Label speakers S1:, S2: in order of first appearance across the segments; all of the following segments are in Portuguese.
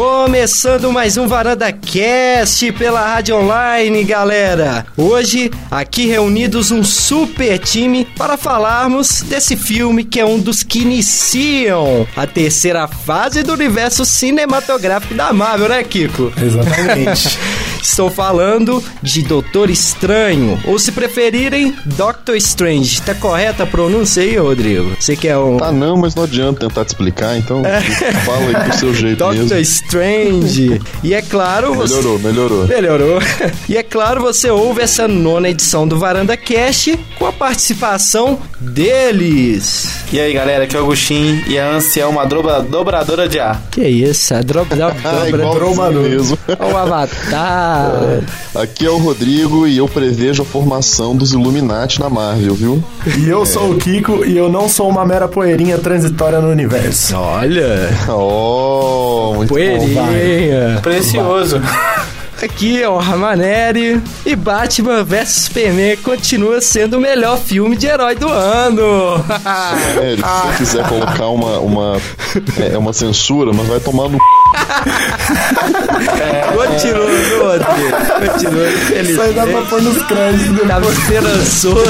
S1: Começando mais um Varanda Cast pela Rádio Online, galera. Hoje, aqui reunidos um super time para falarmos desse filme que é um dos que iniciam a terceira fase do universo cinematográfico da Marvel, né, Kiko?
S2: Exatamente.
S1: Estou falando de Doutor Estranho, ou se preferirem, Doctor Strange. Tá correta a pronúncia aí, Rodrigo? Você que é um
S3: Tá não, mas não adianta tentar te explicar, então fala aí pro seu jeito
S1: Doctor
S3: mesmo.
S1: Strange. E é claro, você-
S3: Melhorou, melhorou.
S1: Melhorou. E é claro, você ouve essa nona edição do Varanda Cast com a participação deles.
S4: E aí galera, aqui é o Agostinho e a ânsia é uma dobra- dobradora de ar.
S1: Que isso, é a drop da
S3: Ah, igual mesmo.
S1: o É um Avatar.
S3: Aqui é o Rodrigo e eu prevejo a formação dos Illuminati na Marvel, viu?
S2: e eu sou o Kiko e eu não sou uma mera poeirinha transitória no universo.
S1: Olha,
S3: Oh, muito bom.
S1: poeirinha.
S4: Precioso.
S1: Aqui é o Ramaneri e Batman vs Superman continua sendo o melhor filme de herói do ano.
S3: É, se você quiser colocar uma, uma, é, uma censura, mas vai tomar no c...
S1: Continua, viu, Rodrigo? Continua, infelizmente.
S2: Isso aí dá pra pôr nos créditos depois.
S1: Tava esperançoso.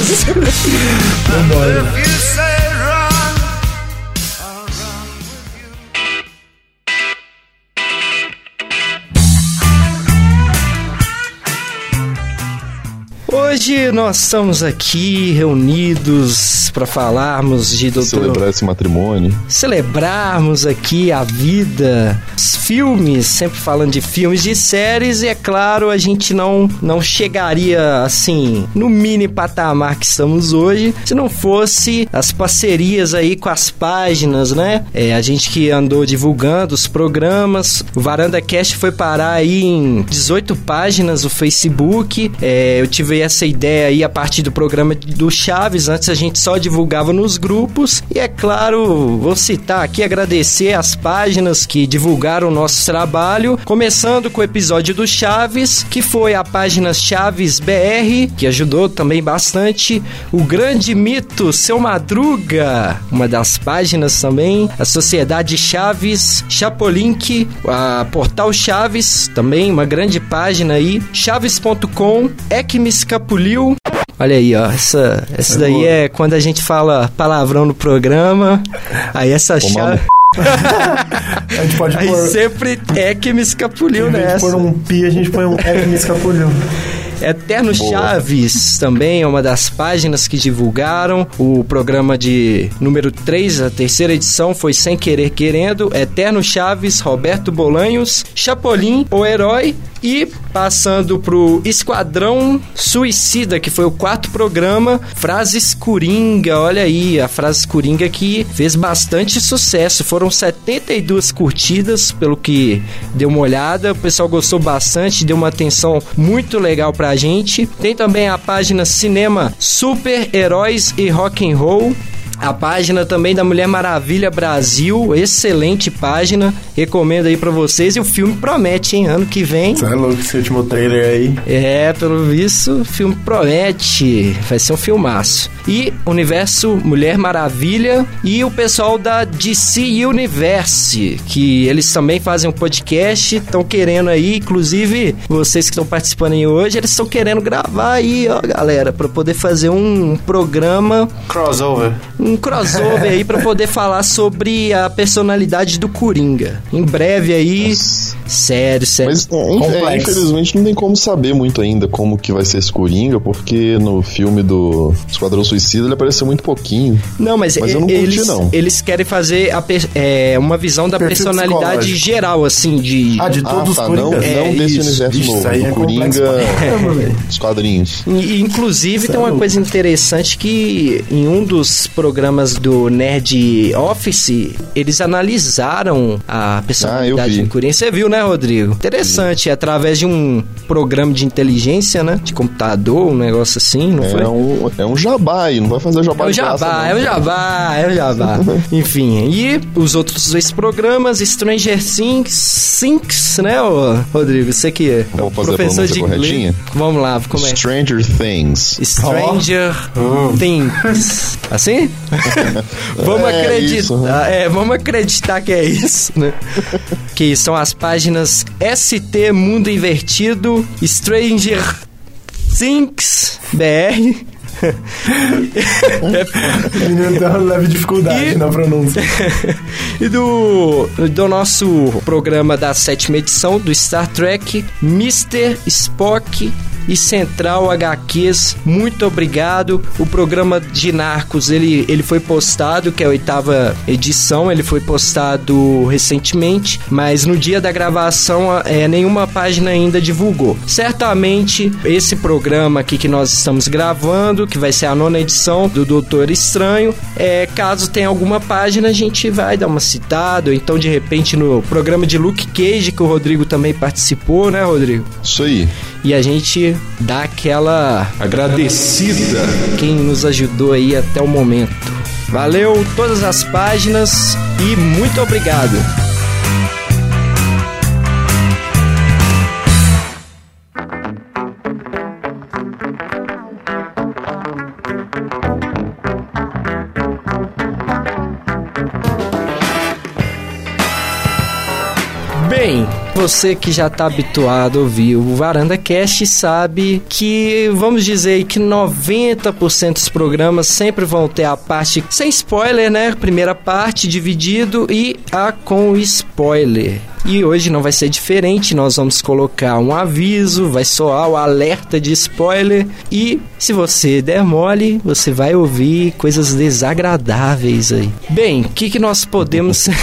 S1: Hoje nós estamos aqui reunidos para falarmos de Doutor
S3: celebrar esse matrimônio.
S1: celebrarmos aqui a vida, os filmes, sempre falando de filmes, de séries, e é claro, a gente não, não chegaria assim no mini patamar que estamos hoje se não fosse as parcerias aí com as páginas, né? É, a gente que andou divulgando os programas, o Varanda Cast foi parar aí em 18 páginas no Facebook. É, eu tive essa ideia aí a partir do programa do Chaves, antes a gente só divulgava nos grupos. E é claro, vou citar aqui, agradecer as páginas que divulgaram o nosso trabalho, começando com o episódio do Chaves, que foi a página Chaves BR, que ajudou também bastante, o Grande Mito, Seu Madruga, uma das páginas também, a Sociedade Chaves, Chapolin, a Portal Chaves, também uma grande página aí, chaves.com, é que me escapuliu, Olha aí, ó. Essa, essa daí
S2: boa.
S1: é quando a gente fala palavrão no programa. Aí essa
S3: Tomar no
S1: chave.
S3: c...
S2: A gente pode
S1: Aí
S2: pôr.
S1: sempre é que me escapuliu
S2: Em vez de
S1: nessa.
S2: pôr um pi, a gente põe um F me escapulhão.
S1: Eterno
S3: Boa.
S1: Chaves também é uma das páginas que divulgaram. O programa de número 3, a terceira edição, foi Sem Querer Querendo. Eterno Chaves, Roberto Bolanhos, Chapolin, o herói. E passando pro Esquadrão Suicida, que foi o quarto programa, Frases Coringa. Olha aí, a Frases Coringa que fez bastante sucesso. Foram 72 curtidas, pelo que deu uma olhada. O pessoal gostou bastante, deu uma atenção muito legal pra gente. Tem também a página Cinema Super Heróis e Rock and Roll. A página também da Mulher Maravilha Brasil, excelente página, recomendo aí pra vocês. E o filme promete, hein? Ano que vem.
S2: Você é louco esse último trailer aí.
S1: É, pelo visto, o filme promete. Vai ser um filmaço. E Universo Mulher Maravilha e o pessoal da DC Universe, que eles também fazem um podcast, estão querendo aí, inclusive, vocês que estão participando aí hoje, eles estão querendo gravar aí, ó, galera, pra poder fazer um programa
S4: Crossover.
S1: um crossover aí pra poder falar sobre a personalidade do Coringa. Em breve aí. Sério, sério.
S3: Mas é, inf- é,
S2: Complexo.
S3: infelizmente não tem como saber muito ainda como que vai ser esse Coringa, porque no filme do Esquadrão Suicida ele apareceu muito pouquinho.
S1: Não, mas,
S3: Mas
S1: e-
S3: eu não curti,
S1: eles,
S3: não.
S1: eles querem fazer a per- é, uma visão da
S2: Perfil
S1: personalidade
S2: psicológico.
S1: geral, assim, de.
S2: Ah, de
S3: Ah,
S2: todos
S3: tá,
S2: os
S3: não, não
S2: Coringas.
S1: É,
S3: desse
S1: isso.
S3: universo
S2: Isso
S3: novo,
S2: aí
S3: do
S2: é complexo
S3: Coringa,
S2: pra caramba, velho.
S3: os quadrinhos.
S1: E, inclusive,
S3: é
S1: tem uma coisa interessante que em um dos programas do Nerd Office, eles analisaram a
S3: Ah, eu
S1: personalidade
S3: vi.
S1: do Coringa. Você viu, né, Rodrigo? Interessante, é através de um programa de inteligência, né? De computador, um negócio assim, não foi?
S3: É um, é um jabá, jabá aí, não vai fazer jabá
S1: É o
S3: de graça,
S1: Jabá,
S3: não.
S1: é o Jabá, é o Jabá. Enfim, e os outros dois programas, Stranger Things, Things, né, ô, Rodrigo? Você que é
S3: Vamos fazer a
S1: professor de
S3: pronúncia
S1: inglês.
S3: corretinha?
S1: Vamos lá, como é?
S3: Stranger Things.
S1: Stranger
S3: Oh.
S1: Things. Assim? vamos
S3: É
S1: acreditar.
S3: isso, né?
S1: é, vamos acreditar que é isso, né? que são as páginas ST Mundo Invertido, Stranger Things BR.
S2: O menino tem uma leve dificuldade
S1: E-
S2: na pronúncia.
S1: e do, do nosso programa da sétima edição do Star Trek, Mr. Spock e Central HQs, muito obrigado. O programa de Narcos, ele, ele foi postado, que é a oitava edição, ele foi postado recentemente, mas no dia da gravação a- é, nenhuma página ainda divulgou. Certamente esse programa aqui que nós estamos gravando, que vai ser a nona edição do Doutor Estranho, é, caso tenha alguma página a gente vai dar uma citada, ou então de repente no programa de Luke Cage que o Rodrigo também participou, né, Rodrigo?
S3: Isso aí.
S1: E a gente dá aquela
S5: Agradecida.
S1: quem nos ajudou aí até o momento. Valeu todas as páginas e muito obrigado. Bem, você que já tá habituado a ouvir o Varanda Cast sabe que, vamos dizer aí que 90% dos programas sempre vão ter a parte sem spoiler, né? Primeira parte dividido e a com spoiler. E hoje não vai ser diferente, nós vamos colocar um aviso, vai soar o alerta de spoiler e se você der mole, você vai ouvir coisas desagradáveis aí. Bem, o que, que nós podemos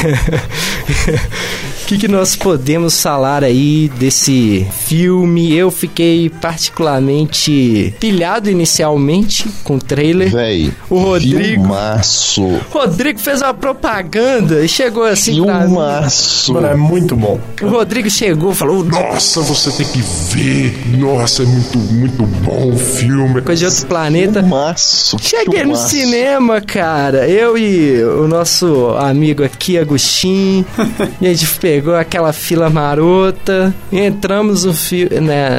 S1: O que, que nós podemos falar aí desse filme? Eu fiquei particularmente pilhado inicialmente com o trailer.
S3: Véi.
S1: O Rodrigo.
S3: Filmaço.
S1: Rodrigo fez uma propaganda e chegou assim pra mim.
S3: Filmaço.
S2: Mano, é muito bom.
S1: O Rodrigo chegou e falou
S5: Nossa, você tem que ver. Nossa, é muito, muito bom o filme.
S1: coisa de outro planeta.
S3: Filmaço.
S1: Cheguei no
S3: filmaço.
S1: cinema, cara. Eu e o nosso amigo aqui, Agostinho. e a gente pegou aquela fila marota. E entramos no filme.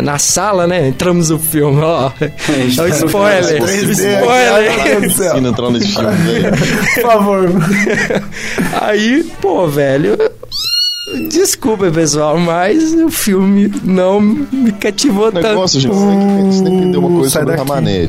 S1: na sala, né? Entramos no filme, ó. É o spoiler.
S2: Ai, meu
S1: spoiler.
S2: Deus do céu.
S3: Ensina a entrar nesse filme, né? velho.
S2: Por favor.
S1: Aí, pô, velho. Desculpa, pessoal, mas o filme não me cativou
S3: O
S1: tanto.
S3: negócio, gente, você tem que, você tem que entender uma coisa
S2: Uh, Sai
S3: sobre o
S2: daqui.
S3: Ramanelli.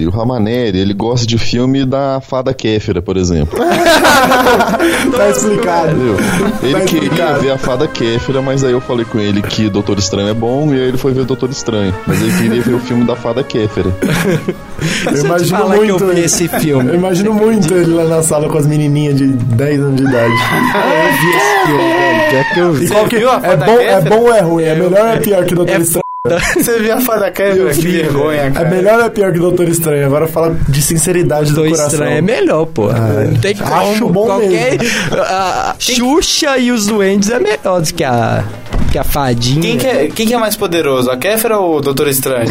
S3: E o Ramanelli, ele gosta de filme da Fada Kéfera, por exemplo.
S2: Tá explicado.
S3: Entendeu? Ele
S2: Mas,
S3: queria
S2: cara-
S3: ver a Fada Kéfera, mas aí eu falei com ele que Doutor Estranho é bom, e aí ele foi ver Doutor Estranho. Mas ele queria ver o filme da Fada Kéfera.
S2: Eu
S1: eu te
S2: imagino
S1: falar que
S2: muito.
S1: eu vi esse filme.
S2: Eu imagino muito ele lá na sala com as menininhas de 10 anos de idade. É,
S1: Eu vi esse filme, velho. pior que eu vi.
S2: E qual que é bom, é bom ou é ruim? É melhor ou é pior que Doutor
S1: É
S2: Estranho?
S4: Você viu a fada quebra? Que vergonha,
S2: É
S4: cara.
S2: melhor ou é pior que Doutor Estranho? Agora fala de sinceridade do
S1: Doutor
S2: coração.
S1: Estranho é melhor, pô. Não tem como.
S2: acho bom
S1: Qualquer, a, a Xuxa e os Duendes é melhor do que a, que a Fadinha.
S4: Quem que, é, quem que é mais poderoso, a Kéfera ou o Doutor Estranho?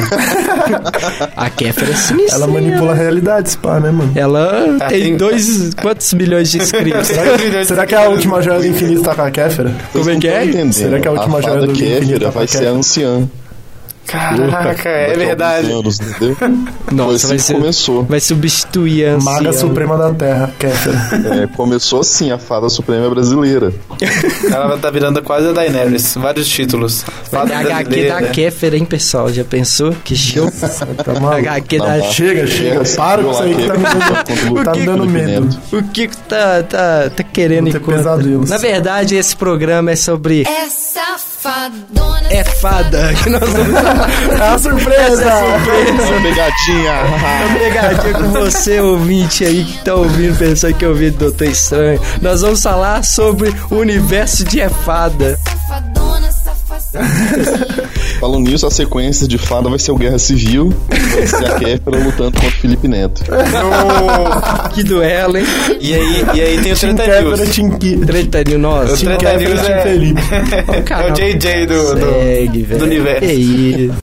S1: A Kéfera é sinistra.
S2: Ela manipula a realidade, esse pá, né, mano?
S1: Ela
S4: Ah,
S1: tem
S4: tem-
S1: dois... Quantos milhões de inscritos?
S2: Será que é a última joia do infinito tá com a Kéfera?
S1: Como é que é?
S2: Será que a última joia
S3: Fada
S2: do infinito
S3: Kéfera
S2: tá com
S3: vai
S2: a
S3: ser a
S2: Kéfera? Ah,
S3: anciã.
S4: Caraca, é
S3: Daqui a
S4: verdade.
S3: alguns anos, entendeu? Foi
S1: Nossa,
S3: assim
S1: vai
S3: que
S1: ser...
S3: começou.
S1: Vai substituir a anciã.
S2: Maga Suprema da Terra, Kéfera.
S3: É, começou assim, a Fada Suprema Brasileira.
S4: Ela tá virando quase a Daenerys, vários títulos.
S1: Vai ter
S4: Fada
S1: HQ da
S2: né?
S4: brasileira.
S1: Kéfera, hein, pessoal? Já pensou? Que show.
S2: Tá maluco?
S1: HQ
S3: Tá
S1: da...
S3: bom.
S2: Chega, chega. é Para com isso aí que tá me dando, tá me dando medo.
S1: O Kiko tá, tá, tá querendo
S2: Vou ter
S1: ir contra.
S2: pesadelos.
S1: Na verdade, esse programa é sobre...
S6: É safadona.
S1: É fada que nós vamos
S2: É uma é surpresa!
S3: Pegadinha!
S1: pegadinha com você, ouvinte aí que tá ouvindo, pensando que eu ouvi do Doutor Estranho. Nós vamos falar sobre o universo de É Fada.
S6: Safadona, safadinha.
S3: Falando nisso, a sequência de Fada vai ser o Guerra Civil. Vai ser a Kéfera lutando contra o Felipe Neto.
S1: Que duelo, hein?
S4: E aí, e aí tem o
S2: Tim
S4: Treta
S2: Kéfera,
S4: News.
S2: Tim Ki-
S1: Treta de nós.
S4: Treta
S2: Kéfera,
S4: News
S2: Tim
S4: é-
S2: Felipe.
S4: É o JJ do, do,
S1: Segue, velho.
S4: do universo.
S1: Que isso.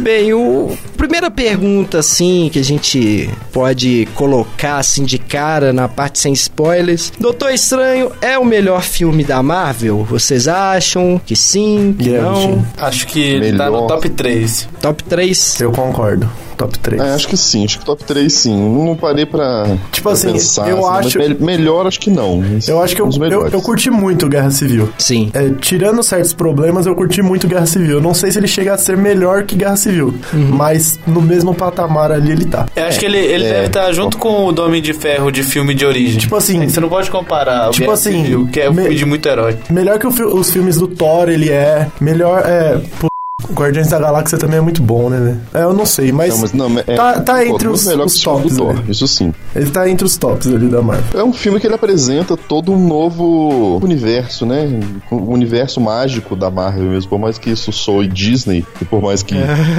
S1: Bem, o Primeira pergunta, assim, que a gente pode colocar, assim, de cara na parte sem spoilers. Doutor Estranho é o melhor filme da Marvel? Vocês acham que sim, que
S2: E aí,
S1: não?
S2: gente?
S4: Acho que ele tá
S3: Melhor.
S4: no top 3.
S1: Top 3.
S2: Eu concordo. Top 3.
S3: É, acho que sim, acho que top 3 sim. Não parei pra.
S2: Tipo
S3: pra
S2: assim, eu
S3: mas
S2: acho-
S3: mel- melhor acho que não. Mas
S2: Eu acho que eu,
S3: um dos
S2: eu,
S3: melhores.
S2: eu curti muito Guerra Civil.
S1: Sim.
S2: É, tirando certos problemas, eu curti muito Guerra Civil. Eu não sei se ele chega a ser melhor que Guerra Civil, mas no mesmo patamar ali ele tá.
S4: Eu acho que ele, ele
S3: é.
S4: deve estar junto com o do Homem de Ferro de filme de origem.
S2: Tipo assim,
S4: Você não pode comparar o
S2: Tipo
S4: Guerra
S2: assim,
S4: Civil, que é um
S2: me-
S4: filme de muito herói.
S2: melhor que o fi- os filmes do Thor ele é, melhor é... pô, Guardiões da Galáxia também é muito bom, né? né? É, eu não sei, mas...
S3: Não, mas não, é-
S2: tá, tá
S3: pô,
S2: entre
S3: muito
S2: os,
S3: melhor que
S2: os
S3: o filme
S2: tops. né?
S3: do Thor,
S2: ali.
S3: isso sim.
S2: Ele tá entre os tops ali da Marvel.
S3: É um filme que ele apresenta todo um novo universo, né? O universo mágico da Marvel mesmo. Por mais que isso soe Disney, e por mais que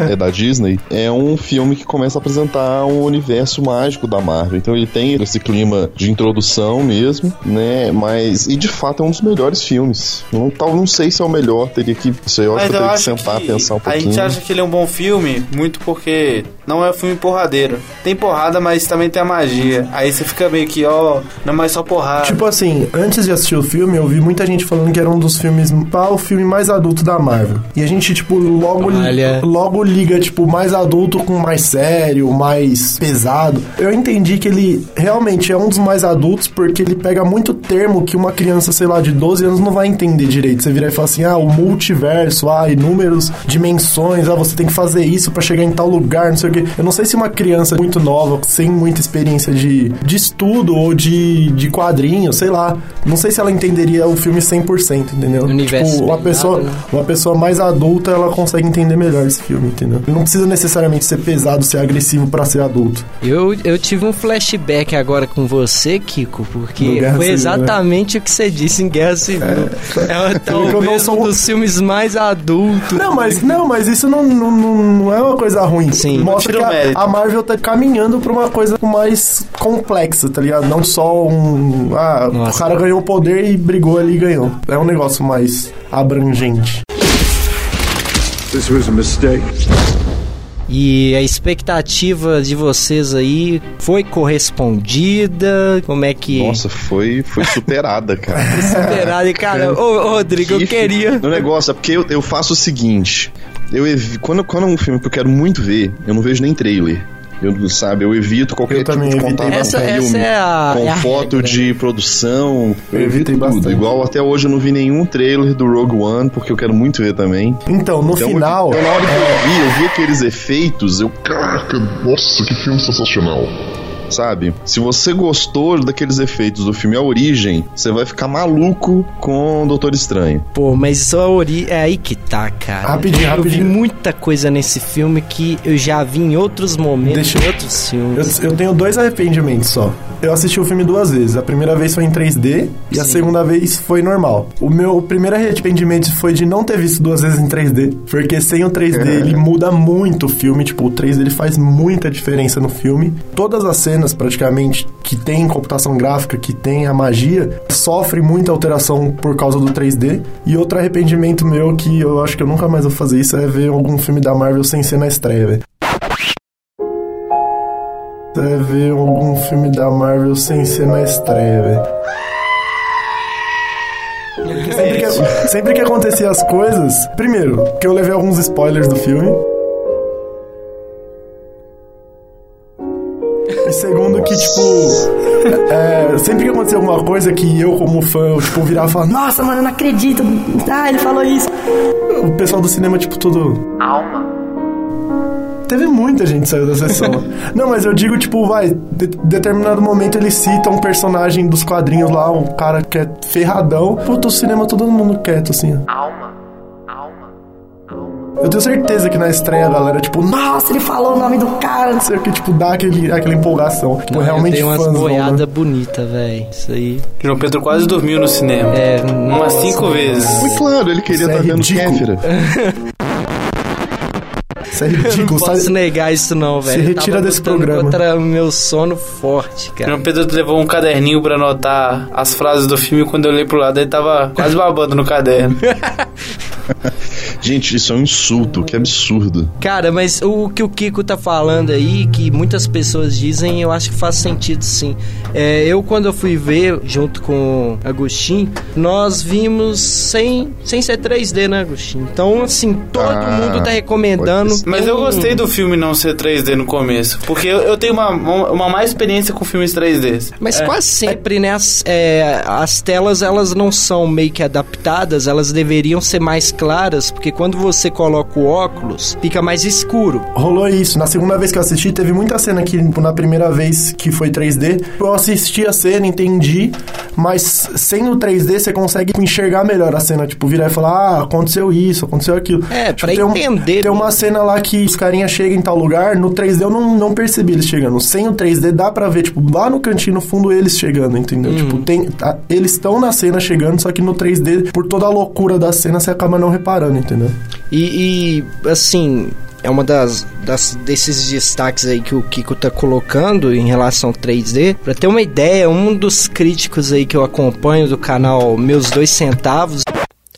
S3: é da Disney, é um filme que começa a apresentar um universo mágico da Marvel. Então ele tem esse clima de introdução mesmo, né? Mas, e de fato, é um dos melhores filmes. Não, tal, não sei se é o melhor, teria que. Isso aí eu acho
S4: Mas
S3: que eu
S4: eu
S3: teria que
S4: acho
S3: sentar,
S4: que
S3: pensar um
S4: a
S3: pouquinho.
S4: gente acha que ele é um bom filme muito porque não é um filme porradeiro. Tem porrada, mas também tem a magia. Aí você fica meio que, ó, não é mais só porrada.
S2: Tipo assim, antes de assistir o filme, eu vi muita gente falando que era um dos filmes, pá, o filme mais adulto da Marvel. E a gente, tipo, logo,
S1: Olha.
S2: logo liga, tipo, mais adulto com mais sério, mais pesado. Eu entendi que ele realmente é um dos mais adultos porque ele pega muito termo que uma criança, sei lá, de 12 anos não vai entender direito. Você virar e falar assim, ah, o multiverso, ah, inúmeros dimensões, ah, você tem que fazer isso pra chegar em tal lugar, não sei o quê. Eu não sei se uma criança muito nova, sem muita experiência de, de estudo ou de, de quadrinho, sei lá, não sei se ela entenderia o filme 100%, entendeu?
S1: Universo
S2: tipo, uma
S1: bem
S2: pessoa,
S1: dado, né?
S2: uma pessoa mais adulta, ela consegue entender melhor esse filme, entendeu? Não precisa necessariamente ser pesado, ser agressivo pra ser adulto.
S1: Eu, eu tive um flashback agora com você, Kiko,
S2: No
S1: porque
S2: Guerra
S1: foi
S2: Civil, né?
S1: exatamente o que você disse em Guerra Civil. É,
S2: eu não
S1: talvez
S2: sou-
S1: um dos filmes mais adultos.
S2: Não, mas, não, mas isso não, não, não- não é uma coisa ruim.
S1: Sim.
S2: Mostra
S4: Não tira o
S2: que
S4: mérito.
S2: a, a Marvel tá caminhando pra uma coisa mais complexa, tá ligado? Não só um. Ah,
S1: Nossa.
S2: o cara ganhou o poder e brigou ali e ganhou. É um negócio mais abrangente.
S7: This was a mistake.
S1: E a expectativa de vocês aí foi correspondida? Como é que
S3: Nossa, foi, foi superada, cara.
S1: superada? E, cara, um?
S2: É.
S1: ô, ô, Rodrigo, eu queria.
S3: No negócio, é porque eu, eu faço o seguinte: eu evi- quando, quando é um filme que eu quero muito ver, eu não vejo nem trailer. Eu, sabe, eu evito qualquer
S2: Eu
S3: tipo
S2: também
S3: de
S2: evitei
S3: contato com
S1: bastante. Essa-
S3: filme,
S1: essa é a-
S3: com
S1: é a
S3: foto
S1: regra.
S3: de produção, eu,
S2: Eu
S3: evito
S2: evitei
S3: tudo.
S2: bastante.
S3: Igual até hoje eu não vi nenhum trailer do Rogue One, porque eu quero muito ver também.
S2: Então, no
S3: Então,
S2: final.
S3: então, na hora que eu vi, eu vi aqueles efeitos, eu
S5: Caraca, nossa, que filme sensacional.
S3: sabe? Se você gostou daqueles efeitos do filme A Origem, você vai ficar maluco com o Doutor Estranho.
S1: Pô, mas só a ori... é aí que tá, cara.
S2: Rapidinho,
S1: Eu vi
S2: rapidinho.
S1: muita coisa nesse filme que eu já vi em outros momentos,
S2: Deixa-
S1: em outros filmes.
S2: Eu, eu tenho dois arrependimentos só. Eu assisti o filme duas vezes. A primeira vez foi em 3D e a segunda vez foi normal. O meu primeiro arrependimento foi de não ter visto duas vezes em 3D, porque sem o 3D ele muda muito o filme. Tipo, o 3D ele faz muita diferença no filme. Todas as cenas, praticamente, que tem computação gráfica, que tem a magia, sofre muita alteração por causa do 3D. E outro arrependimento meu, que eu acho que eu nunca mais vou fazer isso, é ver algum filme da Marvel sem ser na estreia, velho. É ver algum filme da Marvel sem ser na estreia, velho. Porque Sempre que, sempre que acontecia as coisas, primeiro, que eu levei alguns spoilers do filme. E segundo que, tipo, é, sempre que acontecia alguma coisa que eu, como fã, eu, tipo, virava e falava, nossa,
S8: Nossa, mano, eu não acredito. Ah, ele falou isso.
S2: o pessoal do cinema, tipo, tudo. Alma. Teve muita gente que saiu da sessão. Não, mas eu digo, tipo, vai, de determinado momento ele cita um personagem dos quadrinhos lá, um cara que é ferradão. Puta, o cinema todo mundo quieto, assim. Alma. Alma. Alma. Eu tenho certeza que na estreia a galera, tipo, nossa,
S8: Nossa, ele falou o nome do cara.
S2: não sei o que, tipo, dá aquele, aquela empolgação. Tipo,
S1: Não, eu
S2: realmente
S1: dei umas
S2: fãs vão, né?
S1: boiadas bonitas, velho. Isso aí.
S4: João Pedro quase dormiu no cinema.
S1: É,
S4: Umas
S1: nossa.
S4: cinco vezes.
S3: Mas claro, ele queria
S2: Isso é
S3: estar vendo
S2: ridículo.
S3: Kéfera.
S4: É.
S2: Isso é
S1: Eu não
S2: ridículo,
S1: posso
S2: sabe?
S1: negar isso não, velho. Eu
S2: retira
S1: tava
S2: desse
S1: lutando
S2: programa.
S1: Contra o meu sono forte, cara.
S4: João Pedro levou um caderninho pra anotar as frases do filme. Quando eu olhei pro lado, ele tava quase babando no caderno.
S3: Gente, isso é um insulto, que absurdo.
S1: Cara, mas o que o Kiko tá falando aí, que muitas pessoas dizem, eu acho que faz sentido sim. É, eu, quando eu fui ver, junto com o Agostinho, nós vimos sem, sem ser 3D, né, Agostinho? Então, assim, todo
S3: Ah,
S1: mundo tá recomendando.
S3: pode
S4: Mas eu
S1: Um-
S4: gostei do filme não ser 3D no começo, porque eu, eu tenho uma, uma má experiência com filmes 3D.
S1: Mas
S4: É.
S1: quase sempre, né? As, é, as telas, elas não são meio que adaptadas, elas deveriam ser mais claras, porque quando você coloca o óculos, fica mais escuro.
S2: Rolou isso. Na segunda vez que eu assisti, teve muita cena que, tipo, na primeira vez que foi 3D, eu assisti a cena, entendi, mas sem o 3D você consegue tipo, enxergar melhor a cena. Tipo, virar e falar, ah, aconteceu isso, aconteceu aquilo.
S1: É,
S2: tipo,
S1: pra
S2: tem um-
S1: entender.
S2: tem uma cena lá que os carinhas chegam em tal lugar, no 3D eu não, não percebi eles chegando. Sem o 3D dá pra ver, tipo, lá no cantinho, no fundo, eles chegando, entendeu?
S1: Hum.
S2: Tipo, tem, tá- eles estão na cena chegando, só que no 3D, por toda a loucura da cena, você acaba não reparando, entendeu?
S1: E, e, assim, é uma das, das- desses destaques aí que o Kiko tá colocando em relação ao 3D. Pra ter uma ideia, um dos críticos aí que eu acompanho do canal Meus Dois Centavos.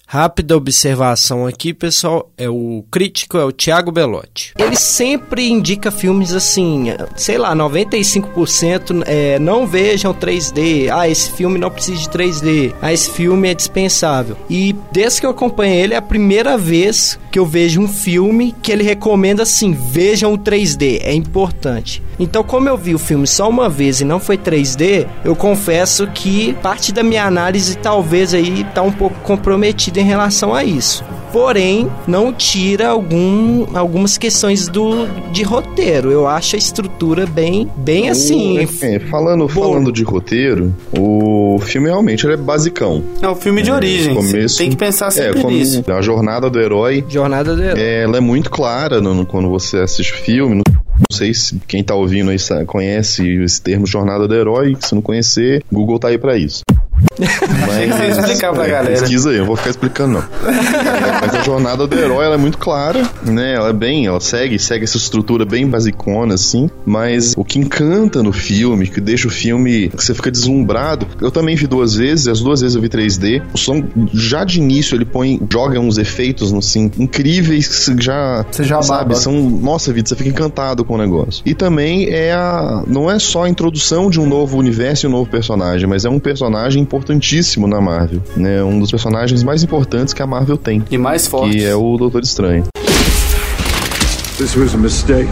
S1: Rápida observação aqui, pessoal. É o crítico é o Thiago Belotti. Ele sempre indica filmes assim, sei lá, 95% é, não vejam 3D. Ah, esse filme não precisa de 3D. Ah, esse filme é dispensável. E desde que eu acompanho ele, é a primeira vez que eu vejo um filme que ele recomenda assim, vejam o 3D, é importante. Então, como eu vi o filme só uma vez e não foi 3D, eu confesso que parte da minha análise talvez aí tá um pouco comprometida em relação a isso. Porém, não tira algum, algumas questões do, de roteiro. Eu acho a estrutura bem, bem assim.
S3: É, falando, falando de roteiro, o filme realmente ele é basicão.
S4: É um filme de origem.
S3: Começo-
S4: Tem que pensar
S3: É,
S4: sempre
S3: como
S4: nisso.
S3: a jornada do herói
S1: Jornada do Herói.
S3: É, ela é muito clara no- no- quando você assiste o filme. Não não sei se quem tá ouvindo aí sa- conhece esse termo jornada do herói. Se não conhecer, Google tá aí pra isso.
S4: Tem que explicar pra
S3: é,
S4: galera.
S3: Pesquisa aí, eu vou ficar explicando não. É, mas a jornada do herói ela é muito clara, né? Ela é bem, ela segue, segue essa estrutura bem basicona assim, mas o que encanta no filme, que deixa o filme que você fica deslumbrado. Eu também vi duas vezes, e as duas vezes eu vi 3D. O som já de início ele põe, joga uns efeitos assim incríveis que você já
S2: Você já
S3: sabe,
S2: baba.
S3: são Então, nossa vida, você fica encantado com o negócio. E também é a não é só a introdução de um novo universo e um novo personagem, mas é um personagem importantíssimo na Marvel, né? Um dos personagens mais importantes que a Marvel tem,
S4: E mais forte.
S3: que é o Doutor Estranho.
S7: This was a mistake.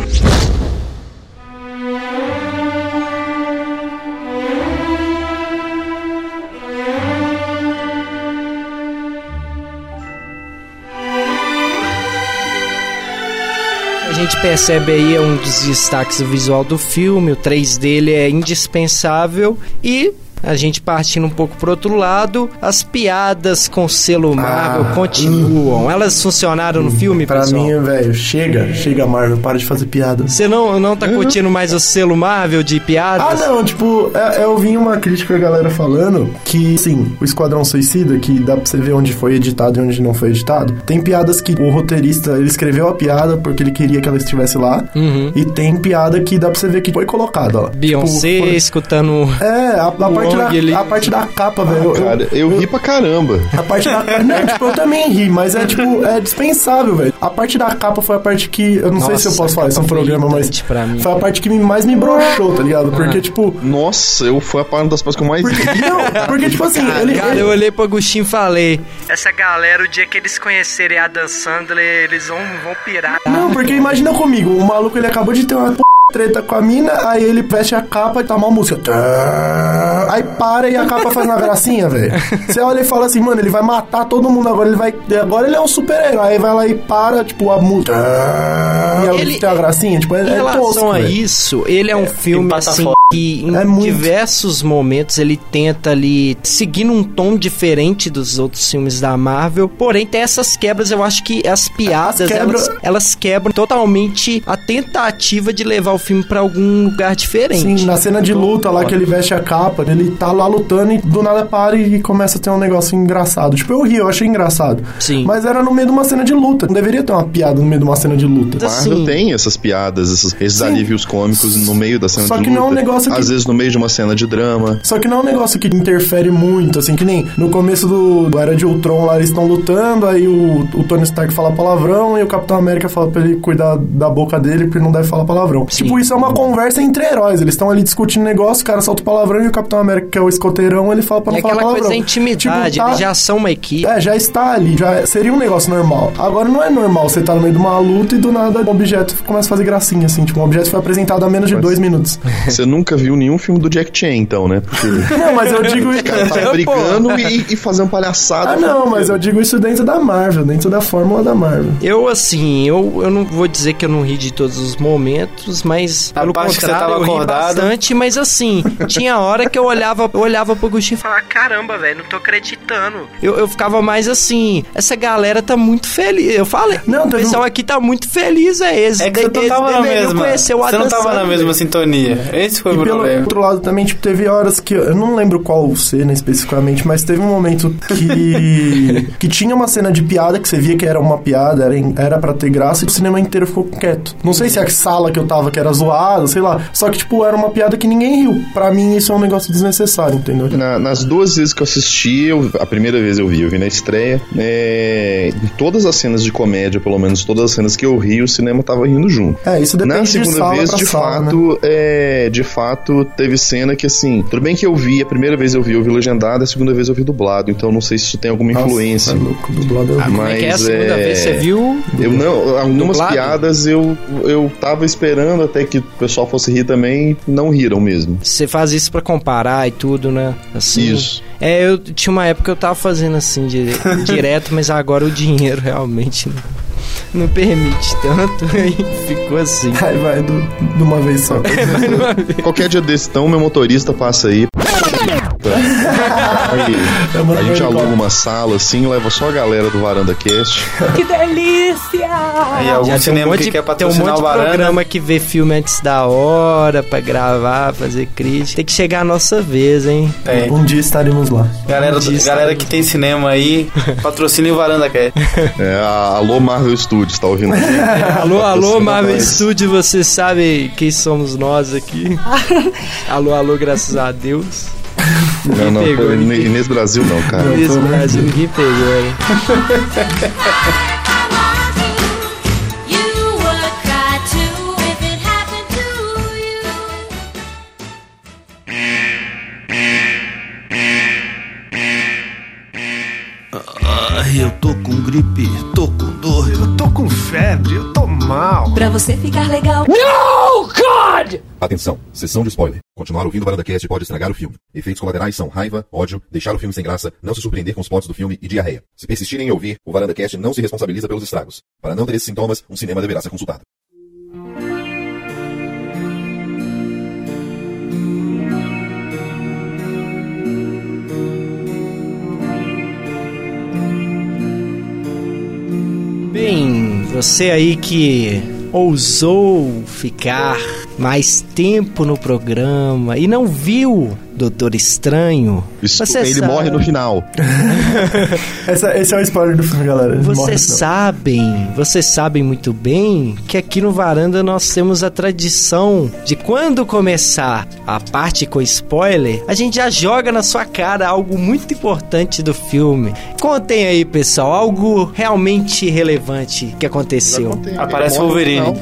S1: A gente percebe aí um dos destaques do visual do filme, o 3 dele é indispensável e a gente partindo um pouco pro outro lado, as piadas com
S2: Ah.
S1: selo Marvel continuam. Elas funcionaram no filme,
S2: Hum, Pra
S1: pessoal?
S2: mim, velho, chega, chega Marvel, para de fazer piada.
S1: Você não, não tá curtindo mais o selo Marvel de
S2: Ah,
S1: piadas?
S2: não, tipo, é- eu vi uma crítica da galera falando que, sim, o Esquadrão Suicida, que dá pra você ver onde foi editado e onde não foi editado, tem piadas que o roteirista, ele escreveu a piada porque ele queria que ela estivesse lá,
S1: Uhum.
S2: e tem piada que dá pra você ver que foi colocada lá.
S1: Beyoncé
S2: Tipo, foi-
S1: escutando... um-
S2: É, a, a
S1: Wong,
S2: parte da,
S1: ele-
S2: a parte da capa, velho. eu-
S3: Cara, eu ri pra caramba.
S2: A parte da capa. Não, tipo, eu também ri, mas é tipo, é dispensável, velho. A parte da capa foi a parte que. Eu não sei se eu
S1: Nossa,
S2: posso falar isso no
S1: foi
S2: programa, mas.
S1: irritante pra mim, Ah.
S2: foi a
S1: cara.
S2: parte que me- mais me broxou, tá ligado? Porque, tipo.
S3: Nossa, eu foi a parte das coisas que eu mais
S2: Porque,
S3: ri.
S2: não, porque, tipo assim, ele.
S1: Cara,
S2: ele-
S1: eu olhei pro Agostinho e falei... Essa galera, o dia que eles conhecerem a Dan Sandler, eles vão, vão pirar.
S2: Não, porque imagina comigo, o maluco ele acabou de ter uma p... treta com a mina, aí ele veste a capa e tá uma música. Tá. Aí para e a capa faz uma gracinha, velho. Você olha e fala assim, mano, ele vai matar todo mundo agora, ele vai. Agora ele é um super-herói. Aí vai lá e para, tipo, a música. Tá. E
S1: Ele-
S2: ele... tem uma gracinha, tipo, é,
S1: Em
S2: é
S1: relação
S2: tosco,
S1: a
S2: velho.
S1: isso, ele é um filme
S4: empata
S1: assim
S4: fora.
S1: que em
S2: É muito.
S1: diversos momentos ele tenta ali seguindo um tom diferente dos outros filmes da Marvel. Porém, tem essas quebras, eu acho que as piadas,
S2: As quebras-
S1: elas, elas quebram totalmente a tentativa de levar o filme pra algum lugar diferente.
S2: Sim, na cena de luta lá que ele veste a capa, ele tá lá lutando e do nada para e começa a ter um negócio engraçado. Tipo, eu ri, eu achei engraçado.
S1: Sim.
S2: Mas era no meio de uma cena de luta. Não deveria ter uma piada no meio de uma cena de luta.
S1: Mas
S3: Marvel
S1: assim-
S3: tem essas piadas, esses, esses alívios cômicos no meio da cena
S2: Só
S3: de
S2: que não é um
S3: luta.
S2: negócio negócio que.
S3: Às vezes no meio de uma cena de drama.
S2: Só que não é um negócio que interfere muito, assim, que nem no começo do, do Era de Ultron lá eles estão lutando, aí o, o Tony Stark fala palavrão e o Capitão América fala pra ele cuidar da boca dele porque ele não deve falar palavrão.
S1: Sim.
S2: Tipo, isso é uma conversa entre heróis, eles estão ali discutindo negócio, o cara solta o palavrão e o Capitão América, que é o escoteirão, ele fala pra
S1: É
S2: não falar
S1: aquela
S2: palavrão.
S1: coisa da intimidade,
S2: Tipo, tá-
S1: eles já são uma equipe.
S2: é, já está ali, já seria um negócio normal. Agora não é normal você tá no meio de uma luta e do nada um objeto começa a fazer gracinha, assim. Tipo, um objeto foi apresentado há menos de dois minutos.
S3: Você nunca viu nenhum filme do Jack Chan, então, né? Porque o
S2: Não, mas eu digo. é,
S3: cara tá brigando e, e fazendo palhaçada.
S2: Ah, não, mas eu digo isso dentro da Marvel, dentro da fórmula da Marvel.
S1: Eu, assim, eu, eu não vou dizer que eu não ri de todos os momentos, mas
S4: A
S1: pelo
S4: parte que você
S1: contrário,
S4: tava
S1: eu ri
S4: acordado.
S1: bastante, mas assim, tinha hora que eu olhava, eu olhava pro Gustinho e falava, caramba, velho, não tô acreditando. Eu, eu ficava mais assim, essa galera tá muito feliz. Eu falei,
S2: Não,
S1: o
S2: teve
S1: pessoal
S2: um-
S1: aqui tá muito feliz, é esse.
S4: É que você não
S1: eles
S4: tava na
S1: deveriam
S4: mesma.
S1: conhecer o
S4: Você não
S1: Adam
S4: tava na
S1: Sandler.
S4: mesma sintonia. Esse foi
S2: E
S4: o
S2: pelo
S4: problema.
S2: outro lado também, tipo, teve horas que. Eu não lembro qual cena especificamente, mas teve um momento que. que tinha uma cena de piada, que você via que era uma piada, era, em- era pra ter graça, e o cinema inteiro ficou quieto. Não sei se a sala que eu tava que era zoada, sei lá. Só que, tipo, era uma piada que ninguém riu. Pra mim, isso é um negócio desnecessário, entendeu?
S3: Na- nas duas vezes que eu assisti, eu- a primeira vez eu vi, eu vi na estreia. é, em todas as cenas de comédia, pelo menos todas as cenas que eu ri, o cinema tava rindo junto.
S2: É, isso depende
S3: Na
S2: de
S3: segunda
S2: sala
S3: vez,
S2: pra
S3: de
S2: sala, né?
S3: fato, é, de fato, teve cena que assim, tudo bem que eu vi, a primeira vez eu vi, eu vi legendado, a segunda vez eu vi dublado, então não sei se isso tem alguma
S2: Nossa,
S3: influência. Ah.
S2: tá louco, dublado é horrível.
S1: Como é que é a
S3: Mas,
S1: segunda
S3: é,
S1: vez que você viu?
S3: Eu não, algumas
S1: Dublado?
S3: piadas eu, eu tava esperando até que o pessoal fosse rir também, não riram mesmo.
S1: Você faz isso pra comparar e tudo, né? Assim.
S3: Isso.
S1: É, eu tinha uma época que eu tava fazendo assim dire- direto, mas agora o dinheiro realmente não, não permite tanto. Aí ficou assim.
S2: Aí vai do- de uma vez só.
S3: Qualquer dia desse, então, meu motorista passa aí. Aí,
S2: Eu mando
S3: a gente
S2: pra ele,
S3: aluga uma sala assim, leva só a galera do Varanda Cast.
S8: Que delícia!
S4: Aí algum cinema que quer
S1: Ah, tem um
S4: patrocinar
S1: monte
S4: o
S1: de
S4: Varanda.
S1: programa que vê filme antes da hora pra gravar, fazer crítica. Tem que chegar a nossa vez, hein?
S4: Tem.
S2: Um dia estaremos lá.
S4: É, Galera, do-
S1: Disso,
S4: galera
S1: né?
S4: que tem cinema aí, patrocine o Varanda Cat.
S3: É, a- alô Marvel Studios, tá ouvindo?
S1: Alô, alô,
S3: Patrocina
S1: Marvel
S3: nós.
S1: Studio, vocês sabem quem somos nós aqui. alô, alô, graças a Deus.
S3: Não, não,
S1: pegou,
S3: foi
S1: ninguém.
S3: Ine- Inês Brasil não, cara.
S1: Nesse Brasil, ninguém pegou, né?
S6: You would cry too if it happened to you.
S9: Eu tô com gripe, tô com dor, eu tô com febre, eu tô mal.
S8: Pra você ficar legal.
S10: Atenção, sessão de spoiler. Continuar ouvindo o VarandaCast pode estragar o filme. Efeitos colaterais são raiva, ódio, deixar o filme sem graça, não se surpreender com os plots do filme e diarreia. Se persistirem em ouvir, o VarandaCast não se responsabiliza pelos estragos. Para não ter esses sintomas, um cinema deverá ser consultado.
S1: Bem, você aí que ousou ficar mais tempo no programa e não viu Doutor Estranho,
S3: Isso,
S1: você
S3: ele
S1: sabe-
S3: morre no final.
S2: Essa- esse é o spoiler do filme, galera. Ele morre no
S1: Vocês
S2: final.
S1: sabem, vocês sabem muito bem que aqui no Varanda nós temos a tradição de quando começar a parte com spoiler, a gente já joga na sua cara algo muito importante do filme. Contem aí, pessoal, algo realmente relevante que aconteceu.
S4: Aparece
S3: Ele
S4: o
S3: morre no
S4: Wolverine.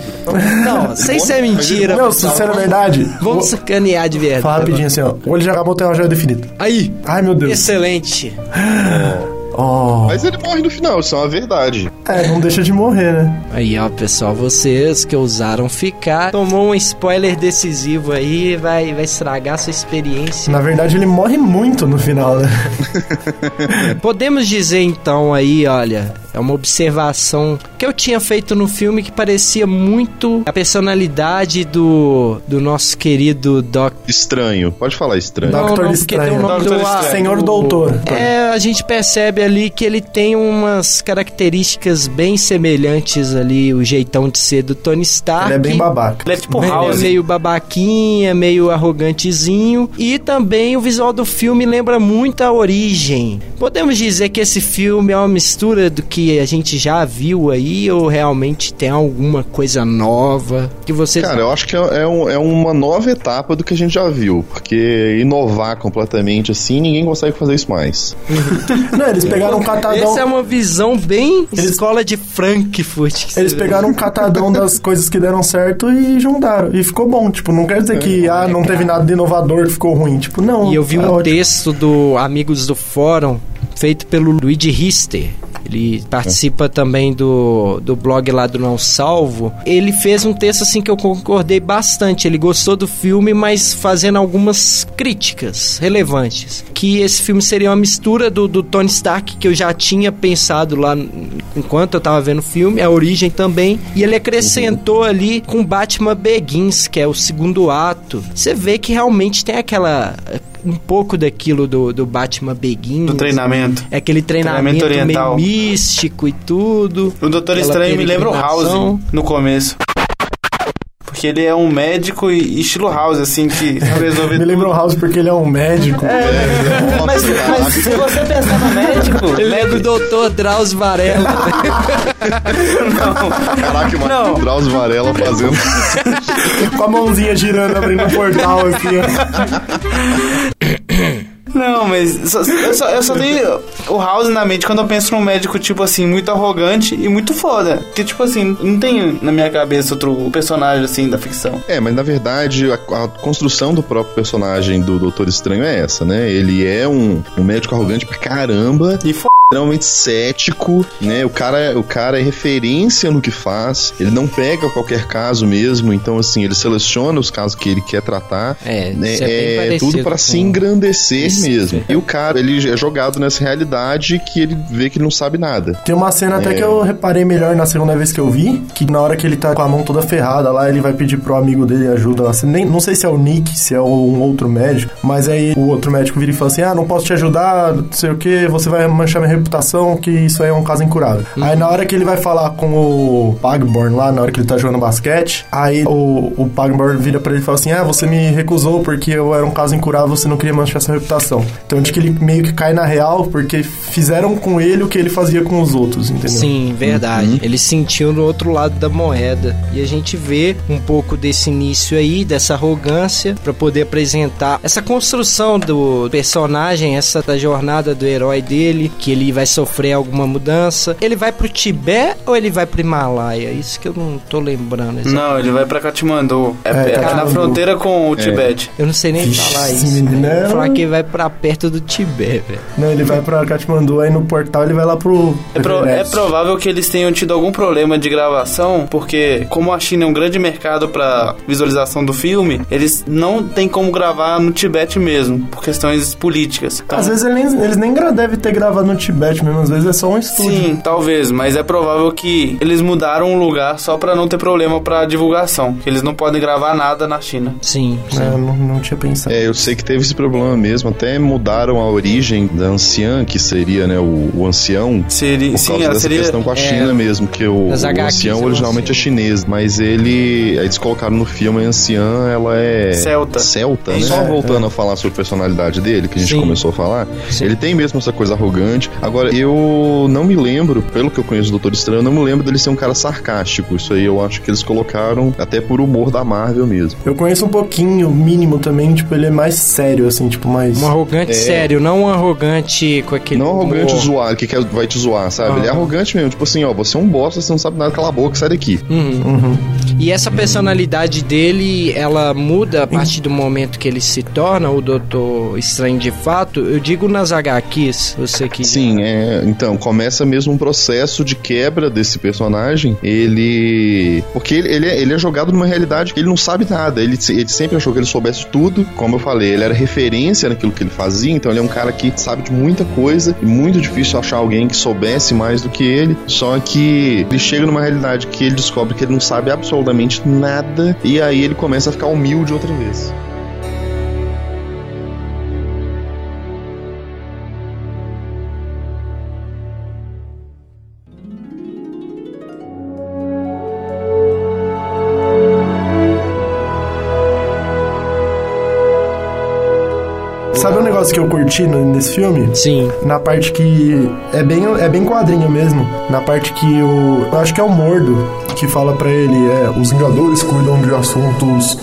S3: final.
S1: Não, sem ser mentira.
S2: Não, se isso é verdade.
S1: Vamos
S2: vou-
S1: sacanear de verdade.
S2: Fala rapidinho assim, ó. O olho de Agamotto é uma joia definida.
S1: Aí.
S2: Ai, meu Deus.
S1: Excelente. é
S2: Oh.
S3: Mas ele morre no final, isso é uma verdade.
S2: É, não deixa de morrer, né?
S1: Aí, ó, pessoal, vocês que ousaram ficar, tomou um spoiler decisivo aí, vai, vai estragar sua experiência.
S2: Na verdade, ele morre muito no final, né?
S1: Podemos dizer então aí, olha, é uma observação que eu tinha feito no filme que parecia muito a personalidade do, do nosso querido Doc.
S3: Estranho. Pode falar estranho.
S2: Não. Dr.
S1: porque tem o
S2: Estranho.
S1: nome
S4: Dr.
S1: do
S4: Estranho.
S2: Senhor
S1: o-
S2: Doutor.
S1: É, a gente percebe ali que ele tem umas características bem semelhantes ali, o jeitão de ser do Tony Stark.
S2: Ele é bem babaca.
S4: Ele é tipo
S1: Ele
S4: House.
S1: é meio babaquinha, meio arrogantezinho. E também o visual do filme lembra muito a origem. Podemos dizer que esse filme é uma mistura do que que a gente já viu aí ou realmente tem alguma coisa nova que vocês.
S3: Cara, eu acho que é, é um- é uma nova etapa do que a gente já viu, porque inovar completamente assim, ninguém consegue fazer isso mais.
S2: Não, eles pegaram um catadão.
S1: Essa é uma visão bem
S2: Eles-
S1: escola de Frankfurt. que
S2: Eles
S1: você-
S2: pegaram um catadão das coisas que deram certo e juntaram. E ficou bom. Tipo, não quer dizer que, ah, não teve nada de inovador que ficou ruim. Tipo, não.
S1: E eu vi
S2: tá
S1: um
S2: ótimo.
S1: texto do Amigos do Fórum, feito pelo Luigi Rister. Ele participa também do, do blog lá do Não Salvo. Ele fez um texto assim que eu concordei bastante. Ele gostou do filme, mas fazendo algumas críticas relevantes. Que esse filme seria uma mistura do, do Tony Stark, que eu já tinha pensado lá n- enquanto eu tava vendo o filme, a origem também. E ele acrescentou ali com Batman Begins, que é o segundo ato. Você vê que realmente tem aquela. um pouco daquilo do, do Batman Begins.
S4: Do treinamento.
S1: É aquele treinamento,
S4: Treinamento oriental.
S1: meio místico e tudo.
S4: O Doutor
S1: Aquela
S4: Estranho me lembra o House
S1: peregrinação.
S4: no começo. Porque ele é um médico e estilo House, assim, que resolve
S2: Me lembra o House porque ele é um médico.
S4: Mas, mas se você pensar no médico,
S1: Ele lembra o Dr. Drauzio Varela.
S3: Caraca, o Drauzio Varela fazendo.
S2: Com a mãozinha girando, abrindo um portal assim. ó.
S4: Não, mas só- eu, só, eu só tenho o House na mente quando eu penso num médico, tipo assim, muito arrogante e muito foda. Que, tipo assim, não tem na minha cabeça outro personagem, assim, da ficção.
S3: É, mas na verdade a, a construção do próprio personagem do Doutor Estranho é essa, né? Ele é um, um médico arrogante pra caramba.
S4: E f***.
S3: Extremamente cético, né? O cara, o cara é referência no que faz, ele não pega qualquer caso mesmo, então, assim, ele seleciona os casos que ele quer tratar.
S1: É,
S3: né?
S1: isso é bem
S3: É,
S1: parecido
S3: tudo pra
S1: com-
S3: se engrandecer
S1: Isso,
S3: mesmo. E o cara, ele é jogado nessa realidade que ele vê que ele não sabe nada.
S2: Tem uma cena até
S3: É.
S2: que eu reparei melhor na segunda vez que eu vi, que na hora que ele tá com a mão toda ferrada lá, ele vai pedir pro amigo dele ajuda. Assim, nem, não sei se é o Nick, se é um outro médico, mas aí o outro médico vira e fala assim, ah, não posso te ajudar, não sei o que, você vai manchar minha reputação, que isso aí é um caso incurável. Aí na hora que ele vai falar com o Pagborn lá, na hora que ele tá jogando basquete, aí o, o Pagborn vira pra ele e fala assim, ah, você me recusou porque eu era um caso incurável, você não queria manchar essa reputação. Então acho que ele meio que cai na real, porque fizeram com ele o que ele fazia com os outros, entendeu?
S1: Sim, verdade. Ele sentiu no outro lado da moeda. E a gente vê um pouco desse início aí, dessa arrogância, pra poder apresentar essa construção do personagem, essa da jornada do herói dele, que ele vai sofrer alguma mudança. Ele vai pro Tibete ou ele vai pro Himalaia? Isso que eu não tô lembrando. exatamente.
S4: Não, ele vai pra Katmandu. É, é na
S2: Katmandu.
S4: fronteira com o Tibete.
S1: Eu não sei nem
S2: Vixe,
S1: falar
S2: esse
S1: isso.
S2: menino
S1: né? Eu
S2: é
S1: vou Falar
S2: um-
S1: que ele vai pra perto do Tibete, velho.
S2: Não, ele vai pra Katmandu, aí no portal ele vai lá pro.
S4: É, pro- é
S2: Everest.
S4: provável que eles tenham tido algum problema de gravação, porque como a China é um grande mercado pra visualização do filme, eles não tem como gravar no Tibete mesmo, por questões políticas. Então,
S2: Às vezes ele nem- eles nem gra- devem ter gravado no Tibete mesmo, às vezes é só um estúdio.
S4: Sim, talvez, mas é provável que eles mudaram o lugar só pra não ter problema pra divulgação. que Eles não podem gravar nada na China.
S1: Sim, sim.
S2: É, eu não, não tinha pensado.
S3: É, eu sei que teve esse problema mesmo. Até mudaram a origem da anciã, que seria, né, o, o ancião.
S4: Seria,
S3: Por
S4: sim,
S3: causa
S4: ela
S3: dessa
S4: seria.
S3: questão com a
S1: é,
S3: China mesmo, que o, o
S1: nas HQs é
S4: né,
S3: ancião
S1: o
S3: originalmente é
S4: assim.
S1: ancião.
S3: chinês, mas ele. aí Eles colocaram no filme a anciã, ela é.
S4: Celta.
S3: Celta, né?
S4: É Isso.
S3: Só voltando a falar sobre a personalidade dele, que a gente
S1: Sim.
S3: começou a falar,
S1: Sim.
S3: ele tem mesmo essa coisa arrogante. Agora, eu não me lembro, pelo que eu conheço do Doutor Estranho, eu não me lembro dele ser um cara sarcástico. Isso aí eu acho que eles colocaram até por humor da Marvel mesmo.
S2: Eu conheço um pouquinho, mínimo também, tipo, ele é mais sério, assim, tipo, mais.
S1: Um arrogante sério, não um arrogante com aquele.
S3: Não arrogante
S1: humor.
S3: zoar, que quer, vai te zoar, sabe?
S1: Aham.
S3: Ele é arrogante mesmo, tipo assim, ó, você é um bosta, você não sabe nada, cala a boca, sai daqui.
S1: Uhum. E essa personalidade dele, ela muda a partir do momento que ele se torna o Doutor Estranho de fato. Eu digo nas HQs, você que.
S3: Sim, é, então, começa mesmo um processo de quebra desse personagem. Ele. Porque ele, ele, é, ele é jogado numa realidade que ele não sabe nada. Ele, se- ele sempre achou que ele soubesse tudo. Como eu falei, ele era referência naquilo que ele fazia, então ele é um cara que sabe de muita coisa. E muito difícil achar alguém que soubesse mais do que ele. Só que ele chega numa realidade que ele descobre que ele não sabe absolutamente nada. E aí ele começa a ficar humilde outra vez.
S2: Sabe um negócio que eu curti no- nesse filme?
S1: Sim.
S2: Na parte que. É bem, é bem quadrinho mesmo. Na parte que o. Eu acho que é o Mordo que fala pra ele: é, os Vingadores cuidam de assuntos.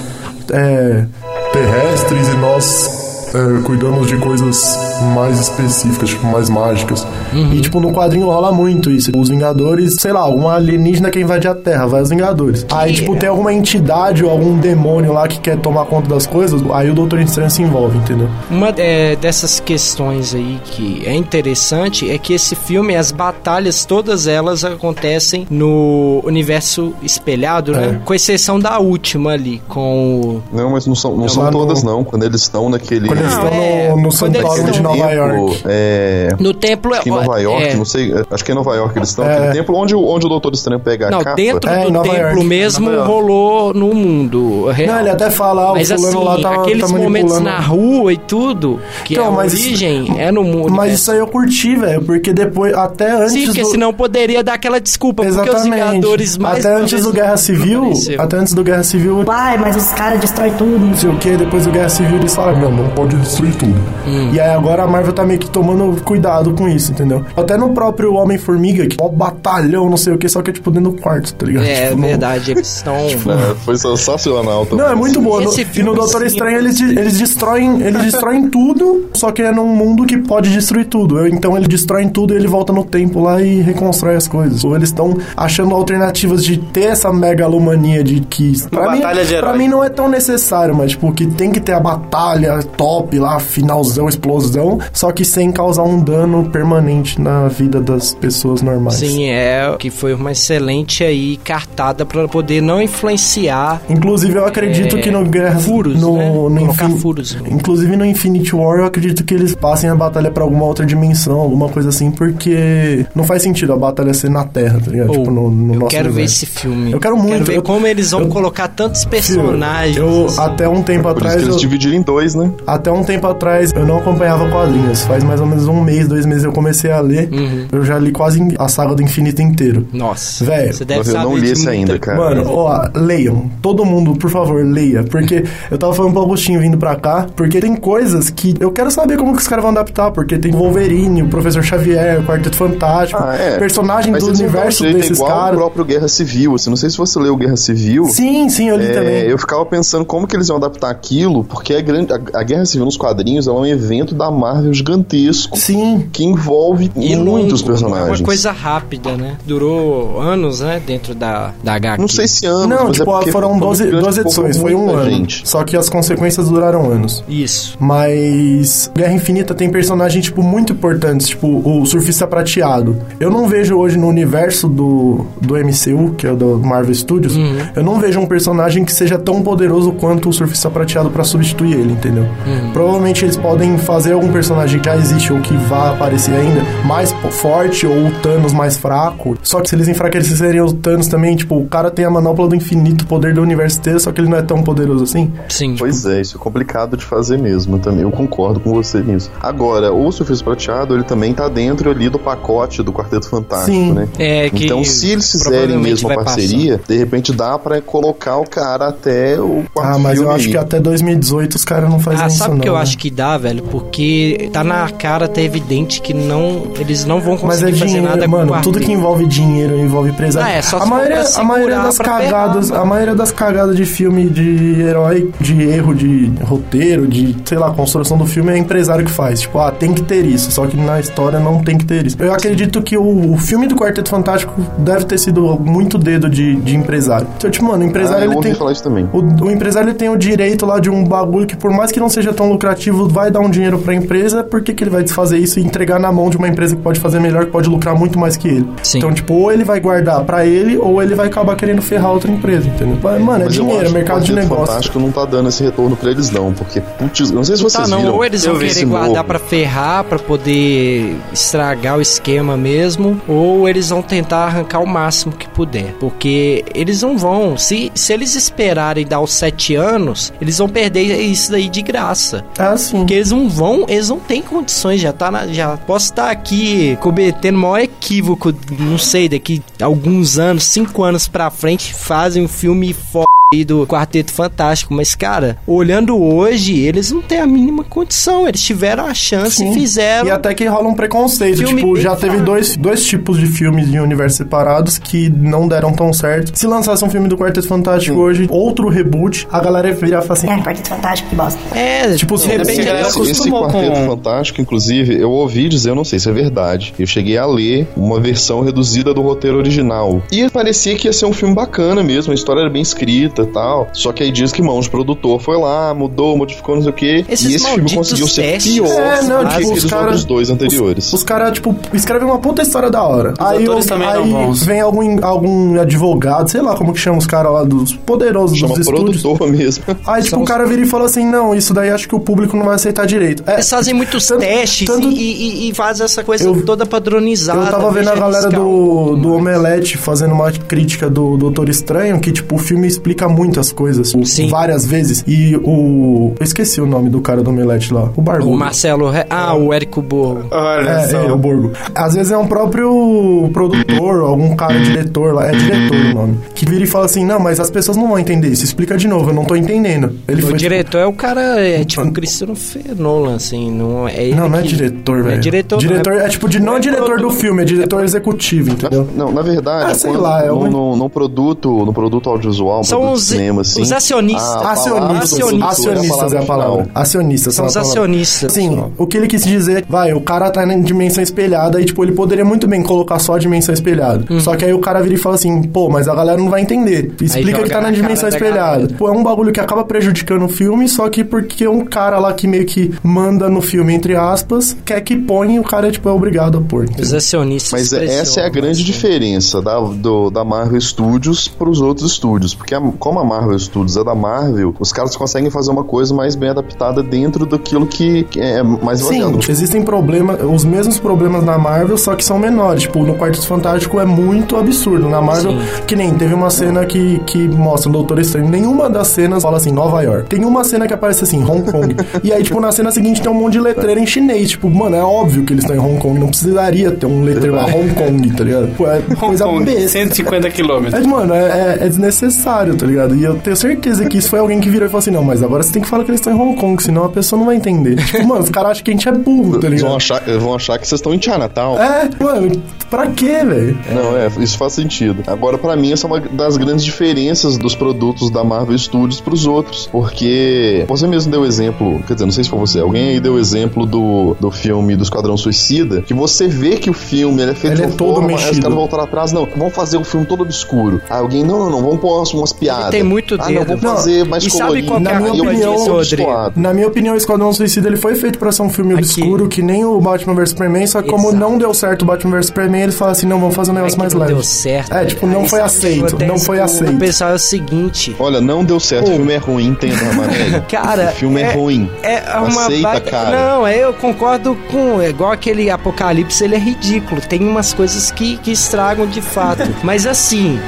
S2: É, terrestres e nós é, cuidamos de coisas mais específicas, tipo, mais mágicas. E, tipo, no quadrinho rola muito isso. Os Vingadores, sei lá, algum alienígena que invade a Terra, vai os Vingadores. Aí, tipo, tem alguma entidade ou algum demônio lá que quer tomar conta das coisas, aí o Doutor Estranho se envolve, entendeu?
S1: Uma é, dessas questões aí que é interessante é que esse filme, as batalhas, todas elas acontecem no universo espelhado,
S2: É.
S1: né? Com exceção da última ali, com o.
S3: Não, mas não são, não são
S2: É lá no-
S3: todas, não. Quando eles estão naquele.
S2: Quando
S3: Ah,
S2: eles
S1: Não,
S2: estão
S1: é,
S2: no, no
S1: quando
S2: santuário
S1: eles
S2: de
S1: estão-
S2: Nova
S3: templo,
S2: York.
S3: É.
S1: No templo
S3: Acho que em Nova
S1: é-
S3: York, não sei. Acho que é em Nova York que eles estão.
S2: É.
S3: Aquele templo onde, o- onde o Doutor Estranho pega a
S1: Não,
S3: capa.
S1: dentro
S2: É, em
S1: do
S2: Nova
S1: templo
S2: York.
S1: mesmo
S4: Nova York.
S1: rolou no mundo real.
S2: Não, ele até fala, ah, o
S1: É. mas
S2: fulano
S1: assim,
S2: lá tá,
S1: aqueles
S2: tá
S1: momentos
S2: manipulando.
S1: na rua e tudo, que
S2: Então,
S1: a
S2: mas-
S1: origem é no mundo.
S2: Mas isso aí eu curti, velho, porque depois, até antes
S1: Sim, porque
S2: do...
S1: senão poderia dar aquela desculpa, porque os Vingadores mais...
S2: até antes do Guerra Civil,
S1: Apareceu.
S2: até antes do Guerra Civil,
S8: Pai, mas os caras destroem tudo.
S2: não sei o que, depois do Guerra Civil eles falaram, não, não pode destruir tudo.
S1: Hum.
S2: E aí agora a Marvel tá meio que tomando cuidado com isso, entendeu? Até no próprio Homem-Formiga, que ó, batalhão, não sei o que, só que é tipo dentro do quarto, tá ligado?
S1: É, é
S2: Tipo, não-
S1: verdade, eles estão...
S2: Tipo,
S3: É, foi sensacional. também.
S2: Não, é muito boa.
S1: Esse
S2: No- e
S1: filme, assim, né?
S2: no Doutor
S1: sim.
S2: Estranho eles, de- eles destroem eles destroem tudo, só que é num mundo que pode destruir tudo. Eu- Então eles destroem tudo e ele volta no tempo lá e reconstrói as coisas. Ou eles estão achando alternativas de ter essa megalomania de que. Pra mim,
S4: batalha de herói.
S2: pra mim não é tão necessário, mas tipo, que tem que ter a batalha top lá, finalzão, explosão, só que sem causar um dano permanente na vida das pessoas normais.
S1: Sim, é, que foi uma excelente aí cartada pra poder não influenciar
S2: Inclusive, eu acredito
S1: É,
S2: que no Guerra...
S1: furos,
S2: no,
S1: né?
S2: no
S1: Colocar furos. né?
S2: Inclusive, no Infinity War, eu acredito que eles passem a batalha pra alguma outra dimensão, alguma coisa assim, porque não faz sentido a batalha ser na Terra, tá ligado?
S1: Pô,
S2: tipo, no, no
S1: eu
S2: nosso
S1: quero ver
S2: universo.
S1: esse filme.
S2: Eu quero muito,
S1: ver
S2: eu-
S1: como eles vão
S2: eu-
S1: colocar tantos
S2: Filho,
S1: personagens.
S2: Eu,
S1: assim.
S2: até um tempo
S3: É Por isso que
S2: atrás...
S3: eles
S2: eu-
S3: dividiram em dois, né?
S2: Até um tempo atrás eu não acompanhava quadrinhos. Faz mais ou menos um mês, dois meses eu comecei a ler.
S1: Uhum.
S2: Eu já li quase a saga do infinito inteiro.
S1: Nossa,
S2: Velho,
S1: você deve
S3: Mas eu
S1: saber
S3: não
S1: de
S3: li esse
S1: muita-
S3: ainda, cara. É.
S2: Mano, ó, leiam. Todo mundo, por favor, leia. Porque eu tava falando pro Augustinho vindo pra cá, porque tem coisas que eu quero saber como que os caras vão adaptar, porque tem Wolverine, o Professor Xavier, o Quarteto Fantástico,
S3: Ah, é.
S2: personagem
S3: Mas
S2: do
S3: eles não dão
S2: universo
S3: jeito, é
S2: desses
S3: igual o
S2: caras.
S3: próprio Guerra Civil. Assim, não sei se você leu Guerra Civil.
S2: Sim, sim, eu li
S3: É,
S2: também.
S3: eu ficava pensando como que eles iam adaptar aquilo, porque a, grande, a, a Guerra Civil nos quadrinhos ela é um evento da Marvel gigantesco
S2: Sim.
S3: que envolve
S1: E longo,
S3: muitos
S1: Uma
S3: personagens.
S1: coisa rápida, né? Durou anos, né? Dentro da, da HQ.
S3: Não sei se anos,
S2: Não,
S3: mas é
S2: tipo,
S3: porque
S2: foram
S3: foi um
S2: 12,
S3: grande
S2: 12
S3: pouco,
S2: edições, foi um
S3: muita
S2: ano.
S3: gente.
S2: Só que as consequências duraram anos.
S1: Isso.
S2: Mas Guerra Infinita tem personagens, tipo, muito importantes, tipo o Surfista Prateado. Eu não vejo hoje no universo do, do MCU, que é o do Marvel Studios, eu não vejo um personagem que seja tão poderoso quanto o Surfista Prateado pra substituir ele, entendeu? Provavelmente eles podem fazer algum personagem que já existe ou que vá aparecer ainda mais po- forte ou o Thanos mais fraco. Só que se eles enfraquecerem o Thanos também, tipo, o cara tem a manopla do infinito, o poder do universo inteiro, só que ele não é tão poderoso assim.
S1: Sim.
S3: Pois é, isso é complicado de fazer mesmo eu também. Eu concordo com você nisso. Agora, o Surfista Prateado, ele também tá dentro ali do pacote do Quarteto Fantástico,
S2: Sim.
S3: né?
S1: É, que
S3: então, se eles fizerem
S1: provavelmente
S3: mesmo a
S1: vai
S3: parceria, de repente dá pra colocar o cara até o quarto
S2: Ah, mas eu
S3: filme
S2: acho
S3: aí.
S2: que até 2018 os caras não fazem
S1: Ah,
S2: isso
S1: sabe o
S2: não,
S1: que eu
S2: né?
S1: acho que dá, velho? Porque tá na cara, tá evidente que não, eles não vão
S2: Mas
S1: conseguir
S2: é
S1: fazer nada com
S2: dinheiro,
S1: o
S2: mano, tudo
S1: quarteto.
S2: que envolve dinheiro envolve empresário.
S1: Ah, é, só
S2: a
S1: se for
S2: maioria,
S1: pra
S2: a
S1: segurar,
S2: maioria das
S1: pra ferrar,
S2: cagadas,
S1: mano.
S2: a maioria das cagadas de filme de herói, de erro de roteiro, de, sei lá, construção do filme é empresário que faz. Tipo, ah, tem que ter isso, só que na história não tem que ter isso. Eu acredito que o, o filme do Quarteto Fantástico deve ter sido muito dedo de, de empresário. Então, tipo, mano, o
S3: Ah,
S2: empresário
S3: eu
S2: ele
S3: ouvi
S2: tem
S3: falar isso também.
S2: O, o empresário ele tem o direito lá de um bagulho que, por mais que não seja tão lucrativo, vai dar um dinheiro pra empresa. Por que, que ele vai desfazer isso e entregar na mão de uma empresa que pode fazer melhor, que pode lucrar muito mais que ele?
S1: Sim.
S2: Então, tipo, ou ele vai guardar pra ele, ou ele vai acabar querendo ferrar outra empresa, entendeu? Mas, mano, é
S3: Mas eu
S2: dinheiro, é
S3: acho que o
S2: mercado de
S3: Quarteto
S2: negócio.
S3: Fantástico não tá dando esse retorno pra eles, não. Porque, putz, eu não sei se vocês
S1: Tá, não,
S3: viram.
S1: ou eles
S3: eu
S1: vão
S3: vi
S1: querer
S3: esse novo.
S1: guardar pra ferrar, pra poder estragar o esquema mesmo, ou eles vão tentar arrancar o máximo que puder. Porque eles não vão. Se, se eles esperarem dar os sete anos, eles vão perder isso daí de graça.
S2: Ah, sim.
S1: Porque eles não vão, eles não têm condições, já tá na, já posso estar aqui cometendo o maior equívoco, não sei, daqui alguns anos, cinco anos pra frente, fazem um filme foda e do Quarteto Fantástico, mas cara, olhando hoje, eles não têm a mínima condição, eles tiveram a chance
S2: Sim.
S1: e fizeram.
S2: E até que rola um preconceito.
S1: Filme
S2: tipo,
S1: bem
S2: já teve
S1: fraco.
S2: dois, dois tipos de filmes de universos separados que não deram tão certo. Se lançasse um filme do Quarteto Fantástico hoje, outro reboot, a galera ia virar e falar assim.
S8: É, Quarteto Fantástico, que bosta.
S1: É,
S2: Tipo, se
S1: de
S2: Depende,
S4: Esse,
S1: repente,
S4: galera
S1: eles
S3: Esse, esse
S4: acostumou
S3: Quarteto
S4: com...
S3: Fantástico, inclusive, eu ouvi dizer, eu não sei se é verdade, eu cheguei a ler uma versão reduzida do roteiro original. E parecia que ia ser um filme bacana mesmo, a história era bem escrita e tal. Só que aí diz que mãos de produtor foi lá, mudou, modificou, não sei o quê.
S1: Esses
S3: e esse filme
S1: malditos
S3: conseguiu ser
S1: testes. né?
S3: pior
S2: É, não,
S3: do
S2: tipo,
S3: que
S2: os
S3: os
S2: cara-
S3: outros dois anteriores.
S2: Os caras, tipo, escrevem uma puta história da hora. aí
S4: atores
S2: o-
S4: também
S2: aí
S4: eram bons.
S2: vem algum, algum advogado, sei lá como que chama os caras lá dos poderosos
S3: Chama
S2: dos estúdios.
S3: produtor mesmo.
S2: Aí, tipo, o cara vira e fala assim: não, isso daí acho que o público não vai aceitar direito. É,
S1: Eles fazem muitos
S2: tanto-
S1: testes
S2: tanto-
S1: e, e, e fazem essa coisa
S2: Eu-
S1: toda padronizada.
S2: Eu tava vendo a
S1: mexendo
S2: galera
S1: fiscal.
S2: do, do Omelete fazendo uma crítica do Doutor Estranho, que, tipo, o filme explica muitas coisas, o-
S1: Sim.
S2: várias vezes. E o. Eu esqueci o nome do cara do Omelete lá. O Barbudo.
S1: O Marcelo. Re- Ah, o Érico Borgo.
S4: Olha
S2: É,
S4: só.
S2: é, o Borgo. Às vezes é um próprio produtor, algum cara diretor lá, é diretor o nome, que vira e fala assim: não, mas as pessoas não vão entender isso, explica de novo, eu não tô entendendo. Ele
S1: O
S2: foi. tipo,
S1: diretor é o cara, é tipo um Cristiano Fe- Nolan, assim, não é ele
S2: não, não é
S1: que-
S2: diretor,
S1: Não
S2: velho.
S1: É diretor,
S2: diretor é, tipo de não
S1: é
S2: diretor do filme, é diretor executivo, entendeu?
S3: Não, na verdade,
S2: Ah, sei
S3: quando-
S2: lá, é
S3: num,
S2: um-
S3: num- num produto, num produto audiovisual, um
S1: São
S3: produto
S1: os-
S3: de cinema, assim.
S1: os acionistas.
S2: Ah,
S3: a palavra-
S2: Acionistas.
S1: Acionistas.
S2: Acionistas é a palavra.
S3: final.
S2: Acionistas.
S1: São
S2: é a
S1: os
S2: palavra.
S1: acionistas.
S2: Sim, o que ele quis dizer, vai, o cara tá na dimensão espelhada e, tipo, ele poderia muito bem colocar só a dimensão espelhada.
S1: Uhum.
S2: Só que aí o cara vira e fala assim, pô, mas a galera não vai entender. Explica
S1: joga
S2: que tá
S1: na
S2: na
S1: cara
S2: dimensão
S1: da
S2: espelhada.
S1: galera.
S2: Pô, é um bagulho que acaba prejudicando o filme, só que porque um cara lá que meio que manda no filme, entre aspas, quer que põe e o cara, tipo, é obrigado a pôr. entendeu?
S1: Os acionistas.
S3: Mas
S1: pressionam,
S3: essa é a grande
S1: assim.
S3: diferença da, do- da Marvel Studios pros outros estúdios. Porque a- como a Marvel Studios é da Marvel, os caras conseguem fazer uma coisa mais bem adaptada dentro daquilo que que é mais
S2: Sim,
S3: variado. Tipo,
S2: existem problemas, os mesmos problemas na Marvel, só que são menores. Tipo, no Quarteto Fantástico é muito absurdo. Na Marvel, que nem teve uma cena que, que mostra o Doutor Estranho. Nenhuma das cenas fala assim, Nova York. Tem uma cena que aparece assim, Hong Kong. e aí, tipo, na cena seguinte tem um monte de letreiro em chinês. Tipo, mano, é óbvio que eles estão em Hong Kong. Não precisaria ter um letreiro lá, Hong Kong, tá ligado? Pô, é
S4: Hong
S2: coisa
S4: Kong,
S2: besta.
S4: 150 quilômetros.
S2: Mas, mano, é, é- é desnecessário, tá ligado? E eu tenho certeza que isso foi alguém que virou e falou assim: não, mas agora você tem que falar que eles estão em Hong Kong, senão a pessoa não vai entender. Tipo, mano, os caras acham que a gente é burro, tá
S3: vão,
S2: ligado?
S3: achar, vão achar que vocês estão em Chinatown.
S2: É, mano, pra quê, velho?
S3: Não, é, isso faz sentido. Agora, pra mim, essa é uma das grandes diferenças dos produtos da Marvel Studios pros outros. Porque você mesmo deu exemplo, quer dizer, não sei se foi você, alguém aí deu exemplo do, do filme do Esquadrão Suicida, que você vê que o filme ele é feito
S2: Ele
S3: de
S2: é
S3: uma
S2: todo
S3: forma, aí os
S2: mexido.
S3: caras voltaram atrás, não, vamos fazer o filme todo obscuro. Aí alguém, não, não, não, vamos pôr umas piadas.
S1: tem muito
S3: Ah, não,
S1: dedo.
S3: vamos
S1: Não,
S3: fazer mais
S1: e sabe
S3: colorido.
S1: qual
S2: que é a
S3: Aí eu
S2: culpa
S3: fiquei
S2: disso,
S3: todo
S1: Rodrigo?
S3: destoado.
S2: Na minha opinião, o Esquadrão Suicida ele foi feito pra ser um filme
S1: Aqui.
S2: obscuro, que nem o Batman vs Superman, só que como
S1: Exato.
S2: não deu certo o Batman vs Superman, eles falam assim: não, vamos fazer um negócio
S1: Aí
S2: mais
S1: que não
S2: leve.
S1: Deu certo. né?
S2: É, tipo, não
S1: Aí
S2: foi
S1: sabe,
S2: aceito,
S1: até
S2: não foi
S1: isso,
S2: aceito.
S1: O pessoal é o seguinte.
S3: Olha, não deu certo, o filme é ruim, entenda, Ramalho.
S1: Cara,
S3: o filme é, ruim.
S1: É uma
S3: Aceita,
S1: baita-
S3: cara.
S1: Não, é, eu concordo com. é Igual aquele apocalipse, ele é ridículo. Tem umas coisas que, que estragam de fato. Mas assim.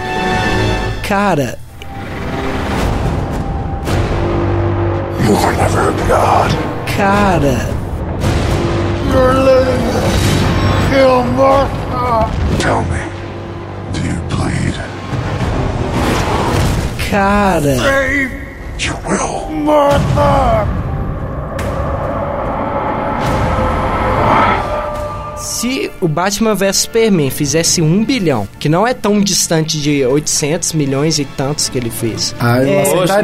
S1: Cara, cara.
S5: Tell me, do you bleed?
S1: Cara,
S5: You will.
S1: se o Batman vs Superman fizesse um bilhão, que não é tão distante de 800 milhões e tantos que ele fez.
S2: Ah, eu
S4: Poxa, me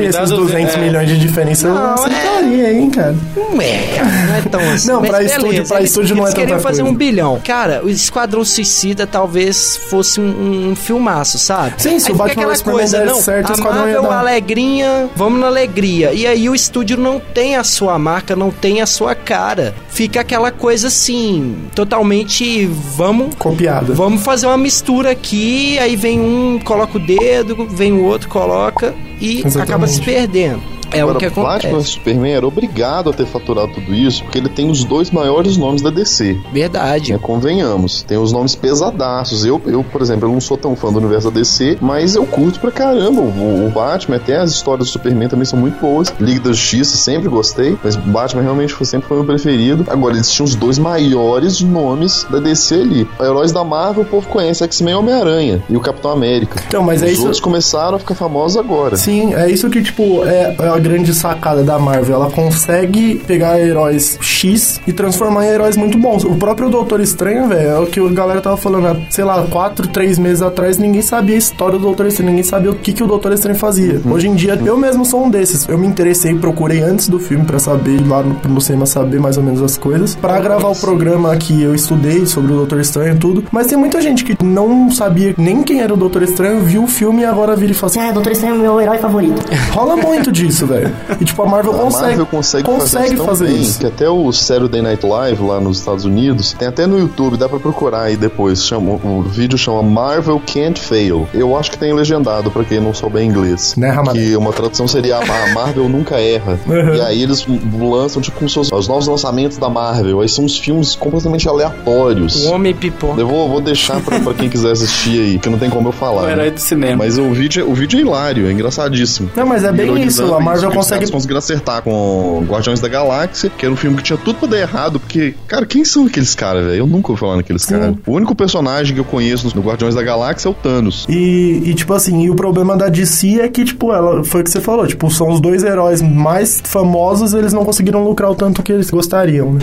S2: aceitaria
S4: dá
S2: esses
S4: 200,
S2: 200
S4: é.
S2: milhões de diferença, eu
S1: Não, é.
S2: aceitaria, hein, cara.
S1: Não é, cara, não é tão assim.
S2: Não,
S1: mas
S2: pra
S1: beleza,
S2: estúdio- pra
S1: eles-
S2: estúdio não é
S1: eles queriam
S2: tanta
S1: fazer
S2: coisa.
S1: um bilhão. Cara, o Esquadrão Suicida talvez fosse um, um filmaço, sabe?
S2: Sim, se
S1: Aí fica
S2: o Batman
S1: aquela
S2: vs Superman
S1: coisa,
S2: der
S1: não,
S2: certo, o
S1: a
S2: Esquadrão ia
S1: Marvel,
S2: dar.
S1: alegrinha, vamos na alegria. E aí o estúdio não tem a sua marca, não tem a sua cara. Fica aquela coisa assim, totalmente, vamos...
S2: Copiada.
S1: Vamos fazer uma mistura aqui, aí vem um, coloca o dedo, vem o outro, coloca e
S2: Exatamente.
S1: acaba se perdendo. É
S3: Agora,
S1: o que acontece.
S3: Batman e Superman era obrigado a ter faturado tudo isso, porque ele tem os dois maiores nomes da DC.
S1: Verdade.
S3: Né, convenhamos, tem os nomes pesadaços. Eu, eu, por exemplo, eu não sou tão fã do universo da DC, mas eu curto pra caramba o, o Batman, até as histórias do Superman também são muito boas. Liga da Justiça, sempre gostei, mas Batman realmente foi, sempre foi meu preferido. Agora, eles tinham os dois maiores nomes da DC ali. Heróis da Marvel, o povo conhece X-Men e Homem-Aranha, e o Capitão América.
S2: Então, mas é
S3: os
S2: isso-
S3: outros começaram a ficar famosos agora.
S2: Sim, é isso que, tipo, é é a grande sacada da Marvel. Ela consegue pegar heróis X e transformar em heróis muito bons. O próprio Doutor Estranho, velho, é o que a galera tava falando há, sei lá, quatro, três meses atrás, ninguém sabia a história do Doutor Estranho, ninguém sabia o que, que o Doutor Estranho fazia. Hoje em dia, eu mesmo sou um desses. Eu me interessei, procurei antes do filme pra saber, lá no, no cinema, saber mais ou menos as coisas. Pra gravar o programa que eu estudei sobre o Doutor Estranho e tudo. Mas tem muita gente que não sabia nem quem era o Doutor Estranho, viu o filme e agora vira e fala assim,
S8: Ah, Doutor Estranho é meu herói favorito.
S2: Rola muito disso, velho. E tipo, a Marvel
S3: A
S2: consegue,
S3: Marvel consegue,
S2: consegue
S3: tão
S2: fazer
S3: bem,
S2: isso.
S3: Que é até o Saturday Night Live lá nos Estados Unidos, tem até no YouTube, dá pra procurar aí depois. Chama, o vídeo chama Marvel Can't Fail. Eu acho que tem legendado, pra quem não souber inglês.
S2: Né, Ramalho?
S3: que uma tradução seria a Ma- Marvel Nunca Erra.
S2: Uhum.
S3: E aí eles lançam, tipo, como se fossem os novos lançamentos da Marvel. Aí são uns filmes completamente aleatórios.
S2: Um
S1: O Homem Pipoca.
S3: Eu vou, vou deixar pra, pra quem quiser assistir aí, que não tem como
S2: É.
S3: eu falar.
S4: O
S3: né?
S4: herói do cinema.
S3: Mas o vídeo, é- o vídeo é hilário, é engraçadíssimo.
S2: Não, mas é bem
S3: Ironizando
S2: isso, a Marvel
S3: que os
S2: consegue-
S3: caras conseguiram acertar com Guardiões da Galáxia, que era um filme que tinha tudo pra dar errado, porque, cara, quem são aqueles caras, velho? Eu nunca ouvi falar naqueles caras. O único personagem que eu conheço no Guardiões da Galáxia é o Thanos.
S2: E, e, tipo assim, e o problema da DC é que, tipo, ela foi o que você falou, tipo, são os dois heróis mais famosos, eles não conseguiram lucrar o tanto que eles gostariam, né?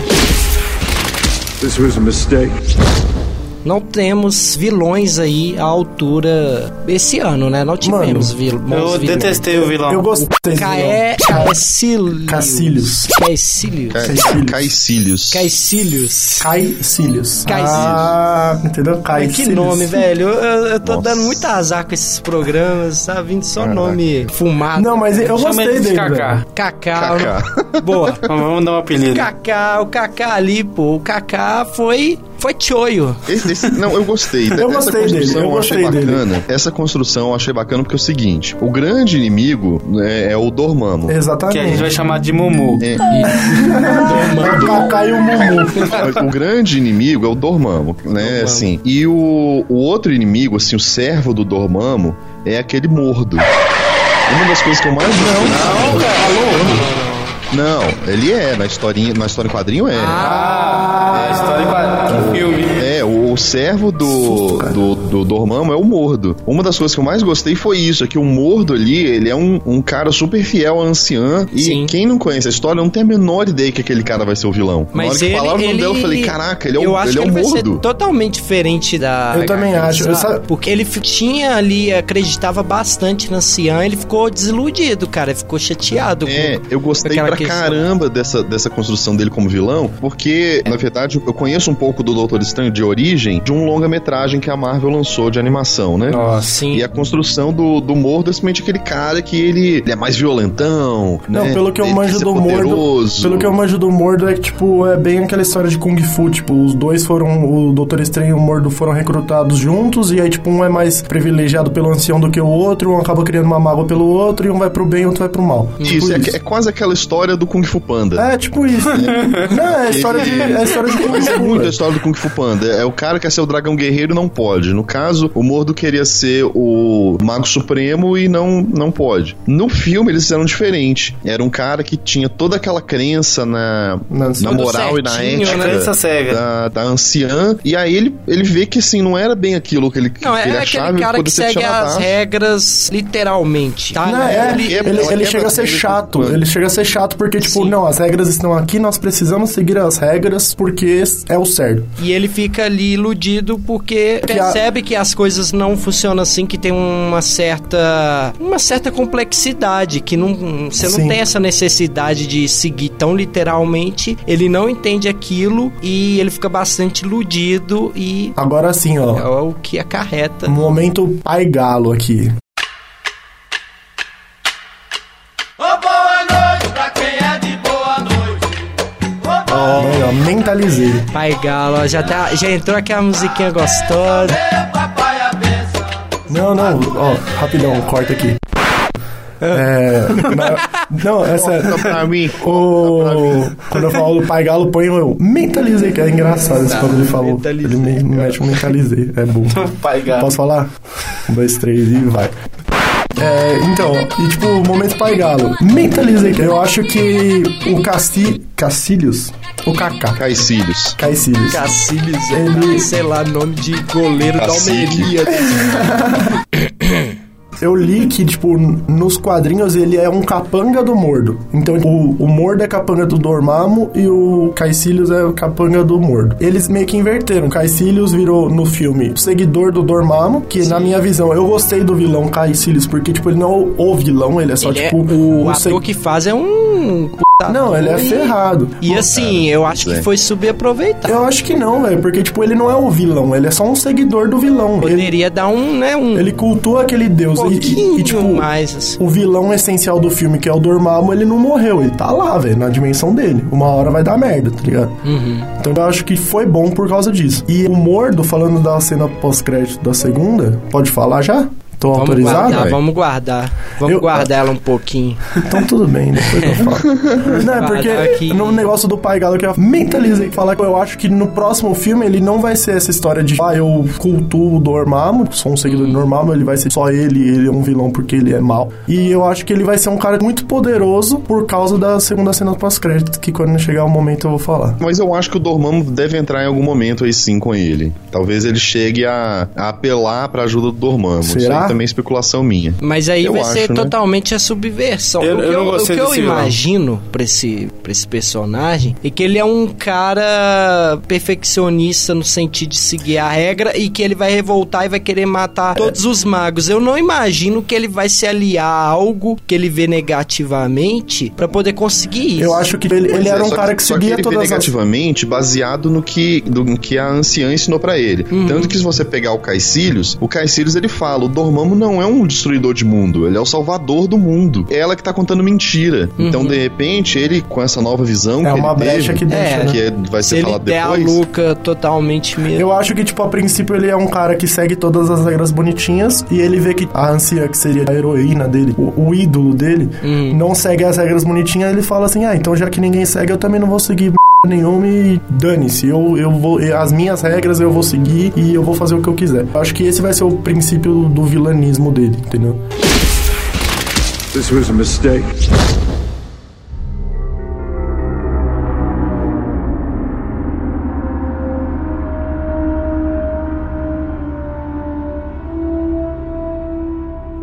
S7: This was a mistake.
S1: Não temos vilões aí à altura esse ano, né? Não tivemos vil- bons
S4: Eu
S1: vilões.
S4: detestei o vilão.
S2: Eu gostei.
S1: Caé... Caecilius.
S2: Cacilhos.
S1: Caecilius.
S2: Caecilius.
S3: É, Caicílios.
S1: Caecilius. Caicílios.
S2: Caicílios. Ah, entendeu?
S1: Mas
S2: Caicílios.
S1: que nome, velho. Eu, eu- eu tô
S3: Nossa.
S1: dando muito azar com esses programas. Tá vindo só nome fumado.
S2: Não, mas eu
S4: Chama
S2: gostei
S4: ele de
S2: dele,
S4: Kaká.
S2: velho.
S1: Cacá.
S3: Kaká.
S1: Boa.
S4: Mas Vamos dar um apelido.
S1: Kaká, o Kaká ali, pô. O Kaká foi. Foi choio.
S3: Esse- esse- não, eu gostei.
S2: Eu
S3: Essa
S2: gostei dele,
S3: construção
S2: eu gostei
S3: achei
S2: dele.
S3: bacana. Essa construção eu achei bacana porque é o seguinte: o grande inimigo né, é o Dormammu.
S4: Que a gente vai
S2: Exatamente.
S4: chamar de Mumu.
S3: É,
S2: O Kaká e o Mumu.
S3: o grande inimigo é o Dormammu, né? Assim. E o, o outro inimigo, assim, o servo do Dormammu é aquele mordo. Uma das coisas que eu mais não, não, não, ele é na historinha, na história em quadrinho é.
S4: É a história em quadrinho. filme.
S3: É, o, o servo do, do, do Dormammu é o Mordo. Uma das coisas que eu mais gostei foi isso, é que o Mordo ali, ele é um, um cara super fiel à anciã, e
S1: Sim.
S3: quem não conhece a história não tem a menor ideia que aquele cara vai ser o vilão. Na hora
S1: Mas
S3: que
S1: ele.
S3: falaram o nome
S1: ele-
S3: dela, eu falei, caraca, ele é o,
S1: Eu acho
S3: ele é
S1: que
S3: o
S1: ele vai
S3: Mordo.
S1: ser totalmente diferente da.
S2: Eu também acho, eu
S1: sabe?
S2: sa-
S1: Porque ele fi- tinha ali, acreditava bastante na Cian, ele ficou desiludido, cara. Ele ficou chateado.
S3: É,
S1: com-
S3: eu gostei
S1: aquela
S3: pra
S1: questão.
S3: caramba dessa, dessa construção dele como vilão, porque,
S1: É.
S3: na verdade, eu conheço um pouco do Doutor Estranho de origem de um longa-metragem que a Marvel lançou de animação, né?
S1: Sim.
S3: E a construção do, do Mordo é simplesmente aquele cara que ele, ele é mais violentão.
S2: Não,
S3: né?
S2: pelo que eu
S3: Ele quer
S2: manjo
S3: ser
S2: do Mordo.
S3: poderoso.
S2: Pelo que eu manjo do Mordo é que, tipo, é bem aquela história de Kung Fu. Tipo, os dois foram. O Doutor Estranho e o Mordo foram recrutados juntos. E aí, tipo, um é mais privilegiado pelo ancião do que o outro. Um acaba criando uma mágoa pelo outro. E um vai pro bem e outro vai pro mal.
S3: Isso, é,
S2: tipo
S3: é quase aquela história do Kung Fu Panda.
S2: É, tipo isso. Não, é a história de, é a história de Kung
S3: Mas é
S2: Fu.
S3: muito a
S2: velho.
S3: história do Kung Fu Panda. É o cara que quer ser o dragão guerreiro e não pode. No caso, o Mordo queria ser o Mago Supremo e não, não pode. No filme, eles fizeram diferente. Era um cara que tinha toda aquela crença na,
S2: Na-
S3: na
S2: Tudo
S3: moral e na
S1: certinho,
S3: ética.
S1: né?
S4: Crença cega.
S3: Da, da anciã. E aí ele, ele vê que assim, não era bem aquilo que ele, que
S1: Não, é
S3: ele achava
S1: aquele
S3: e
S1: cara
S3: poderia
S1: que
S3: ser
S1: segue as
S3: tiradaço.
S1: regras literalmente. Tá?
S2: Não, é, ele,
S3: é,
S2: ele,
S3: é, é,
S2: chega a ser
S3: é,
S2: chato.
S3: é.
S2: Ele chega a ser chato porque, tipo,
S1: Sim.
S2: não, as regras estão aqui, nós precisamos seguir as regras porque é o certo.
S1: E ele fica ali iludido porque
S2: Que a-
S1: percebe que as coisas não funcionam assim, que tem uma certa uma certa complexidade, que não você
S2: Sim.
S1: não tem essa necessidade de seguir tão literalmente. Ele não entende aquilo e ele fica bastante iludido e
S2: Agora sim, ó.
S1: é o que acarreta.
S2: Momento pai galo aqui. Olha, eu mentalizei.
S1: Pai Galo, ó, já, tá, já entrou aquela musiquinha gostosa.
S2: Não, não, ó, rapidão, corta aqui. É, na, Não, é sério.
S3: Corta pra mim.
S2: O... Quando eu falo do pai galo, põe eu mentalizei, que é engraçado isso quando ele falou. Ele me mete um mentalizei, é bom.
S4: Pai gato.
S2: Posso falar? Um, dois, três e vai. É, então, e tipo, momento pai galo. Mentalizei, eu acho que o Cassi... Cacilhos? O Kaká.
S3: Caicílios.
S2: Caicílios.
S1: Cacilhos, é, sei lá, nome de goleiro
S3: Cacique.
S1: da Almeria.
S2: Eu li que, tipo, nos quadrinhos ele é um capanga do Mordo. Então, o, o Mordo é capanga do Dormammu e o Caecilius é o capanga do Mordo. Eles meio que inverteram. Caecilius virou, no filme, o seguidor do Dormammu, que, na minha visão, eu gostei do vilão Caecilius, porque, tipo, ele não é o, o vilão, ele é só,
S1: Ele é-
S2: tipo,
S1: o
S2: um
S1: ator
S2: seg-
S1: que faz é um... puta
S2: Não, ele é
S1: ator e-
S2: ferrado.
S1: E assim, eu acho que
S3: é.
S1: foi subaproveitado.
S2: Eu acho que não, velho, porque, tipo, ele não é o vilão, ele é só um seguidor do vilão. Ele,
S1: Poderia dar um, né, um
S2: ele cultua aquele deus. e-
S1: pouquinho
S2: e, e, tipo,
S1: mais, assim.
S2: O vilão essencial do filme, que é o Dormammu, ele não morreu. Ele tá lá, velho, na dimensão dele. Uma hora vai dar merda, tá ligado?
S1: Uhum.
S2: Então eu acho que foi bom por causa disso. E o Mordo, falando da cena pós-crédito da segunda, pode falar já? Tô
S1: Vamos
S2: autorizado?
S1: guardar,
S2: velho?
S1: vamos guardar. Vamos
S2: Eu-
S1: guardar ela um pouquinho.
S2: Então tudo bem, depois eu falo. Não, é
S1: Guardar
S2: porque
S1: aqui.
S2: no negócio do pai galo que eu mentalizei falar que eu acho que no próximo filme ele não vai ser essa história de ah, eu cultuo o Dormammu, sou um seguidor do Dormammu, ele vai ser só ele, ele é um vilão porque ele é mau. E eu acho que ele vai ser um cara muito poderoso por causa da segunda cena pós-crédito, que quando chegar o momento eu vou falar.
S3: Mas eu acho que o Dormammu deve entrar em algum momento aí sim com ele. Talvez ele chegue a, a apelar pra ajuda do Dormammu. Isso
S2: Será?
S3: aí também é especulação minha.
S1: Mas aí
S3: Eu
S1: vai ser
S3: acho, né?
S1: totalmente a subversão.
S4: Eu-
S1: o que
S4: eu
S1: eu,
S4: não
S1: o
S4: gostei
S1: que eu
S4: desse vilão.
S1: imagino pra esse, pra esse personagem é que ele é um cara perfeccionista no sentido de seguir a regra e que ele vai revoltar e vai querer matar
S2: É.
S1: todos os magos. Eu não imagino que ele vai se aliar a algo que ele vê negativamente pra poder conseguir isso.
S2: Eu acho que ele, ele
S3: Pois é,
S2: era um
S3: só
S2: cara que
S3: só
S2: seguia
S3: ele vê
S2: todas as...
S3: negativamente baseado no que, do, no que a anciã ensinou pra ele.
S2: Uhum.
S3: Tanto que se você pegar o Caecilius, o Caecilius ele fala, o Dormammu não é um destruidor de mundo, ele é o salvador do mundo. É ela que tá contando mentira. Então, de repente, ele com essa nova visão
S2: Uhum. É
S3: que
S2: uma
S3: ele
S2: brecha
S3: teve,
S2: que deixa,
S1: É.
S2: né?
S3: que é- vai
S1: se
S3: ser
S1: ele
S3: falado
S1: der a
S3: depois.
S1: louca totalmente mesmo.
S2: Eu acho que, tipo, a princípio ele é um cara que segue todas as regras bonitinhas e ele vê que a anciã, que seria a heroína dele, o, o ídolo dele,
S4: Hum.
S2: não segue as regras bonitinhas, ele fala assim, ah, então já que ninguém segue, eu também não vou seguir merda nenhuma e dane-se, eu, eu vou, as minhas regras eu vou seguir e eu vou fazer o que eu quiser. Eu acho que esse vai ser o princípio do vilanismo dele, entendeu?
S7: This was a mistake.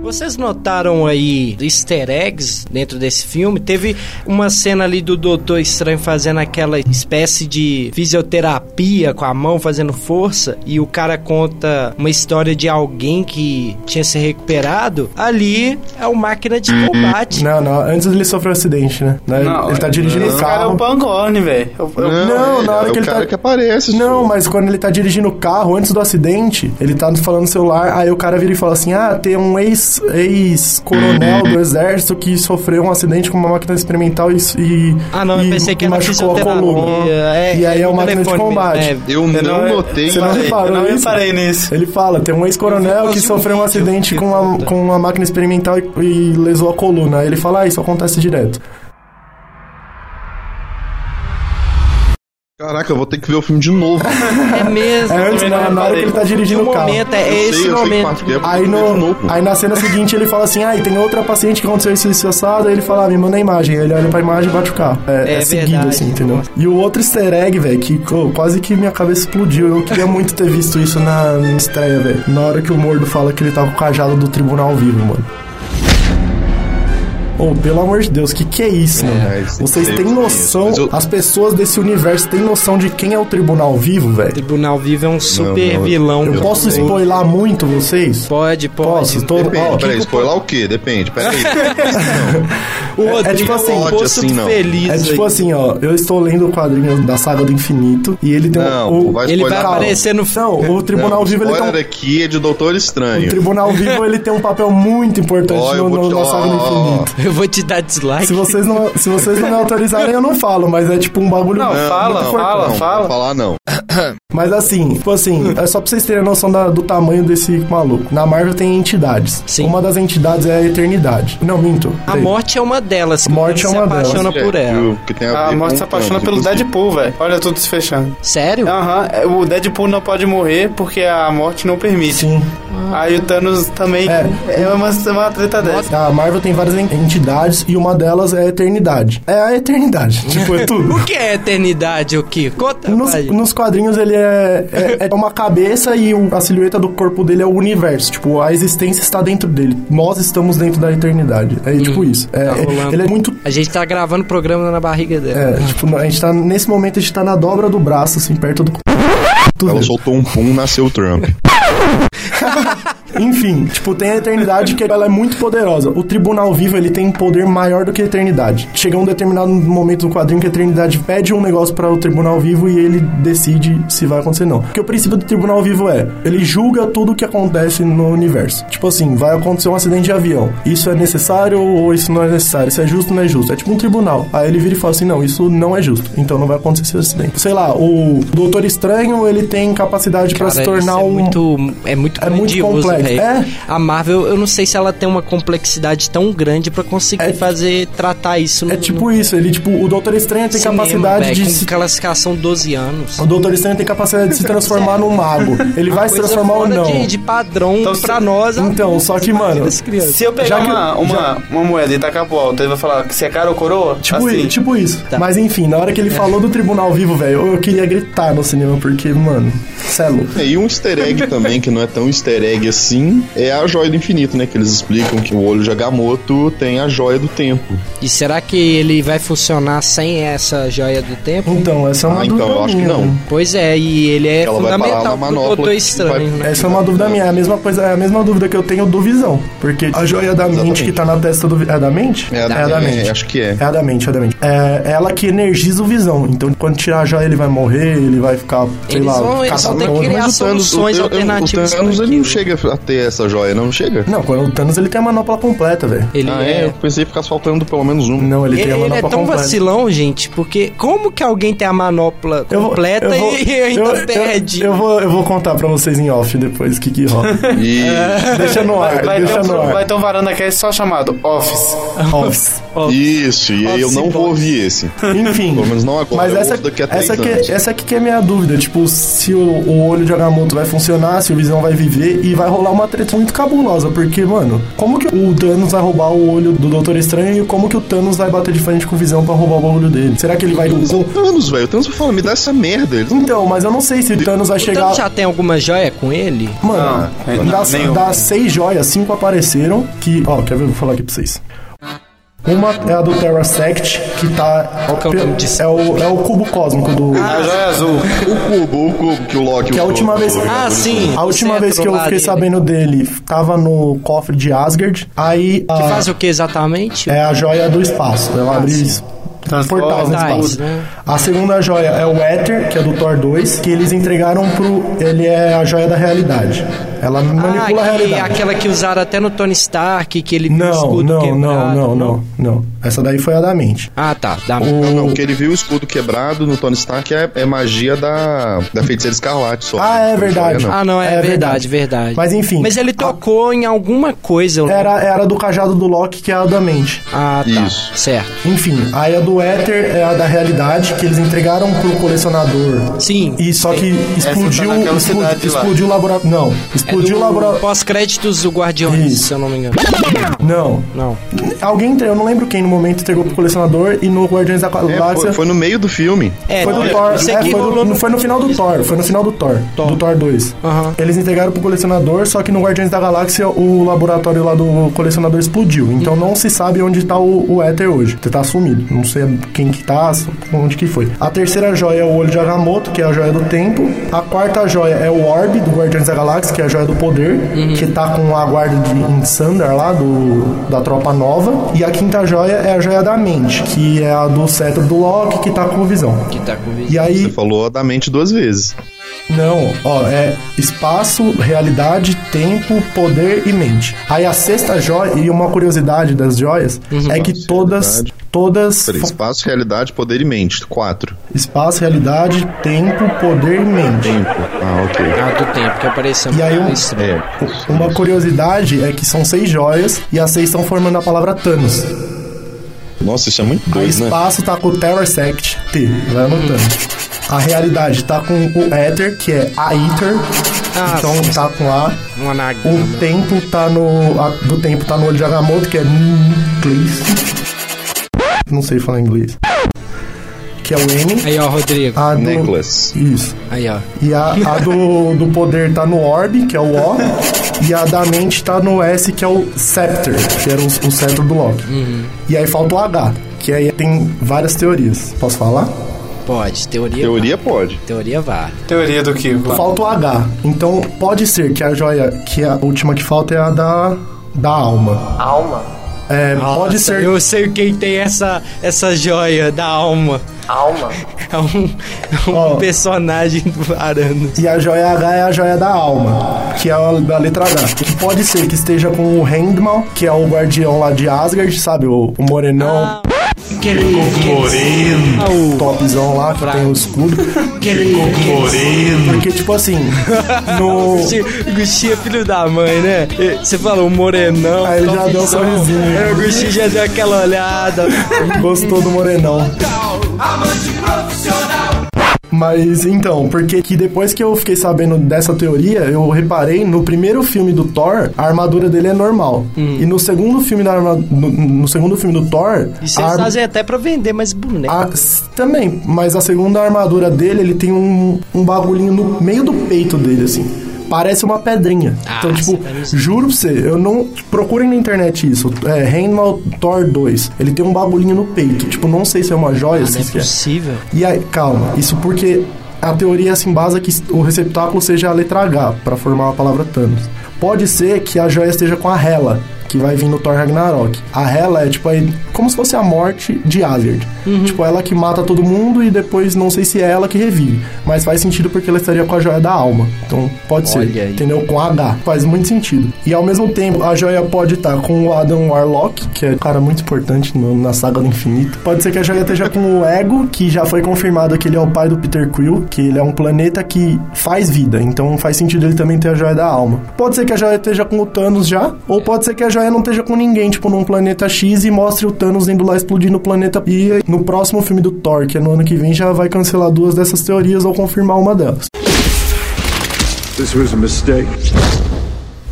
S1: Vocês notaram aí easter eggs dentro desse filme? Teve uma cena ali do Doutor Estranho fazendo aquela espécie de fisioterapia com a mão fazendo força e o cara conta uma história de alguém que tinha se recuperado. Ali é o máquina de combate.
S2: Uhum. Não, não, antes ele sofreu um acidente, né? Né?
S4: Não,
S2: ele tá dirigindo o
S4: Esse cara é
S2: carro.
S4: o Pangone, velho. Eu- eu-
S2: Não,
S3: é,
S2: na hora
S3: é
S2: que
S3: o
S2: ele
S3: cara
S2: tá-
S3: que aparece.
S2: Não, mas quando ele tá dirigindo o carro, antes do acidente, ele tá falando no celular, aí o cara vira e fala assim: Ah, tem um ex- ex-coronel
S1: Uhum.
S2: do exército que sofreu um acidente com uma máquina experimental e. e
S1: Ah, não, eu
S2: e
S1: pensei que era
S2: machucou a coluna.
S1: fisioterapia. É,
S2: e aí é
S1: no
S2: uma máquina de
S1: telefone
S2: combate.
S1: mesmo. é.
S3: Eu
S4: eu
S3: não
S4: eu
S3: notei.
S2: Você não
S4: reparei,
S2: reparou
S4: Eu é- não
S2: isso?
S4: reparei nisso.
S2: Ele fala, tem um ex-coronel que
S1: inclusive
S2: sofreu
S1: um
S2: um
S1: vídeo
S2: acidente
S1: que
S2: com uma,
S1: conta.
S2: com uma máquina experimental e, e lesou a coluna. Aí ele fala, ah, isso acontece direto.
S3: Caraca, eu vou ter que ver o filme de novo.
S1: É mesmo.
S2: É antes,
S4: não
S2: na, na hora que ele tá
S1: Que
S2: dirigindo o carro.
S1: momento é, é
S3: Eu
S1: esse
S3: sei, eu sei que
S1: momento.
S3: parte é, eu vou ter
S2: Aí,
S3: que ver de
S2: no,
S3: novo.
S2: aí na cena seguinte ele fala assim: Ah, e tem outra paciente que aconteceu isso, isso assado. Aí ele fala: ah, Me manda a imagem. Aí ele olha pra imagem e bate o carro. É,
S1: É
S2: é, seguido,
S1: verdade.
S2: assim, entendeu? E o outro easter egg, velho, que co- quase que minha cabeça explodiu. Eu queria muito ter visto isso na na estreia, velho. Na hora que o Mordo fala que ele tá com o cajado do tribunal vivo, mano. Ô, pelo amor de Deus, que que é isso, mano?
S3: é, isso
S2: Vocês
S3: eu
S2: têm
S3: sei,
S2: noção,
S3: mas eu-
S2: as pessoas desse universo têm noção de quem é o tribunal vivo, velho?
S1: Tribunal Vivo é um super
S3: não,
S1: vilão.
S2: Eu posso spoiler muito vocês?
S1: Pode, pode.
S2: Posso? Tô...
S3: Depende,
S2: ó,
S3: peraí, spoiler o quê? Depende, peraí.
S1: O
S2: é tipo assim,
S1: um poço
S3: assim, não.
S1: feliz.
S2: É tipo
S1: aí.
S2: assim, ó, eu estou lendo o quadrinho da saga do infinito e ele tem
S3: Não,
S2: um,
S3: não vai
S1: Ele vai
S3: spoiler não.
S1: aparecer no filme.
S2: Não, o Tribunal
S3: Não,
S2: Vivo ele tem
S3: spoiler
S2: um,
S3: aqui é de Doutor
S2: o
S3: Estranho.
S2: Tribunal Vivo ele tem um papel muito importante
S3: Ó, eu
S2: no,
S3: vou
S2: no,
S3: te-
S2: na
S3: ó,
S2: saga do
S3: ó, ó.
S2: infinito.
S1: Eu vou te dar dislike.
S2: Se vocês, não, se vocês não me autorizarem, eu não falo, mas é tipo um bagulho.
S4: Não,
S2: muito
S4: fala,
S2: fortão.
S4: fala,
S3: não,
S4: fala.
S3: vou falar não.
S2: Mas assim, tipo assim, é só pra vocês terem a noção da- do tamanho desse maluco. Na Marvel tem entidades.
S1: Sim.
S2: Uma das entidades é a eternidade. Não, minto.
S1: A
S2: Peraí.
S1: morte é uma delas. que
S2: Morte é
S1: se
S2: uma delas.
S1: apaixona por
S3: É,
S1: ela.
S3: que tem a
S4: A
S3: ver
S4: morte
S3: com
S4: se Ah, apaixona
S3: tanto,
S4: pelo
S3: inclusive.
S4: Deadpool, velho. Olha, tudo se fechando.
S1: Sério?
S4: Aham, é, o Deadpool não pode morrer porque a morte não permite.
S2: Sim.
S4: Aí o Thanos também é,
S2: É.
S4: uma, é uma treta dessa.
S2: A Marvel tem várias en- entidades e uma delas é a eternidade. É a eternidade. Tipo, é tudo.
S1: O que é eternidade, o que? Conta,
S2: Nos,
S1: vai.
S2: nos quadrinhos ele é, é, é uma cabeça e um- a silhueta do corpo dele é o universo. Tipo, a existência está dentro dele. Nós estamos dentro da eternidade. É tipo isso. É,
S1: Tá rolando.
S2: ele é muito.
S1: A gente tá gravando o programa na barriga dela.
S2: É, tipo, a gente tá. Nesse momento a gente tá na dobra do braço, assim, perto do. Tudo.
S3: Ela soltou um pum, nasceu o Trump.
S2: Enfim, tipo, tem a eternidade que ela é muito poderosa. O tribunal vivo, ele tem um poder maior do que a eternidade. Chega um determinado momento do quadrinho que a eternidade pede um negócio para o tribunal vivo e ele decide se vai acontecer ou não. Porque o princípio do tribunal vivo é, ele julga tudo o que acontece no universo. Tipo assim, vai acontecer um acidente de avião. Isso é necessário ou isso não é necessário? Isso é justo ou não é justo? É tipo um tribunal. Aí ele vira e fala assim, não, isso não é justo. Então não vai acontecer esse acidente. Sei lá, o Doutor Estranho, ele tem capacidade para
S1: Cara,
S2: se
S1: isso
S2: tornar
S1: é
S2: um...
S1: muito é muito
S2: é muito
S1: grandioso,
S2: complexo,
S1: velho.
S2: é.
S1: A Marvel, eu não sei se ela tem uma complexidade tão grande pra conseguir
S2: É-
S1: fazer tratar isso no
S2: É tipo isso, ele, tipo, o Doutor Estranho tem
S1: cinema,
S2: capacidade
S1: velho,
S2: de.
S1: com
S2: Se...
S1: classificação 12 anos.
S2: O Doutor Estranho tem capacidade de se transformar num mago. Ele vai se
S1: Coisa
S2: transformar ou
S1: fora
S2: não.
S1: De, de padrão
S4: Então,
S1: pra
S4: se-
S1: nós.
S2: Então, só que, mano.
S1: as crianças.
S4: Se eu pegar
S2: Já que-
S4: uma, uma,
S2: já-
S4: uma moeda e tacar pro alto, ele vai falar que se é cara ou coroa?
S2: Tipo,
S4: assim.
S2: i- tipo isso.
S1: Tá.
S2: Mas enfim, na hora que ele
S1: É.
S2: falou do Tribunal Vivo, velho, eu queria gritar no cinema, porque, mano, cê é louco.
S3: E um easter egg também, que não é tão easter egg assim, é a joia do infinito, né? Que eles explicam que o olho de Agamotto tem a joia do tempo.
S1: E será que ele vai funcionar sem essa joia do tempo?
S2: Então, essa é uma
S3: Ah,
S2: dúvida.
S3: então, eu acho que
S2: minha.
S3: não.
S1: Pois é, e ele é
S3: Ela vai parar
S1: fundamental
S3: na
S1: pro
S3: manopla
S1: doutor
S3: que
S1: estranho,
S3: vai-
S1: né?
S2: Essa é uma dúvida minha, é a mesma coisa, é a mesma dúvida que eu tenho do Visão, porque a joia da mente
S3: Exatamente.
S2: que tá na testa do Vi- é a da mente?
S3: É a da-
S2: a
S3: é, acho que é.
S2: É a da mente, é a da mente. É ela que energiza o Visão. Então, quando tirar a joia, ele vai morrer, ele vai ficar, sei
S1: Eles
S2: lá,
S1: vão- eles vão ter
S2: catatônico.
S1: que criar
S3: Mas o Thanos,
S1: soluções
S3: eu- eu-
S1: alternativas
S3: O Thanos
S1: pra
S3: ele não
S1: aquilo.
S3: chega a ter essa joia, não chega?
S2: Não, quando o Thanos ele tem a manopla completa, velho.
S1: Ele
S3: ah,
S1: é
S3: é? Eu pensei que ficar faltando pelo menos um. uma.
S2: Não, ele,
S1: Ele,
S2: tem a
S1: ele
S2: manopla
S1: é tão
S2: completa.
S1: vacilão, gente, porque como que alguém tem a manopla
S2: Eu vou-
S1: completa
S2: eu vou-
S1: e ainda
S2: eu- eu-
S1: perde?
S2: Eu, vou, eu vou contar pra vocês em off depois o que que rola.
S3: E
S1: É.
S2: deixa no ar,
S4: Vai ter,
S2: deixa
S4: um,
S2: no ar.
S4: vai ter um varanda que é só chamado Office.
S1: um
S2: Off.
S3: Isso, e aí eu não vou ouvir esse.
S2: Enfim.
S3: Pelo menos não agora,
S2: Mas
S3: eu
S2: essa,
S3: ouço daqui a três
S2: essa, que,
S3: anos.
S2: essa aqui que é a minha dúvida. Tipo, se o, o olho de Agamotto vai funcionar, se o Visão vai viver, e vai rolar uma treta muito cabulosa. Porque, mano, como que o Thanos vai roubar o olho do Doutor Estranho e como que o Thanos vai bater de frente com o Visão pra roubar o olho dele? Será que ele vai...
S3: Mas é o Thanos, velho. O Thanos fala, me dá essa merda. Eles não
S2: Então, mas eu não sei se o Thanos vai
S1: O
S2: chegar...
S1: Thanos Então já tem alguma joia com ele?
S2: Mano,
S4: Não,
S2: das,
S4: nenhum.
S2: das seis joias, cinco apareceram. Que, ó, quer ver? Vou falar aqui pra vocês. Uma é a do Terra Sect, que tá.
S1: Qual que é o nome disso?
S2: é, o, é o cubo cósmico do.
S1: Ah,
S4: A joia azul.
S3: O cubo, o cubo que o Loki
S2: É, Que é a
S3: usou.
S2: última vez-
S1: Ah, sim.
S2: a última
S1: Cetro
S2: vez que eu
S1: lá
S2: fiquei
S1: dele.
S2: sabendo dele, tava no cofre de Asgard. Aí. A,
S1: Que faz o que exatamente?
S2: É a joia do espaço. Ela abre isso. Portais no
S1: Portais,
S2: espaço.
S1: né?
S2: A segunda joia é o Éter, que é do Thor 2, que eles entregaram pro. Ele é a joia da realidade. Ela
S1: Ah,
S2: manipula a
S1: que,
S2: realidade.
S1: aquela que usaram até no Tony Stark, que ele viu o
S2: Não,
S1: escudo
S2: não, não,
S1: quebrado.
S2: não, não, não. Essa daí foi a da mente.
S1: Ah, tá. Dá
S3: Não, não, porque ele viu o escudo quebrado no Tony Stark é, é magia da, da feiticeira escarlate só.
S2: Ah, é verdade.
S1: Ah, não, é, verdade, verdade,
S2: Mas enfim.
S1: Mas ele tocou em alguma coisa. eu não-
S2: Era, era do cajado do Loki, que é a da mente.
S1: Ah, tá.
S3: Isso.
S1: Certo.
S2: Enfim, aí a do Éter é a da realidade, que eles entregaram pro colecionador.
S1: Sim.
S2: E só que explodiu.
S4: tá naquela
S2: explodiu,
S4: cidade lá.
S2: explodiu o laboratório. Não,
S1: É
S2: explodiu o
S1: do
S2: laboratório.
S1: pós-créditos do Guardiões,
S2: Isso.
S1: se eu não me engano.
S2: Não.
S1: Não.
S2: Alguém entregou, eu não lembro quem no momento entregou pro colecionador e no Guardiões da
S3: É,
S2: Galáxia.
S3: foi, foi no meio do filme.
S1: É,
S2: Foi
S1: não,
S2: do
S1: é,
S2: Thor,
S1: isso
S2: é,
S1: aqui
S2: foi,
S1: rolou
S2: do,
S1: no-
S2: não foi no final do Thor, foi no final do Thor, do Thor 2.
S1: Aham.
S2: Eles entregaram pro colecionador, só que no Guardiões da Galáxia o laboratório lá do colecionador explodiu. Então não se sabe onde tá o, o Éter hoje. Ele tá sumido. Não sei quem que tá, onde que foi. A terceira joia é o olho de Agamotto, que é a joia do tempo. A quarta joia é o Orb do Guardiões da Galáxia, que é a joia do poder,
S1: Uhum.
S2: que tá com a guarda de Insandar lá do, da tropa nova. E a quinta joia é a joia da mente, que é a do cetro do Loki, que tá com visão.
S1: Que tá com
S2: E
S1: visão.
S2: aí,
S3: Você falou da mente duas vezes.
S2: Não, ó, é espaço, realidade, tempo, poder e mente. Aí a sexta joia, e uma curiosidade das joias,
S1: Uhum.
S2: é que todas,
S3: realidade.
S2: todas,
S3: Peraí, espaço, realidade, poder e mente. Quatro.
S2: espaço, realidade, tempo, poder e mente.
S3: Tempo. Ah, ok.
S1: Ah, do tempo, que apareceu.
S2: E aí um-
S1: Isso.
S3: É.
S2: Uma curiosidade é que são seis joias e as seis estão formando a palavra Thanos.
S3: Nossa, isso é muito
S2: O
S3: doido, né?
S2: espaço tá com o Terrasect, T, vai anotando.
S1: Uhum.
S2: A realidade tá com o Ether, que é a Ether,
S1: Ah,
S2: então
S1: sim.
S2: tá com A.
S1: Um anagrama.
S2: O tempo tá no. a- do tempo tá no olho de Agamotto, que é inglês. Não sei falar inglês. Que é o N.
S1: Aí, ó, Rodrigo.
S2: A do,
S3: é Necklace.
S2: Isso.
S1: Aí, ó.
S2: E a, a do, do poder tá no Orb, que é o O. E a da mente tá no S, que é o Scepter, que era o, o cetro do Loki. E aí falta o H, que aí tem várias teorias. Posso falar?
S1: Pode. Teoria.
S3: Teoria pode.
S1: Teoria vale.
S4: Teoria do Kiko.
S2: Falta o H. Então pode ser que a joia, que a última que falta é a da, da alma. Alma? É, pode
S1: Nossa,
S2: ser.
S1: Ah, Eu sei quem tem essa, essa joia da alma. Alma? É um, é um
S2: Ó.
S1: personagem do Arandas.
S2: E a joia H é a joia da alma, que é a da letra H. Que pode ser que esteja com o Handmal, que é o guardião lá de Asgard, sabe? O, o morenão,
S1: Aquele,
S5: Moreno,
S1: ah, o-
S2: topzão lá, que tem o escudo.
S1: aquele,
S5: moreno.
S2: Porque, tipo assim, no...
S1: O Guxi é filho da mãe, né? E Você falou morenão.
S2: Aí ele já deu um
S1: topzão.
S2: sorrisinho.
S1: É, o Guxi já deu aquela olhada.
S2: gostou do morenão. Mas então, porque que depois que eu fiquei sabendo dessa teoria, eu reparei no primeiro filme do Thor, a armadura dele é normal.
S1: Hum.
S2: E no segundo filme da arma, no, no segundo filme do Thor,
S1: Isso
S2: a
S1: eles
S2: ar-
S1: fazem até pra vender mais
S3: Ah,
S1: boneco.
S2: a- s- também, mas a segunda armadura dele, ele tem um, um bagulhinho no meio do peito dele, assim. Parece uma pedrinha.
S1: Ah,
S2: então, tipo,
S1: você tá me zoando.
S2: juro pra você, eu não. Procurem na internet isso. É, Handmal Thor 2. Ele tem um bagulhinho no peito. Tipo, não sei se é uma joia,
S1: Ah,
S2: se
S1: não é
S2: isso é.
S1: possível.
S2: E aí, calma, isso porque a teoria se embasa que o receptáculo seja a letra H, pra formar a palavra Thanos. Pode ser que a joia esteja com a Hela, que vai vir no Thor Ragnarok. A Hela é tipo aí, como se fosse a morte de Asgard.
S1: Uhum.
S2: Tipo, ela que mata todo mundo e depois não sei se é ela que revive. Mas faz sentido porque ela estaria com a joia da alma. Então pode ser,
S1: Olha aí.
S2: entendeu? Com H. Faz muito sentido. E ao mesmo tempo, a joia pode estar com o Adam Warlock, que é um cara muito importante no- na saga do infinito. Pode ser que a joia esteja com o Ego, que já foi confirmado que ele é o pai do Peter Quill, que ele é um planeta que faz vida. Então faz sentido ele também ter a joia da alma. Pode ser que a joia esteja com o Thanos já, ou pode ser que a joia não esteja com ninguém, tipo num planeta X e mostre o Thanos indo lá explodindo o planeta. E no próximo filme do Thor, que é no ano que vem, já vai cancelar duas dessas teorias ou confirmar uma delas.
S7: This was a mistake.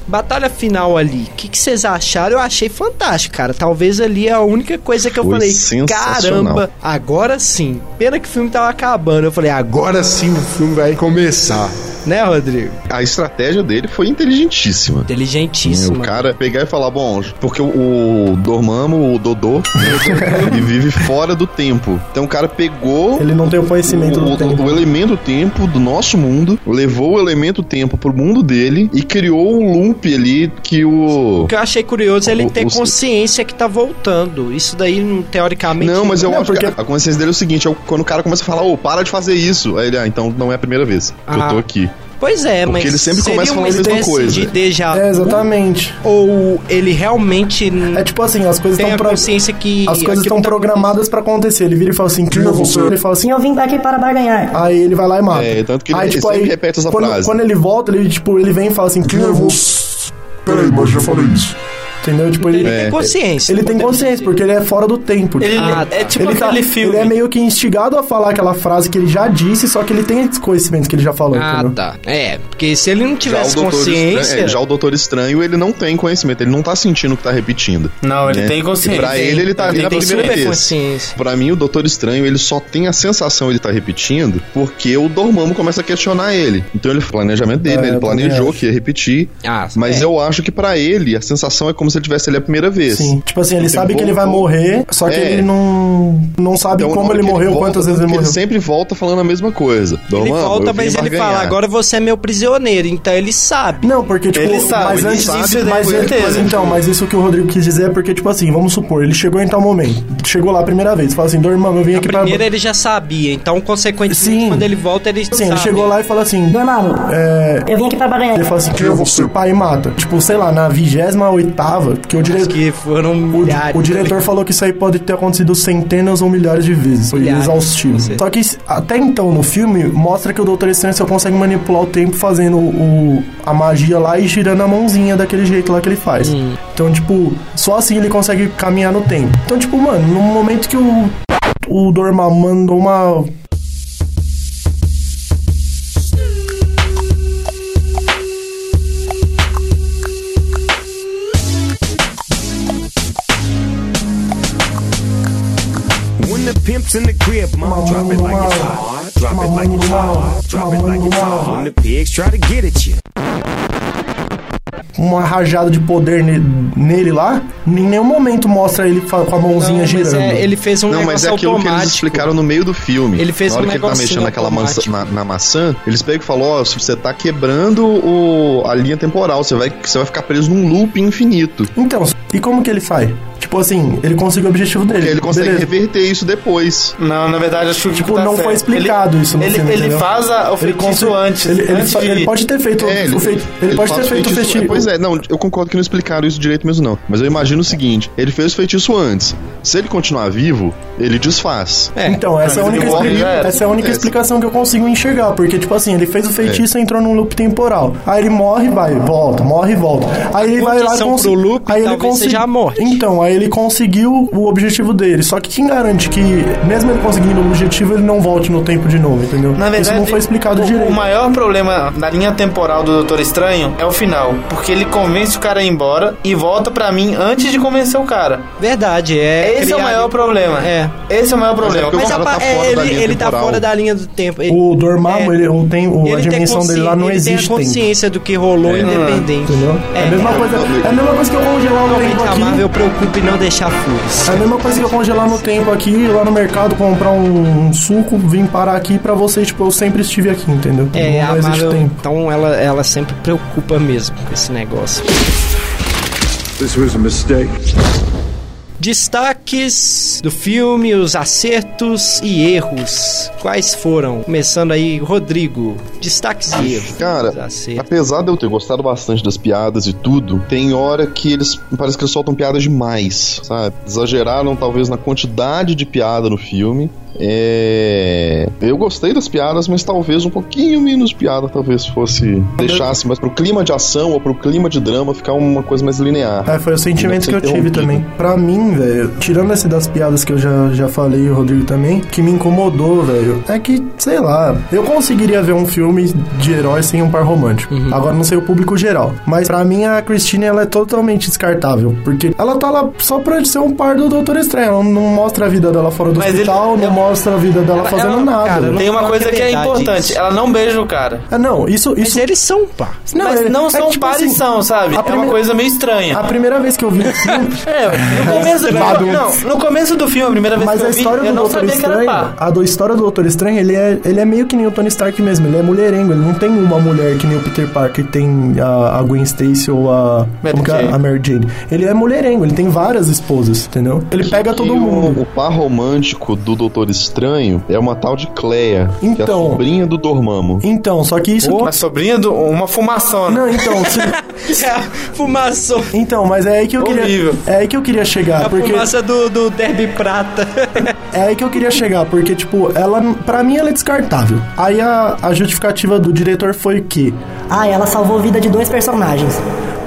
S1: Batalha final ali, o que que vocês acharam? Eu achei fantástico, cara. Talvez ali é a única coisa que eu
S3: Foi
S1: falei,
S3: sensacional.
S1: caramba, agora sim. Pena que o filme tava acabando. Eu falei, agora,
S5: Agora sim o filme vai começar.
S1: né, Rodrigo?
S3: A estratégia dele foi inteligentíssima.
S1: Inteligentíssimo.
S3: O cara pegar e falar, bom, porque o o Dormammu, o Dodô, ele vive fora do tempo. Então o cara pegou
S2: Ele não tem o conhecimento
S3: o,
S2: do
S3: o-
S2: tempo.
S3: o elemento tempo do nosso mundo, levou o elemento tempo pro mundo dele e criou um loop ali que o.
S1: O que eu achei curioso é ele
S3: O-
S1: ter
S3: os-
S1: consciência que tá voltando. Isso daí, não- teoricamente.
S3: Não, mas eu
S2: Não,
S3: acho
S2: né, porque-
S3: que a- a consciência dele é o seguinte: é o- quando o cara começa a falar, ô, para de fazer isso. Aí ele, ah, então não é a primeira vez que
S1: Ah.
S3: eu tô aqui.
S1: Pois é,
S3: Porque
S1: mas.
S3: ele sempre
S1: seria
S3: começa
S1: uma
S3: falando a mesma
S1: espécie
S3: coisa.
S1: de déjà
S2: É,
S1: vu,
S2: exatamente.
S1: Ou ele realmente n-
S2: É tipo assim, as coisas
S1: tem
S2: estão
S1: a consciência que.
S2: As coisas
S1: aquilo
S2: estão
S1: tá-
S2: programadas pra acontecer. Ele vira e fala assim, tira você. Ele fala assim, "Ah."
S8: Eu vim aqui para barganhar.
S2: aí ele vai lá e mata. tipo,
S3: É, tanto que ele sempre repete essa
S2: quando,
S3: frase.
S2: Quando ele volta, ele, tipo, ele vem e fala assim, tira você.
S5: Peraí, mas já falei isso.
S2: Entendeu? Tipo,
S1: Ele
S2: ele,
S3: É.
S1: tem consciência.
S2: ele tem consciência, porque ele é fora do tempo.
S4: Ele,
S1: Ah,
S4: é
S1: tá.
S4: tipo
S2: ele, tá-
S4: aquele filme.
S2: ele é meio que instigado a falar aquela frase que ele já disse, só que ele tem esses conhecimentos que ele já falou,
S1: Ah,
S2: entendeu?
S1: tá. É, porque se ele não tivesse consciência.
S3: estranho, é, já o Doutor Estranho, ele não tem conhecimento, ele não tá sentindo o que tá repetindo.
S4: Não, ele
S3: né?
S4: tem consciência.
S3: E pra ele, ele tá ali
S1: Ele
S3: na
S1: tem
S3: primeira
S1: super
S3: vez.
S1: consciência.
S3: Pra mim, o Doutor Estranho, ele só tem a sensação de ele tá repetindo porque o Dormammu começa a questionar ele. Então, ele planejamento dele,
S2: É,
S3: né?
S2: eu
S3: Ele
S2: também
S3: planejou
S2: acho.
S3: que ia repetir.
S1: Ah,
S3: Mas
S1: é.
S3: eu acho que pra ele, a sensação é como se ele tivesse ali a primeira vez.
S2: Sim. Tipo assim, ele
S3: Tem
S2: sabe
S3: um
S2: que
S3: bom
S2: ele vai
S3: ponto.
S2: morrer, só que
S3: É.
S2: ele não, não sabe
S3: Então, na
S2: como
S3: hora
S2: ele
S3: que
S2: morreu,
S3: volta,
S2: quantas vezes ele
S3: porque
S2: morreu.
S3: Ele sempre volta falando a mesma coisa.
S1: Ele
S3: Dormammu,
S1: volta,
S3: eu vim
S1: mas
S3: pra
S1: ele
S3: ganhar.
S1: fala, agora você é meu prisioneiro, então ele sabe.
S2: Não, porque, tipo,
S4: Ele sabe,
S2: mas
S4: ele
S2: antes
S4: sabe,
S2: disso,
S4: ele
S2: mas,
S4: tem
S2: antes- mas
S4: certeza.
S2: então, mas isso que o Rodrigo quis dizer é porque, tipo assim, vamos supor, ele chegou em tal momento, chegou lá a primeira vez, fala assim, Dormammu, eu vim aqui pra...
S1: Primeiro ele já sabia, então consequentemente
S2: Sim.
S1: quando ele volta ele
S2: Sim,
S1: sabe.
S2: ele chegou lá e fala assim,
S8: Dormammu,
S2: é...
S8: eu vim aqui pra baganhar.
S2: Ele fala assim, que eu vou seu pai e mata. Tipo, sei lá, na 28ª, que o
S1: Acho
S2: diretor...
S1: que foram
S2: O,
S1: milhares.
S2: o diretor falou que isso aí pode ter acontecido centenas ou milhares de vezes. Foi
S1: Milhares,
S2: exaustivo.
S1: com certeza.
S2: Só que s- até então, no filme, mostra que o Doutor Estranho só consegue manipular o tempo fazendo o, a magia lá e girando a mãozinha daquele jeito lá que ele faz.
S1: Hum.
S2: Então, tipo, só assim ele consegue caminhar no tempo. Então, tipo, mano, no momento que o, o Dormammu mandou uma... uma, uma, uma, uma, uma uma rajada de poder ne- nele lá, em nenhum momento mostra ele fa- com a
S1: Não,
S2: mãozinha
S1: mas
S2: girando.
S1: é, ele fez um
S3: Não, mas
S1: negócio
S3: é aquilo que eles
S1: automático.
S3: explicaram no meio do filme.
S1: Ele fez
S3: na hora
S1: um
S3: que ele tá
S1: negocinho
S3: mexendo naquela maçã,
S1: automático.
S3: na, na maçã, eles pegam e falam, ó, você tá quebrando o- a linha temporal, você vai, você vai ficar preso num loop infinito.
S2: Então, e como que ele faz? Tipo assim, ele conseguiu o objetivo dele.
S3: Porque ele consegue
S2: beleza.
S3: reverter isso depois.
S4: Não, na verdade, acho que
S2: Tipo,
S4: tá
S2: não
S4: certo.
S2: foi explicado
S4: ele,
S2: isso no
S4: ele,
S2: filme,
S4: Ele
S2: entendeu?
S4: faz a, o feitiço
S2: consegue-
S4: antes.
S2: Ele, ele
S4: antes
S2: fa-
S4: de-
S2: ele pode ter feito
S3: É,
S2: o feito. Ele, pode
S3: faz
S2: ter feito o
S3: feitiço-
S2: feitiço.
S3: Pois é, não, eu concordo que não explicaram isso direito mesmo, não. Mas eu imagino o seguinte: ele fez o feitiço antes. Se ele continuar vivo, ele desfaz.
S1: É.
S2: Então, essa é, a
S4: Mas
S2: única
S4: ele morre,
S2: expli-
S4: já era.
S2: essa é a única
S3: É.
S2: explicação que eu consigo enxergar. Porque, tipo assim, ele
S4: É.
S2: fez o feitiço e entrou num loop temporal. Aí ele morre, vai, volta, morre e volta. Aí ele vai lá e
S1: condição
S2: consi-
S1: pro loop,
S2: aí ele
S1: talvez
S2: consi-
S1: seja a morte.
S2: Então, aí ele conseguiu o objetivo dele. Só que quem garante que, mesmo ele conseguindo o objetivo, ele não volte no tempo de novo, entendeu?
S4: Na verdade,
S2: Isso não foi explicado
S4: o,
S2: direito.
S4: O maior problema da linha temporal do Doutor Estranho é o final. Porque ele convence o cara a ir embora e volta pra mim antes de convencer o cara.
S1: Verdade, é.
S4: Esse é o
S1: criar-
S4: maior problema.
S1: É.
S4: Esse é o maior problema.
S3: porque o
S1: Mas
S3: cara
S1: a pa-
S3: tá
S1: é,
S3: fora da
S1: ele,
S3: linha
S1: ele tá
S3: temporal.
S1: fora da linha do tempo. Ele-
S2: O Dormammu,
S1: É.
S2: ele, o tem, o- a
S1: ele tem
S2: dimensão dele lá
S1: consci-
S2: não
S1: ele
S2: existe.
S1: tem a consciência do que
S3: É.
S1: rolou independente.
S2: Entendeu? É, a mesma coisa, é a mesma coisa que eu congelar o tempo
S1: Realmente a
S2: aqui.
S1: Marvel preocupa em não deixar furos.
S2: É a mesma coisa que eu congelar no tempo aqui, ir lá no mercado, comprar um, um suco, vim parar aqui pra vocês, tipo, eu sempre estive aqui, entendeu?
S1: É,
S2: não
S1: a
S2: existe
S1: Marvel,
S2: tempo.
S1: então ela, ela sempre preocupa mesmo com esse negócio.
S7: This was a mistake.
S1: Destaques do filme, os acertos e erros. Quais foram? Começando aí, Rodrigo. Destaques e erros.
S3: Cara,
S1: acertos.
S3: apesar de eu ter gostado bastante das piadas e tudo, tem hora que eles parece que eles soltam piadas demais, sabe? Exageraram talvez na quantidade de piada no filme. É... Eu gostei das piadas, mas talvez um pouquinho menos piada talvez fosse deixasse, mas pro clima de ação ou pro clima de drama ficar uma coisa mais linear.
S2: É, foi o sentimento que eu
S3: Deve ser
S2: tive também.
S3: interrompido.
S2: Pra mim, velho, tirando esse das piadas que eu já, já falei, o Rodrigo também, o que me incomodou, velho, é que, sei lá, eu conseguiria ver um filme de herói sem um par romântico.
S4: Uhum.
S2: Agora, não sei o público geral. Mas pra mim, a Christine, ela é totalmente descartável. Porque ela tá lá só pra ser um par do Doutor Estranho. Ela não mostra a vida dela fora do
S4: Mas ele-
S2: hospital, não
S4: eu-
S2: mostra a vida dela fazendo
S1: ela-
S2: nada.
S1: cara,
S4: Tem uma
S1: Não,
S4: coisa
S1: é
S4: que é
S1: verdade
S4: importante.
S1: isso.
S4: Ela não beija o cara.
S2: Ah, não, isso...
S1: Mas
S2: isso...
S1: eles são, pá.
S4: Mas
S2: ele-
S4: não
S2: é
S4: são
S2: tipo
S4: pares,
S2: assim,
S4: são, sabe?
S2: a
S4: É uma
S2: primeira-
S4: coisa meio estranha.
S2: A primeira vez que eu vi o filme,
S4: É, no começo, do,
S2: Badum.
S4: não, no começo do filme, a primeira vez
S2: Mas
S4: que
S2: a
S4: eu vi,
S2: história
S4: eu
S2: do
S4: não
S2: Doutor
S4: sabia que era
S2: Estranho,
S4: par.
S2: a do história do Doutor Estranho, ele é, ele é meio que nem o Tony Stark mesmo, ele é mulherengo, ele não tem uma mulher que nem o Peter Parker tem a, a Gwen Stacy ou a
S4: Mary
S2: como que é?
S4: Jane.
S2: a Mary Jane. Ele é mulherengo, ele tem várias esposas, entendeu? Ele pega todo
S3: E o-
S2: mundo.
S3: O par romântico do Doutor Estranho é uma tal de Cleia, que é a
S2: Então.
S3: sobrinha do Dormamo.
S2: Então, só que isso
S4: Uma sobrinha do. Uma fumaçona.
S2: Não, então, se-
S1: É, Fumaça.
S2: então, mas é aí que eu
S4: Horrível.
S2: queria, é aí que eu queria chegar,
S1: A
S2: porque
S1: fumaça do, do Derby Prata.
S2: É aí que eu queria chegar, porque, tipo, ela, pra mim, ela é descartável. Aí a, a justificativa do diretor foi que,
S8: Ah, ela salvou a vida de dois personagens.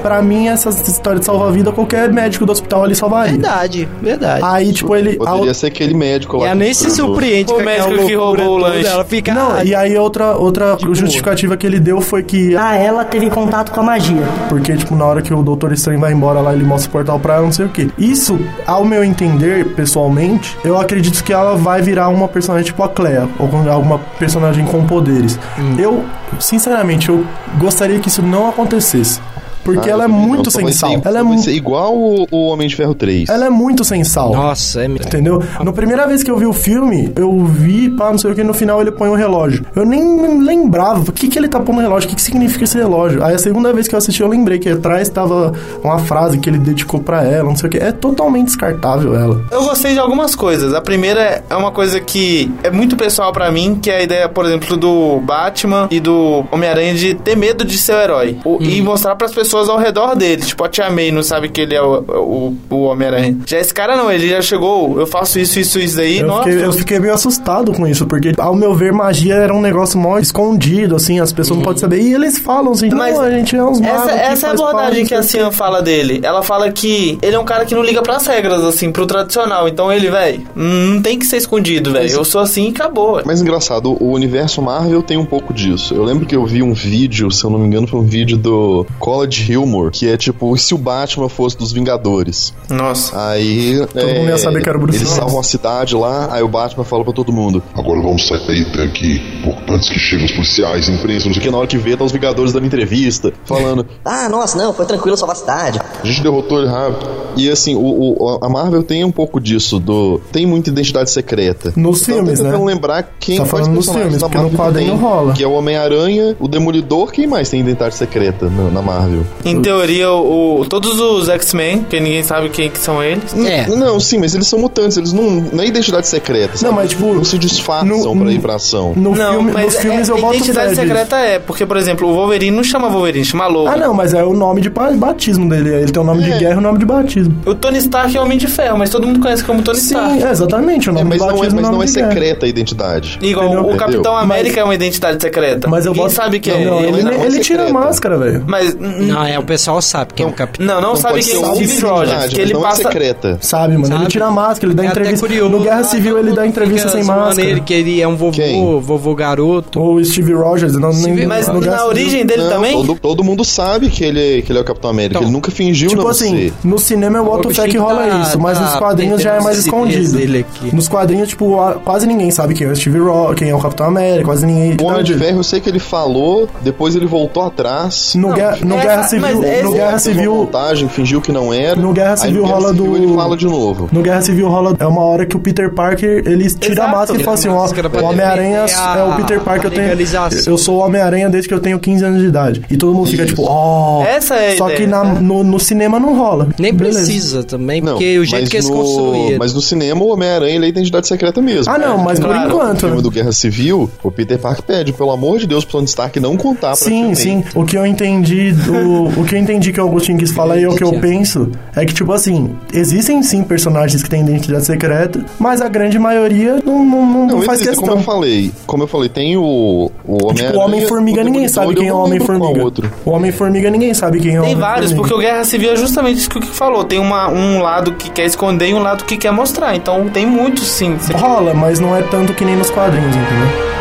S2: pra mim, essas histórias de salva-vida, qualquer médico do hospital ali salvaria.
S1: É verdade, verdade.
S2: Aí, tipo, ele.
S3: Poderia
S2: a-
S3: ser aquele médico lá.
S1: Ah, e é ela
S3: que
S1: nem se
S3: despertou.
S1: surpreende
S4: O
S1: com aquela
S4: médico que
S1: loucura
S4: roubou o
S1: toda,
S4: lanche.
S1: Ela fica...
S2: Não,
S1: "Ah,
S2: e aí outra, outra justificativa que ele deu foi que.
S8: Ah, ela teve contato com a magia.
S2: Porque, tipo, na hora que o Doutor Estranho vai embora lá, ele mostra o portal pra ela, não sei o quê. Isso, ao meu entender, pessoalmente, eu acredito que ela vai virar uma personagem tipo a Clea, ou com- alguma
S1: Hum.
S2: personagem com poderes. Eu, sinceramente, eu gostaria que isso não acontecesse. Porque
S3: Ah,
S2: ela é
S3: eu também
S2: muito
S3: não.
S2: sem
S3: Vai ser-
S2: sal. Ela é,
S3: Vai
S2: mu-
S3: ser igual o, o Homem de Ferro 3.
S2: ela é muito sem sal.
S1: Nossa, é...
S2: Entendeu?
S4: Ah.
S2: Na primeira vez que eu vi o filme, eu vi, pá, não sei o que, no final ele põe um relógio. Eu nem lembrava o que, que ele tá pondo no relógio, o que, que significa esse relógio. Aí a segunda vez que eu assisti, eu lembrei que atrás tava uma frase que ele dedicou pra ela, não sei o que. É totalmente descartável ela.
S4: Eu gostei de algumas coisas. A primeira é uma coisa que é muito pessoal pra mim, que é a ideia, por exemplo, do Batman e do Homem-Aranha de ter medo de ser o herói. O- E mostrar pras pessoas ao redor dele. Tipo, a Tia May não sabe que ele é o, o, o Homem-Aranha. Já esse cara não, ele já chegou, eu faço isso, isso, isso daí.
S2: Eu
S4: nossa,
S2: fiquei, eu fiquei meio assustado com isso, porque, ao meu ver, magia era um negócio mó escondido, assim, as pessoas não podem saber. E eles falam assim,
S4: Uhum. Mas
S2: não, a gente é uns magos
S4: Essa,
S2: que
S4: essa é a
S2: faz
S4: abordagem
S2: parte,
S4: que a Cian fala dele. Ela fala que ele é um cara que não liga pras regras, assim, pro tradicional. Então ele, velho, não tem que ser escondido, velho. Eu sou assim e acabou.
S3: Mas engraçado, o universo Marvel tem um pouco disso. Eu lembro que eu vi um vídeo, se eu não me engano, foi um vídeo do College Humor, que é tipo, e se o Batman fosse dos Vingadores?
S4: Nossa.
S3: Aí. Todo
S2: mundo ia saber que era o Bruce
S3: Eles
S2: Willis.
S3: salvam a cidade lá, aí o Batman fala pra todo mundo.
S5: Agora vamos sair daqui pouco antes que cheguem os policiais, imprensa, não sei o
S3: Porque na hora que vê, tá os Vingadores dando entrevista, falando.
S11: Ah, nossa, não, foi tranquilo salvar a cidade.
S3: A gente derrotou ele rápido. E assim, o, o- a Marvel tem um pouco disso, do. Tem muita identidade secreta.
S2: Nos filmes,
S3: Então, tentando
S4: Então,
S2: né?
S3: lembrar quem
S2: Tá
S3: quais
S2: falando nos
S3: personagens
S2: filmes,
S3: da
S2: porque no
S3: Marvel
S2: quadrinho
S3: tem,
S2: rola.
S3: Que é o Homem-Aranha, o Demolidor, quem mais tem identidade secreta na, na Marvel?
S4: Em teoria, o, o- todos os X-Men, que ninguém sabe quem que são eles.
S1: É.
S3: N- Não, sim, mas eles são mutantes, eles não. Não é identidade secreta. sabe?
S2: mas, tipo,
S3: Não se disfarçam
S2: no-
S3: pra ir pra ação.
S2: No
S4: Não,
S2: filme,
S4: mas
S2: nos filmes
S4: é,
S2: eu boto
S4: identidade
S2: fé disso.
S4: secreta é, porque, por exemplo, o Wolverine não chama Wolverine, chama Logan.
S2: Ah, não, mas é o nome de pa- batismo dele. Ele tem o nome de guerra e o nome de batismo.
S4: O Tony Stark é Homem de Ferro, mas todo mundo conhece como Tony Stark.
S2: Sim, é, exatamente. O
S3: É,
S2: nome
S3: mas
S2: de
S3: não é,
S2: batismo
S3: mas
S2: e o
S3: não
S2: nome
S3: é
S2: de guerra.
S3: secreta a identidade.
S4: Igual
S2: Entendeu?
S4: o Capitão
S3: Entendeu?
S4: América é uma identidade secreta.
S2: Mas eu
S4: Quem
S2: boto...
S4: sabe quem é
S2: não,
S4: ele.
S2: ele,
S3: não é
S2: ele tira a
S3: secreta.
S2: máscara, velho.
S4: Mas n-
S1: Não, é, o pessoal sabe que é o capitão.
S4: Não, não, sabe
S3: pode
S4: quem é
S3: ser
S4: o
S3: uma
S4: Steve Rogers,
S3: identidade,
S4: que
S3: mas
S4: ele
S3: não
S4: passa...
S3: é secreta.
S2: Sabe, mano. Ele
S1: Sabe?
S2: tira a máscara, ele dá
S1: É até
S2: entrevista.
S1: curioso.
S2: No Guerra Civil ele dá
S1: Fica
S2: entrevista sem
S1: zoando
S2: máscara.
S1: Ele, que ele é um vovô,
S3: Quem?
S1: vovô garoto.
S2: Ou o Steve Rogers. Não, nem,
S4: Mas
S2: no Guerra
S4: na
S2: Civil.
S4: origem dele
S3: Não,
S4: também?
S3: Todo, todo mundo sabe que ele, que ele é o Capitão América.
S1: Então,
S3: ele nunca fingiu
S2: Tipo
S3: não
S2: assim,
S3: ser.
S2: no cinema eu boto
S1: O
S2: fé que
S1: Chico
S2: rola
S1: tá-
S2: isso, mas
S1: tá
S2: nos quadrinhos já é mais
S1: tentando se
S2: escondido.
S1: dele aqui.
S2: Nos quadrinhos, tipo, a- quase ninguém sabe quem é o Steve Rogers, quem é o Capitão América, quase ninguém. tá
S3: O Homem de
S2: Não,
S3: Ferro, eu sei que ele falou, depois ele voltou atrás.
S2: No, Guerra, no
S4: essa-
S2: Guerra
S4: mas
S2: Civil,
S4: esse-
S2: no Guerra
S3: fez é uma
S2: Civil,
S3: montagem, fingiu que não era.
S2: No Guerra
S3: Aí
S2: Civil
S3: Guerra
S2: rola
S3: Civil
S2: do-
S3: ele fala de novo.
S2: No Guerra Civil rola é uma hora que o Peter Parker ele tira a
S4: Exato.
S2: máscara e
S4: Tira
S2: fala
S4: a
S2: assim: ó,
S1: máscara pra
S2: o Homem-Aranha
S1: defender a-
S2: é o Peter Parker,
S1: a
S2: eu tenho.
S1: legalização.
S2: Eu sou o Homem-Aranha desde que eu tenho 15 anos de idade. E todo mundo fica tipo, ó.
S4: Essa é a
S2: Só
S4: ideia,
S2: que na-
S4: né?
S2: no, no cinema não rola.
S1: Nem
S2: Beleza.
S1: precisa também,
S3: Não,
S1: porque o jeito
S3: mas
S1: que eles
S3: no-
S1: construíram.
S3: Mas no cinema, o Homem-Aranha ele é identidade secreta mesmo. É.
S2: Ah, não, mas por
S4: Claro.
S3: No
S2: enquanto.
S3: filme
S2: né?
S3: do Guerra Civil, o Peter Parker pede, pelo amor de Deus, pro Tony Stark não contar pra
S2: Sim,
S3: Tia May.
S2: sim. O que eu entendi do, o que eu entendi que o Agostinho quis falar e o que eu penso é que tipo assim, existem sim personagens que têm identidade secreta, mas a grande maioria não, não, não,
S3: Não,
S2: faz
S3: existe,
S2: questão.
S3: como eu falei, como eu falei, tem o, o Homem-Aranha.
S2: Tipo, o Homem-Formiga,
S3: É, o
S2: ninguém
S3: Demolidor,
S2: sabe quem é
S3: eu
S2: o
S3: não lembro qual
S2: Homem-Formiga.
S3: outro.
S2: O Homem-Formiga, ninguém sabe quem é o
S4: Tem
S2: Homem-Formiga.
S4: vários, porque o Guerra Civil é justamente isso que o que falou. Tem uma, um lado que quer esconder e um lado que quer mostrar. Então tem muitos sim.
S2: Rola, mas não é tanto que nem nos quadrinhos, entendeu?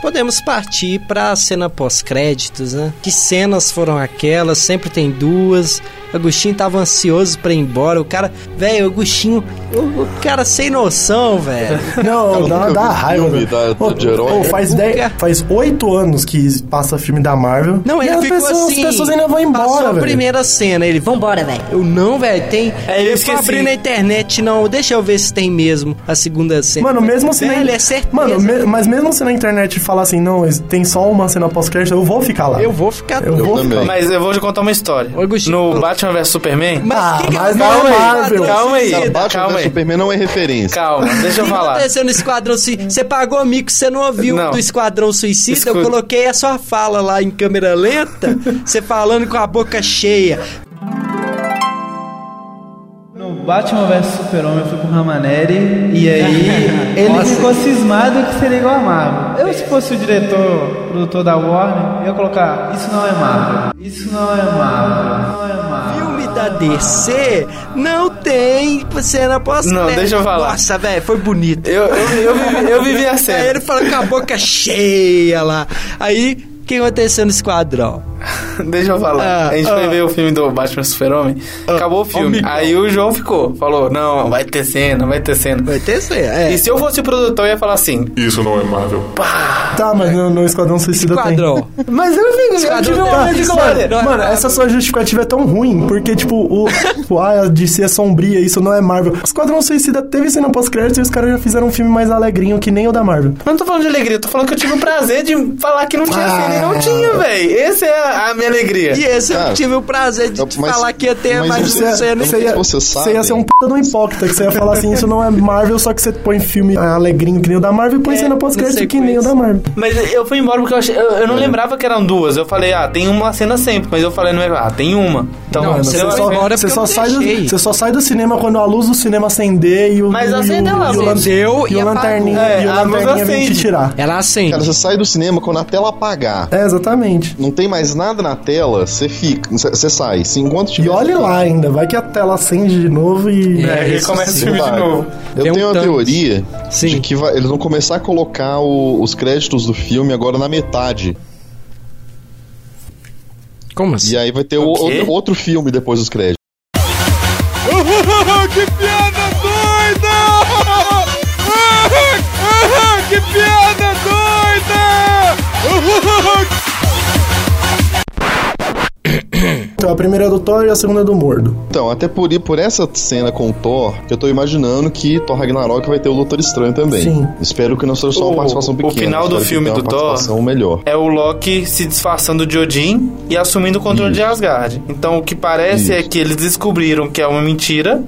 S1: Podemos partir pra cena pós-créditos, né? Que cenas foram aquelas? Sempre tem duas. Agostinho tava ansioso pra ir embora. O cara, velho, Agostinho, o, o cara sem noção, velho.
S2: Não, dá,
S3: nunca
S2: dá
S3: vi
S2: raiva,
S3: filme
S2: velho.
S3: da-
S2: Ô,
S3: de herói.
S2: ô, faz
S1: O
S2: dez-
S1: cara-
S2: faz oito anos que passa filme da Marvel.
S1: é. Não,
S2: e
S1: ele
S2: as
S1: ficou
S2: pessoas,
S1: assim.
S2: É, As pessoas ainda vão
S1: Passou
S2: embora,
S1: a
S2: velho.
S1: primeira cena, ele, vambora.
S11: Bora, velho.
S1: Eu não, velho, tem.
S4: É, eu
S1: eu
S4: esqueci.
S1: esqueci. abri na internet, não. Deixa eu ver se tem mesmo a segunda cena.
S2: Mano, mesmo se na-
S1: Velho, é certeza.
S2: Mano, me- mas mesmo se na internet falar assim, não, tem só uma cena pós-crédito, eu vou ficar lá.
S1: Eu vou ficar.
S2: Eu vou
S3: também.
S2: ficar.
S4: Mas eu vou te contar uma história.
S1: Ô, Agostinho.
S4: No Batman vs Superman.
S1: Mas
S2: Ah,
S1: o que que
S2: mas
S1: aconteceu
S2: não é
S1: no
S2: Marvel.
S1: Esquadrão
S4: Calma aí.
S1: Suicida?
S3: Batman
S4: Calma
S3: vs
S4: aí.
S3: Superman não é referência.
S4: Calma, deixa eu
S1: O que
S4: falar.
S1: aconteceu no Esquadrão Suicida? Você pagou amigo que você não ouviu
S4: Hum. Não.
S1: do Esquadrão Suicida?
S4: Escu-
S1: Eu coloquei a sua fala lá em câmera lenta, você falando com a boca cheia.
S12: No Batman vs Super-Homem eu fui com o Ramaneri e aí ele ficou cismado que seria igual a Marvel. Eu se fosse o diretor, produtor da Warner, eu ia colocar, isso não é Marvel. Isso não é Marvel. Não é Marvel.
S1: Filme da DC não tem cena pós
S4: Não, deixa eu falar.
S1: Nossa, velho, foi bonito.
S4: Eu, eu, eu, vivi, eu vivi a
S1: Aí
S4: cena.
S1: ele fala com a boca cheia lá. Aí O que aconteceu no esquadrão?
S4: Deixa eu falar. a gente foi ver o filme do Batman Super-Homem. Acabou o filme. Aí o João ficou. Falou: Não, vai ter cena, vai ter cena. Vai
S1: ter cena, é.
S4: E se eu fosse o produtor, eu ia falar assim:
S5: Isso não é Marvel.
S2: Tá, mas no, no Esquadrão Suicida
S1: Esquadrão.
S2: tem. Mas eu fico,
S1: Esquadrão
S2: tive
S4: um
S1: tem.
S2: uma hora de
S1: Esquadrão.
S2: glória.
S1: Não é
S2: Tá, Mano, essa sua justificativa é tão ruim, porque, tipo, o, o ah, a DC é sombria, isso não é Marvel. O Esquadrão Suicida teve cena pós-crédito e os caras já fizeram um filme mais alegrinho que nem o da Marvel.
S4: Mas não tô falando de alegria, eu tô falando que eu tive o prazer de falar que não tinha cena e não tinha, véi. Essa é a- a minha alegria.
S1: E esse eu
S3: Cara,
S1: tive o prazer de te
S3: mas-
S1: falar que ia ter
S3: mas
S1: mais
S4: é
S3: você-
S1: um cena.
S3: você-
S1: inteira.
S3: Vocês
S2: Você é, ia ser um
S3: sabem.
S2: p*** de um hipócrita, que você ia falar assim, isso não é Marvel, só que você põe filme ah, alegrinho que nem o da Marvel e põe
S1: É,
S2: cena pós-crédito que
S1: sequência.
S2: nem o da Marvel.
S4: Mas eu fui embora porque eu, achei- eu, eu não lembrava que eram duas. Eu falei, ah, tem uma cena sempre. Mas eu falei, não é, ah, tem uma. Então,
S1: Não,
S2: Mano,
S1: você
S2: você,
S1: vai
S2: só,
S1: embora
S2: você
S1: porque
S2: só
S1: eu
S2: sai do,
S1: deixei.
S2: você só sai do cinema quando a luz do cinema acender e o
S4: Mas
S2: e o-
S4: acendeu a
S2: e o
S4: luz.
S2: lan-
S1: Acendeu
S2: e
S1: e
S2: o
S1: apagou.
S2: lanterninha,
S4: É,
S2: e o
S4: a luz
S2: lanterninha vem te
S4: acende.
S2: tirar.
S1: Ela acende.
S3: Cara, você sai do cinema quando a tela apagar.
S2: É, exatamente.
S3: Não tem mais nada na tela, você fica. Você sai. Se enquanto
S2: E
S3: tiver.
S2: olhe lá ainda, vai que a tela acende de novo e. né,
S4: é,
S1: É,
S4: aí
S1: isso
S4: começa o
S2: assim.
S1: sim.
S4: filme de
S3: Vai.
S4: novo.
S3: Eu
S1: Tem um
S3: tenho uma
S1: tanto.
S3: teoria
S1: Sim.
S3: de que vai- eles vão começar a colocar o- os créditos do filme agora na metade.
S1: Como assim?
S3: E aí vai ter o-
S4: O quê?
S3: outro, outro filme depois dos créditos.
S2: Então a primeira é do Thor e a segunda é do Mordo.
S3: Então, até por, por essa cena com o Thor, eu tô imaginando que Thor Ragnarok vai ter o Doutor Estranho também.
S2: Sim.
S3: Espero que não seja só uma
S4: O-
S3: participação
S4: o
S3: pequena.
S4: final do
S3: espero que
S4: filme
S3: tenha
S4: do
S3: uma
S4: Thor-
S3: participação melhor.
S4: É o Loki se disfarçando de Odin e assumindo o controle de Asgard. Então o que parece
S3: Isso.
S4: é que eles descobriram que é uma mentira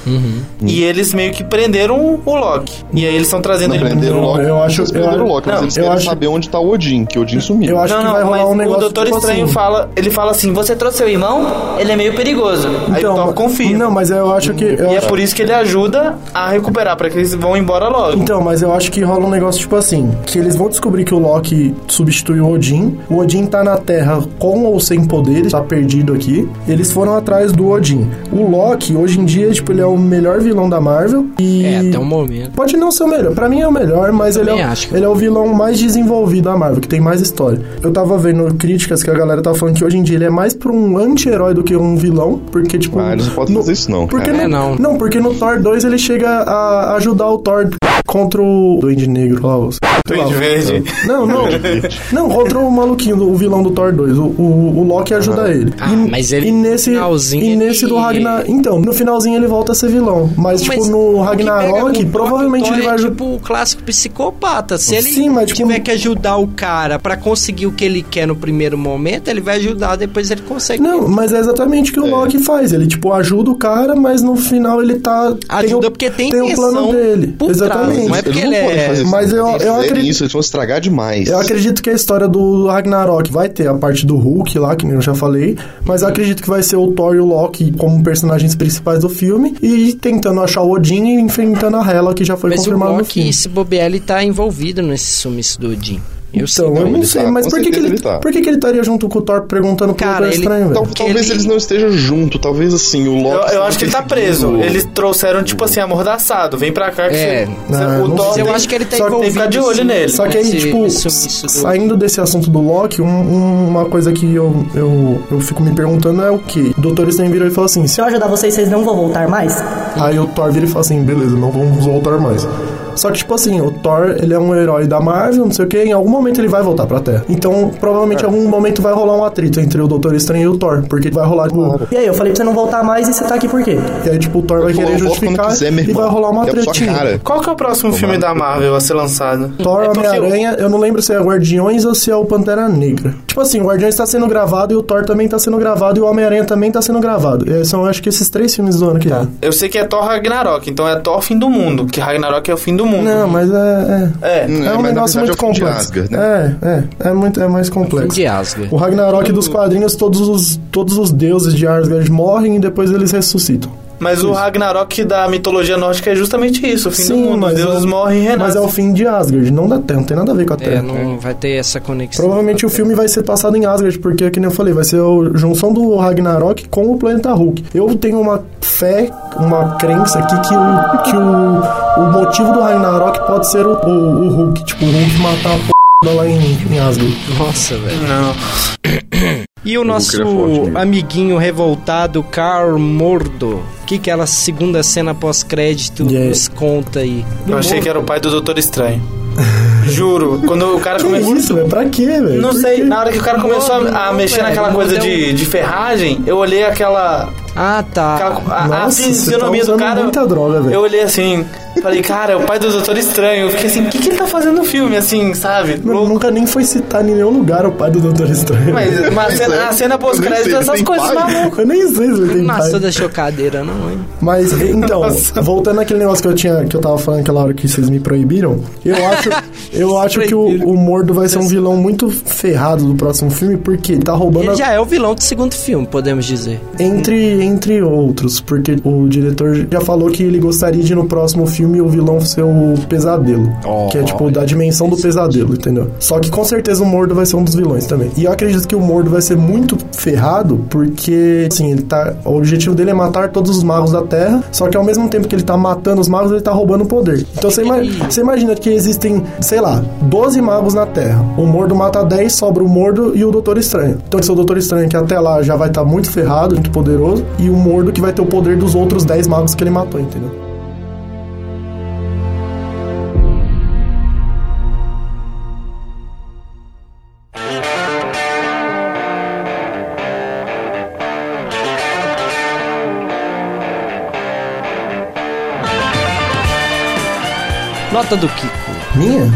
S4: e eles meio que prenderam o Loki. E aí eles estão trazendo
S3: Não
S4: ele.
S3: prenderam o
S2: Não,
S3: Loki.
S2: eu acho-
S3: Vocês
S2: eu acho-
S3: prenderam o Loki, mas
S4: não,
S3: eles
S2: eu
S3: querem
S2: acho-
S3: saber onde tá o Odin, que o Odin sumiu.
S2: Eu acho
S4: Não,
S2: que
S4: não,
S2: vai rolar
S4: mas
S2: um negócio.
S4: o Doutor
S2: tipo
S4: Estranho
S2: assim.
S4: fala, ele fala assim, você trouxe seu irmão? Ele é meio perigoso. aí o
S2: Então,
S4: Thor confia.
S2: Não, mas eu acho que. eu
S4: E é
S2: acho-
S4: por isso que ele ajuda a recuperar, pra que eles vão embora logo.
S2: Então, mas eu acho que rola um negócio tipo assim: que eles vão descobrir que o Loki substitui o Odin. O Odin tá na Terra com ou sem poderes, tá perdido aqui. Eles foram atrás do Odin. O Loki, hoje em dia, tipo, ele é o melhor vilão da Marvel. E.
S1: É, até um momento.
S2: Pode não ser o melhor, pra mim é o melhor, mas ele é,
S1: Também
S2: o-
S1: acho que-
S2: ele é o vilão mais desenvolvido da Marvel, que tem mais história. Eu tava vendo críticas que a galera tá falando que hoje em dia ele é mais pra um anti-herói do que um vilão, porque, tipo.
S3: Ah, eles não podem fazer isso não,
S2: Porque
S3: cara.
S1: É,
S2: não,
S1: não.
S2: não, porque no Thor 2 ele chega a ajudar o Thor contra o Duende Negro lá, os...
S4: Duende Verde.
S2: Não, não. Não, contra o maluquinho, o vilão do Thor 2. O, o, o Loki ajuda ele.
S1: Ah, mas ele
S2: E
S1: no
S2: nesse,
S1: finalzinho
S2: e nesse do
S1: ele-
S2: Ragnar. Então, no finalzinho ele volta a ser vilão. Mas, tipo,
S1: Mas
S2: no
S1: o que pega no
S2: Ragnarok,
S1: próprio
S2: provavelmente
S1: Thor
S2: ele
S1: é
S2: vai ajudar.
S1: tipo o clássico psicopata. Se ele
S2: Sim, mas, tipo,
S1: tiver que ajudar o cara pra conseguir o que ele quer no primeiro momento, ele vai ajudar, depois ele consegue.
S2: Não, mas é exatamente o que o Loki faz. Ele, tipo, ajuda o cara, mas no final ele tá.
S1: Ajuda
S2: tem o,
S1: porque tem
S2: o plano
S1: intenção
S2: dele.
S1: por trás,
S2: Exatamente.
S1: não é porque
S3: eles
S1: ele
S3: não podem
S1: é-
S3: fazer isso.
S2: Mas eu-
S3: Se eles
S2: eu
S3: fizerem
S2: acredito-
S3: isso, eles vão estragar demais.
S2: Eu acredito que a história do Ragnarok vai ter a parte do Hulk lá, que nem eu já falei, mas eu acredito que vai ser o Thor e o Loki como personagens principais do filme e tentando achar o Odin e enfrentando a Hela, que já foi
S1: Mas o
S2: confirmado no
S1: Loki,
S2: filme.
S1: se bobear, ele tá envolvido nesse sumiço do Odin. Eu sei.
S2: Então, eu não
S3: ele
S2: sei,
S3: tá,
S2: mas
S3: com
S2: por que, que
S3: certeza
S2: ele,
S3: ele tá.
S2: por que, que ele estaria junto com o Thor perguntando pro
S1: Cara,
S2: Doutor
S1: ele- tá
S2: Estranho,
S3: Tal-
S2: velho?
S1: que
S3: talvez
S1: ele-
S3: eles não estejam junto, talvez assim, o
S4: Eu,
S3: Loki.
S4: eu acho que ele tá preso.
S3: conseguindo-
S4: Eles trouxeram, tipo assim, amordaçado. Vem pra cá que
S1: É.
S4: você-
S2: Ah,
S4: o
S2: não
S4: Thor
S2: sei.
S1: Eu
S4: tem-
S1: acho que ele tá
S4: só que tem que
S1: envolvido.
S4: ficar de olho
S1: sim,
S4: nele.
S2: Só que aí,
S1: nesse-
S2: tipo,
S1: nesse sumiço do Odin.
S2: saindo desse assunto do Loki, um- um- uma coisa que eu, eu, eu fico me perguntando é o que? O Doutor Estranho virou e falou assim:
S8: Se eu ajudar vocês, vocês não vão voltar mais?
S2: Aí o Thor vira e fala assim, beleza, não vamos voltar mais. Só que, tipo assim, o Thor, ele é um herói da Marvel, não sei o que, em algum momento ele vai voltar pra Terra. Então, provavelmente, em algum momento vai rolar um atrito entre o Doutor Estranho e o Thor, porque vai rolar, tipo...
S8: E aí, eu falei pra você não voltar mais e você tá aqui por quê?
S2: E aí, tipo, o Thor vai
S3: Ele falou,
S2: querer
S3: "Eu volto quando
S2: justificar
S3: quiser, meu
S2: e
S3: irmão.
S2: vai rolar uma
S3: É a sua cara.
S2: tretinha.
S4: Qual que é o próximo filme da Marvel a ser lançado?
S2: Thor,
S4: É porque
S2: Homem-Aranha, eu não lembro se é Guardiões ou se é o Pantera Negra. Tipo assim, o Guardiões tá sendo gravado e o Thor também tá sendo gravado e o Homem-Aranha também tá sendo gravado. E são, acho que, esses três filmes do ano que tá.
S4: Eu sei que é Thor Ragnarok, então é Thor fim do mundo, que Ragnarok é o fim do mundo.
S2: Não, mas é- é...
S4: É.
S3: Não,
S2: É um
S3: mas,
S2: negócio
S3: na
S2: muito
S3: verdade, é o fim de
S2: complexo.
S3: Asgard, né? Hum.
S2: É, é. É, muito, é mais
S1: Fim
S2: complexo.
S1: um de Asgard.
S2: O Ragnarok dos quadrinhos, todos os, todos os deuses de Asgard morrem e depois eles ressuscitam.
S4: Mas o Ragnarok da mitologia nórdica é justamente isso, o fim do mundo. Os deuses
S2: é o-
S4: morrem e
S2: Mas é
S4: renascem.
S2: o fim de Asgard, não da Terra, não tem nada a ver com a Terra.
S1: É, não vai ter essa conexão.
S2: Provavelmente o filme vai ser passado em Asgard, porque, que nem eu falei, vai ser a junção do Ragnarok com o planeta Hulk. Eu tenho uma fé, uma crença aqui que o, que o, o motivo do Ragnarok pode ser o, o, o Hulk. Tipo, o Hulk matar a p... lá em, em Asgard.
S1: Nossa, velho.
S4: Não.
S1: E o nosso
S2: queria forte mesmo.
S1: amiguinho revoltado, Carl Mordo. O que que ela, segunda cena pós-crédito, nos conta aí?
S4: Eu achei que era o pai do Doutor Estranho. Juro, quando o cara começou.
S2: Isso, velho, pra quê, velho?
S4: Não
S2: Por
S4: sei,
S2: quê?
S4: na hora que o cara começou
S1: Não,
S4: a, a
S1: não,
S4: mexer
S1: velho,
S4: naquela coisa
S1: não
S4: de, de ferragem, eu olhei aquela.
S1: Ah, tá.
S4: aquela a, a
S2: Nossa, você tá
S4: fisionomia
S2: usando
S4: do cara.
S2: muita droga, velho.
S4: Eu olhei assim, falei, cara, é o pai do Doutor Estranho. Eu fiquei assim, o que, que ele tá fazendo no filme, assim, sabe?
S2: Mano, nunca nem foi citar em nenhum lugar o pai do Doutor Estranho.
S4: Mas, mas a cena, a cena pós-crédito é essas coisas malucas.
S2: Eu nem sei se ele tem
S1: Nossa,
S2: pai.
S1: toda chocadeira, não, hein?
S2: Mas, então, voltando àquele negócio que eu tinha, que eu tava falando aquela hora que vocês me proibiram, eu acho, eu acho que o, o Mordo vai ser um vilão muito ferrado do próximo filme, porque ele tá roubando
S1: Ele
S2: a-
S1: já é o vilão do segundo filme, podemos dizer.
S2: entre, entre outros, porque o diretor já falou que ele gostaria de no próximo filme o vilão ser o pesadelo. que é tipo da dimensão do pesadelo, entendeu? Só que com certeza o Mordo vai ser um dos vilões também. E eu acredito que o Mordo vai ser muito ferrado, porque assim, ele tá. O objetivo dele é matar todos os magos da Terra. Só que ao mesmo tempo que ele tá matando os magos, ele tá roubando o poder. Então você ima- você imagina que existem, sei lá, 12 magos na Terra. O Mordo mata 10, sobra o Mordo e o Doutor Estranho. Então esse é o Doutor Estranho que até lá já vai estar muito ferrado, muito poderoso, e o Mordo que vai ter o poder dos outros 10 magos que ele matou, entendeu?
S1: Nota do Kiko.
S2: Minha?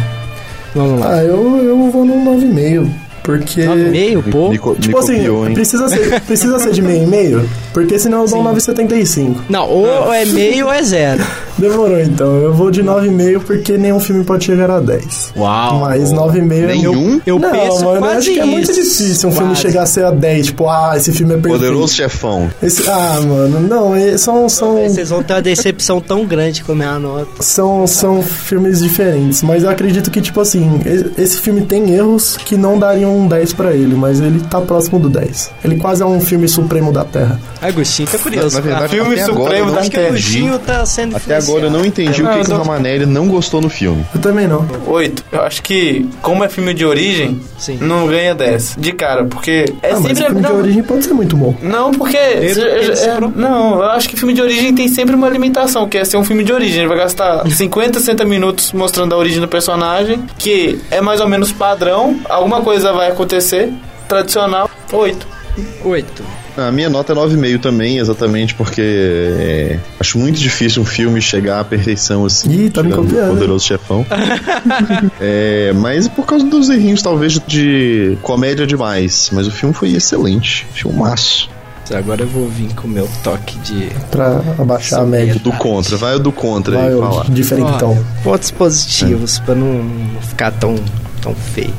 S1: Vamos lá.
S2: Ah, eu, eu vou no 9,5. Porque.
S1: Meio, pô.
S3: É. Nico,
S2: Tipo
S3: Nico
S2: assim,
S3: piou, hein?
S2: precisa ser, precisa ser de meio e meio, porque senão eu dou um 9,75.
S1: Não, ou é meio ou é zero.
S2: Demorou então, eu vou de 9,5 porque nenhum filme pode chegar a 10.
S1: Uau.
S2: Mas 9,5 é
S3: Nenhum?
S1: Eu
S2: não,
S1: penso
S2: mano, eu
S1: quase
S2: acho que é muito
S1: isso.
S2: difícil um filme
S1: Quase.
S2: chegar a ser a 10. Tipo, ah, esse filme é perfeito.
S3: Poderoso chefão.
S2: Esse- ah, mano, não, é- são, são,
S1: Vocês vão ter uma decepção tão grande com a minha nota.
S2: são, são filmes diferentes. Mas eu acredito que, tipo assim, e- esse filme tem erros que não dariam um 10 pra ele, mas ele tá próximo do 10. Ele quase é um filme supremo da Terra.
S1: Agostinho tá curioso.
S3: Na- na verdade,
S1: pra-
S3: filme até agora
S4: supremo
S3: eu
S4: da
S3: não
S1: acho que o
S3: entendi.
S1: Agostinho tá sendo
S3: Até agora eu não entendi o
S4: Não,
S3: que,
S4: eu
S3: que o
S4: tô-
S3: Ramanelli não gostou no filme.
S2: Eu também não.
S4: 8. Eu acho que, como é filme de origem,
S1: Sim.
S4: não ganha 10. De cara, porque é
S2: ah, mas o
S4: sempre.
S2: filme de
S4: não,
S2: origem pode ser muito bom.
S4: não, porque.
S1: ele se
S4: é-
S1: propõe.
S4: não, eu acho que filme de origem tem sempre uma limitação, que é ser um filme de origem. Ele vai gastar 50, 60 minutos mostrando a origem do personagem, que é mais ou menos padrão, alguma coisa vai acontecer, tradicional. 8.
S1: Oito.
S3: A minha nota é 9,5 também, exatamente porque é, acho muito difícil um filme chegar à perfeição assim.
S2: Ih, tá me
S3: tirando o
S2: copiando.
S3: Poderoso Chefão. é, mas por causa dos errinhos, talvez, de comédia demais. Mas o filme foi excelente. Filmaço.
S1: Agora eu vou vir com o meu toque de
S2: Pra abaixar a
S4: é
S2: média.
S3: Do contra, vai o do contra
S2: Vai,
S3: aí
S2: ô,
S3: falar.
S2: diferentão.
S1: Olha, pontos positivos, pra não, não ficar tão, tão feio.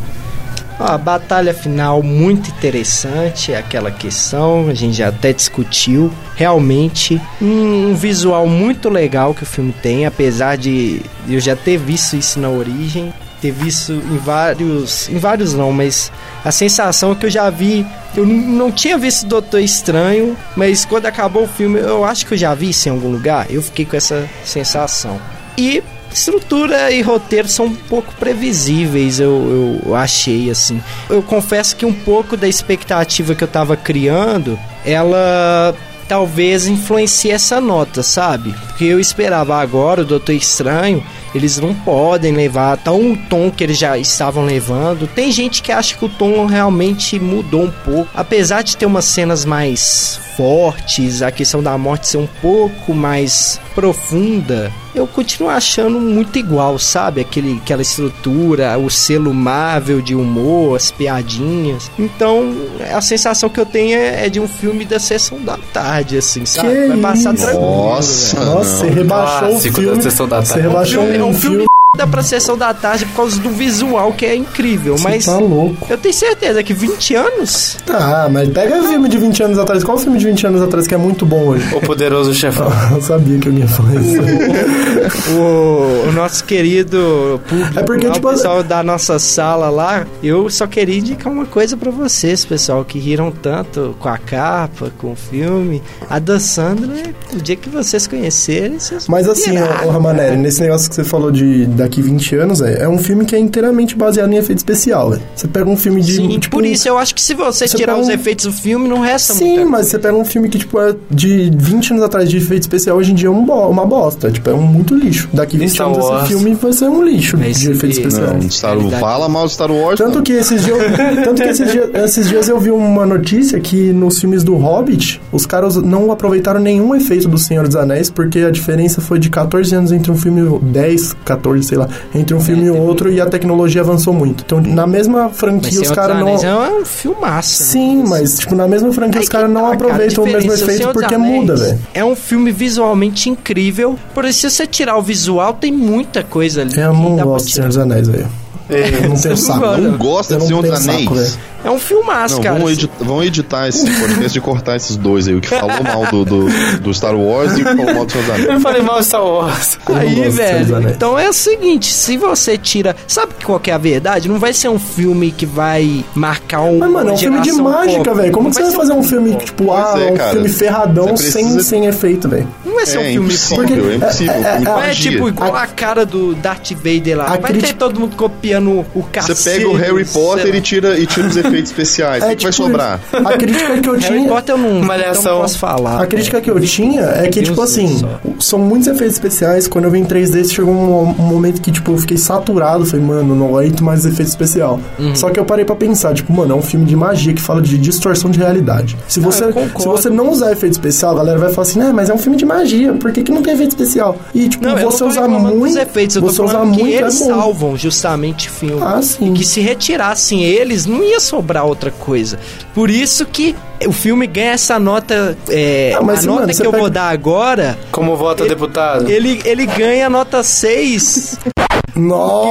S1: Ó, a batalha final muito interessante, é aquela questão, a gente já até discutiu. Realmente, um, um visual muito legal que o filme tem, apesar de eu já ter visto isso na origem, ter visto em vários. Em vários não, mas a sensação é que eu já vi. Eu n- não tinha visto Doutor Estranho, mas quando acabou o filme, eu acho que eu já vi isso em algum lugar. Eu fiquei com essa sensação. E estrutura e roteiro são um pouco previsíveis, eu, eu achei assim. Eu confesso que um pouco da expectativa que eu tava criando, ela talvez influencie essa nota, sabe? Porque eu esperava agora o Doutor Estranho, eles não podem levar tão o tom que eles já estavam levando. Tem gente que acha que o tom realmente mudou um pouco, apesar de ter umas cenas mais fortes, a questão da morte ser um pouco mais profunda. Eu continuo achando muito igual, sabe? Aquele, aquela estrutura, o selo Marvel de humor, as piadinhas. Então, a sensação que eu tenho é, é de um filme da sessão da tarde, assim, sabe?
S2: Que
S1: Vai passar
S2: isso?
S1: tranquilo.
S3: Nossa,
S1: velho.
S2: é né? Nossa, você rebaixou o
S4: Ah, Clássico da
S2: filme.
S4: Sessão da Tarde.
S2: Você rebaixou
S1: É um filme
S2: filme.
S1: dá pra sessão da tarde por causa do visual que é incrível,
S2: Você
S1: mas
S2: tá louco.
S1: eu tenho certeza que 20 anos
S2: Ah, mas pega filme de 20 anos atrás. Qual filme de 20 anos atrás que é muito bom hoje?
S4: O poderoso chefão.
S2: Eu sabia que eu ia falar isso.
S1: o o nosso querido público,
S2: É porque,
S1: lá,
S2: tipo,
S1: o pessoal da nossa sala lá, eu só queria indicar uma coisa pra vocês, pessoal, que riram tanto com a capa, com o filme. A da Sandra, o dia que vocês conhecerem, vocês
S2: Mas assim, ô, ô Ramanelli, nesse negócio que você falou de daqui 20 anos, é, é um filme que é inteiramente baseado em efeito especial. velho. Você pega um filme de.
S1: Sim,
S2: tipo,
S1: por isso eu acho que se você,
S2: você
S1: tirar
S2: pega
S1: os
S2: um-
S1: efeitos do filme, não resta
S2: Sim, mas você pega um filme que, tipo, é de 20 anos atrás de efeito especial, hoje em dia é um bo- uma bosta. Tipo, é um muito lixo. Daqui 20
S3: Star
S2: anos
S3: Wars.
S2: esse filme vai ser um lixo de efeitos especial.
S3: Não, Star Wars. Fala mal de Star Wars.
S2: Tanto
S3: não.
S2: que, esses dias, tanto que esses, dias, esses dias eu vi uma notícia que nos filmes do Hobbit, os caras não aproveitaram nenhum efeito do Senhor dos Anéis, porque a diferença foi de 14 anos entre um filme, 10, 14, sei lá, entre um
S1: É.
S2: filme e outro, e a tecnologia avançou muito. Então, na mesma franquia, os caras não...
S1: É um filmaço. né?
S2: Sim, mas, tipo, na mesma franquia, os caras não
S1: Cara,
S2: aproveitam o mesmo
S1: diferença,
S2: efeito
S1: Senhor dos
S2: porque
S1: Anéis
S2: muda, velho.
S1: É um filme visualmente incrível. Por isso, se você tirar o visual, tem muita coisa ali.
S2: É, Eu não gosto de Senhor dos Anéis, velho. Eu não tenho saco.
S3: É. Não gosta de
S2: Eu
S3: Senhor
S2: não
S3: dos
S2: tenho
S3: Anéis.
S2: saco, velho.
S1: É um filmaço,
S3: Não,
S1: cara.
S3: vão, edi- vão editar esse podcast de cortar esses dois aí, o que falou mal do, do, do Star Wars e falou mal do Senhor dos Anéis.
S4: Eu não falei mal de Star Wars.
S1: Aí,
S3: gosto de Senhor dos
S1: velho.
S3: Anéis.
S1: Então é o seguinte: se você tira. Sabe qual que é a verdade? Não vai ser um filme que vai marcar um.
S2: Mas, mano, é um filme de mágica, velho. Como que você vai fazer um filme, tipo, ah,
S1: Pois é,
S2: um
S1: cara.
S2: filme ferradão
S1: Você
S2: sem,
S1: precisa-
S2: sem efeito, velho?
S1: Não vai ser um filme
S2: impossível,
S1: pop.
S2: é impossível, é filme de
S1: Não é
S2: magia.
S1: tipo igual a cara do Darth Vader lá.
S2: A
S1: vai ter
S2: crítica-
S1: todo mundo copiando o
S3: Você
S1: cacete.
S3: pega o Harry
S1: sei
S3: Potter
S1: lá. É, tipo
S3: e tira, e tira os efeitos especiais. O que, que vai sobrar?
S2: É, tipo, A crítica que eu tinha.
S1: Harry Potter eu não,
S4: Malhação.
S1: então não posso falar.
S2: A crítica que eu tinha é que, tipo assim, são muitos efeitos especiais. Quando eu vi em 3D, chegou um, um momento que, tipo, eu fiquei saturado. Falei, mano, não aguento mais efeito especial.
S1: Uhum.
S2: Só que eu parei pra pensar, tipo, mano, é um filme de magia que fala de distorção de realidade. Se você, se você não usar efeito especial, a galera vai falar assim, né, mas é um filme de magia, por que, que não tem efeito especial? E, tipo,
S1: Não, eu não
S2: você
S1: tô
S2: usar
S1: reclamando
S2: muito.
S1: dos efeitos, eu tô
S2: você usar
S1: falando que
S2: muito é bom.
S1: eles salvam justamente filme.
S2: Ah, sim.
S1: E que se retirassem eles, não ia sobrar outra coisa. Por isso que o filme ganha essa nota. é,
S4: Ah, mas,
S1: a nota
S4: mano,
S1: que
S4: você
S1: eu vou
S4: pega-
S1: dar agora.
S4: Como vota
S2: Ah.
S4: deputado?
S1: Ele, ele ganha a nota 6.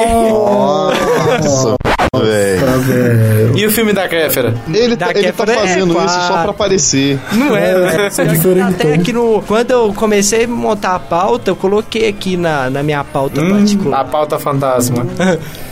S3: Nossa,
S2: velho.
S4: E o filme da Kéfera?
S3: Ele,
S1: Da
S3: tá- ele tá
S1: Kéfera é
S3: fazendo isso só
S1: quatro.
S3: pra aparecer.
S1: Não é, né?
S3: é diferente,
S1: Até
S2: então.
S1: aqui no. Quando eu comecei a montar a pauta, eu coloquei aqui na, na minha pauta
S3: Hum.
S1: particular.
S4: A pauta fantasma.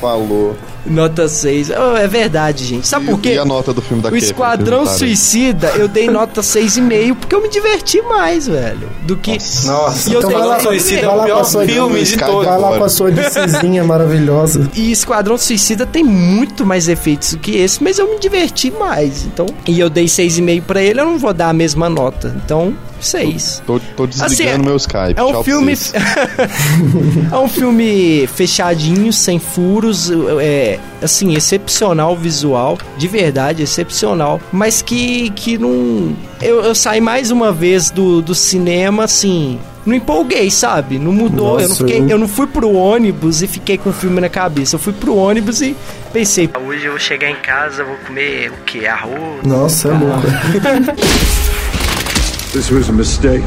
S3: Falou.
S1: Nota 6. Oh, é verdade, gente. Sabe por quê?
S3: E a nota do filme da
S1: o
S3: Kéfera,
S1: Esquadrão
S3: perguntaram.
S1: Suicida, eu dei nota 6,5 porque eu me diverti mais, velho. Do que.
S4: Nossa,
S1: e eu
S4: então
S1: dei
S4: vai lá,
S1: nota
S4: Suicida é o
S1: meia.
S4: pior filme de todos.
S2: Vai lá pra sua DCzinha maravilhosa.
S1: E Esquadrão Suicida tem muito mais efeitos do que esse, mas eu me diverti mais. Então, e eu dei 6,5 pra ele, eu não vou dar a mesma nota. Então, 6.
S3: Tô, tô desligando
S1: Assim, é-
S3: meu Skype.
S1: é um
S3: Tchau pra
S1: filme-
S3: vocês.
S1: É um filme fechadinho, sem furos, é assim, excepcional visual, de verdade, excepcional, mas que, que não. Eu, eu saí mais uma vez do, do cinema, assim. Não empolguei, sabe? Não mudou. eu, não
S4: Nossa,
S1: fiquei,
S4: eu-
S1: eu não fui pro ônibus e fiquei com o filme na cabeça. Eu fui pro ônibus e pensei. "Ah, Hoje eu vou chegar em casa, vou comer o quê? Arroz?
S2: Nossa, é louco.
S7: This was a mistake.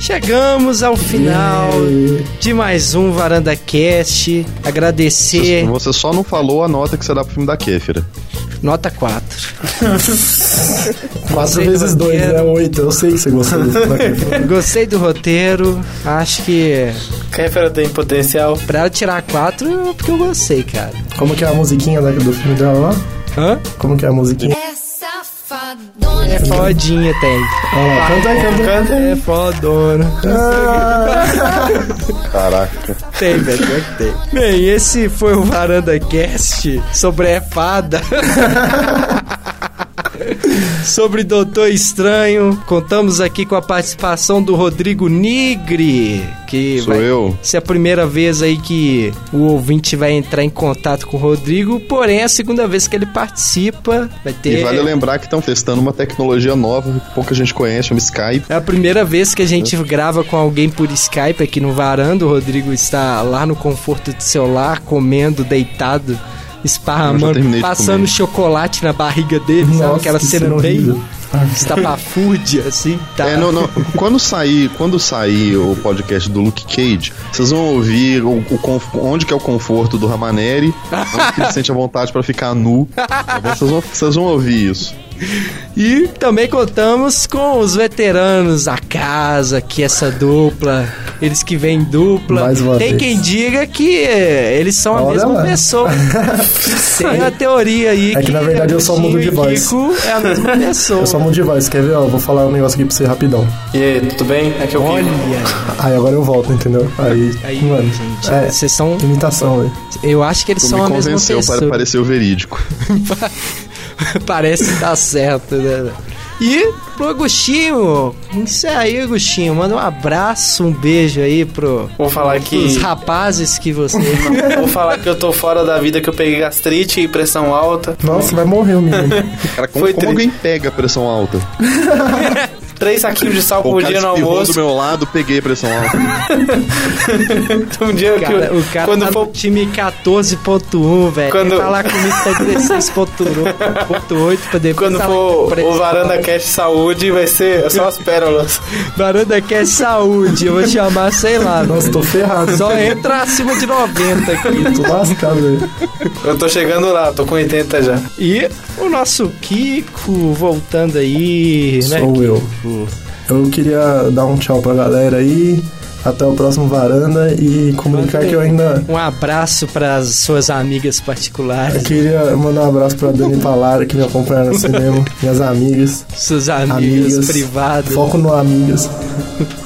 S1: Chegamos ao final de mais um Varanda Cast. Agradecer.
S3: Você só não falou a nota que você dá pro filme da Kéfera.
S1: Nota 4. Ah,
S2: Quatro vezes dois, né? Oito. Eu sei que você gostou desse daqui.
S1: Gostei do roteiro, acho que.
S4: Kéfera tem potencial.
S1: Pra ela tirar 4 é porque eu gostei, cara.
S2: Como que é a musiquinha da- do filme dela lá?
S1: Hã?
S2: Como que é a musiquinha?
S1: É fodinha, tem.
S2: lá, canta aí, canta aí.
S1: É fodona.
S3: Ah. Caraca.
S1: Tem, velho, pior que tem. Bem, esse foi o Varanda Cast sobre a fada. sobre Doutor Estranho. Contamos aqui com a participação do Rodrigo Nigre, que
S3: Sou
S1: vai
S3: eu.
S1: ser a primeira vez aí que o ouvinte vai entrar em contato com o Rodrigo, porém é a segunda vez que ele participa. Vai ter é um
S3: E vale lembrar que estão testando uma tecnologia nova que pouca gente conhece, chama Skype.
S1: É a primeira vez que a gente
S3: Uhum.
S1: grava com alguém por Skype aqui no varanda. O Rodrigo está lá no conforto do seu lar, comendo, deitado,
S3: Eu já
S1: esparramando,
S3: terminei de
S1: passando
S3: comer.
S1: chocolate na barriga dele, sabe?
S2: Nossa,
S1: Aquela
S2: que
S1: cena
S2: cena
S1: bem,
S2: horrível.
S1: estapafúrdia, assim. Tá.
S3: É, não, não. Quando sair, quando sair o podcast do Luke Cage, vocês vão ouvir o, o conf- onde que é o conforto do Ramaneri, onde que ele sente a vontade pra ficar nu. Tá bom? Vocês vão, vocês vão ouvir isso.
S1: E também contamos com os veteranos da casa, que essa dupla, eles que vêm dupla.
S2: Mais uma
S1: Tem
S2: vez.
S1: quem diga que eh, eles são a
S2: Olha
S1: mesma
S2: lá.
S1: pessoa. Tem a teoria aí
S2: É que, na verdade, eu só
S1: Agostinho
S2: mudo de
S1: e
S2: voz.
S1: Kiko é a mesma pessoa.
S2: Eu só mudo de voz, quer ver? Ó, vou falar um negócio aqui pra você rapidão.
S4: E aí, tudo bem? É que eu Olha.
S2: Aí agora eu volto, entendeu? Aí,
S1: Aí,
S2: mano.
S1: gente,
S2: é,
S1: vocês são.
S2: imitação, velho.
S1: Eu acho que eles
S3: Tu
S1: são a
S3: me
S1: mesma
S3: convenceu,
S1: pessoa.
S3: para pareceu verídico.
S1: Parece dar certo, né? E pro Agostinho, isso aí, Agostinho. Manda um abraço, um beijo aí pro.
S4: Vou falar que-
S1: Os rapazes que você. é.
S4: Vou falar que eu tô fora da vida, que eu peguei gastrite e pressão alta.
S2: Nossa, vai morrer o menino.
S3: Cara, como,
S4: Foi
S3: como
S4: triste.
S3: alguém pega pressão alta?
S4: Três saquinhos de sal
S3: O
S4: por
S3: cara
S4: um dia no
S3: espirrou do
S4: almoço.
S3: meu lado, peguei pressão alta.
S4: Um dia que
S1: Cara,
S4: eu-
S1: o cara
S4: quando
S1: tá
S4: for
S1: no time 14.1, velho.
S4: Quando-
S1: Ele tá lá com lista 16.8 pra depois.
S4: Quando
S1: tá lá com
S4: for
S1: pressão.
S4: o Varanda Cash Saúde, vai ser só as pérolas.
S1: Varanda quer saúde, eu vou chamar, sei lá.
S2: Nossa, tô ferrado.
S1: Só entra acima de 90 aqui.
S2: Tô lascado, velho.
S4: Eu tô chegando lá, tô com 80 já.
S1: E o nosso Kiko voltando aí, né?
S2: Sou eu.
S1: Kiko?
S2: Eu queria dar um tchau pra galera aí. Até o próximo varanda e comunicar que eu ainda.
S1: Um abraço para suas amigas
S2: Eu
S1: particulares,
S2: quelara mandar um abraço pra Dani Palara, que me acompanha no cinema, minhas amigas.
S1: suas amigas,
S2: Amigas.
S1: privadas.
S2: Foco no amigas.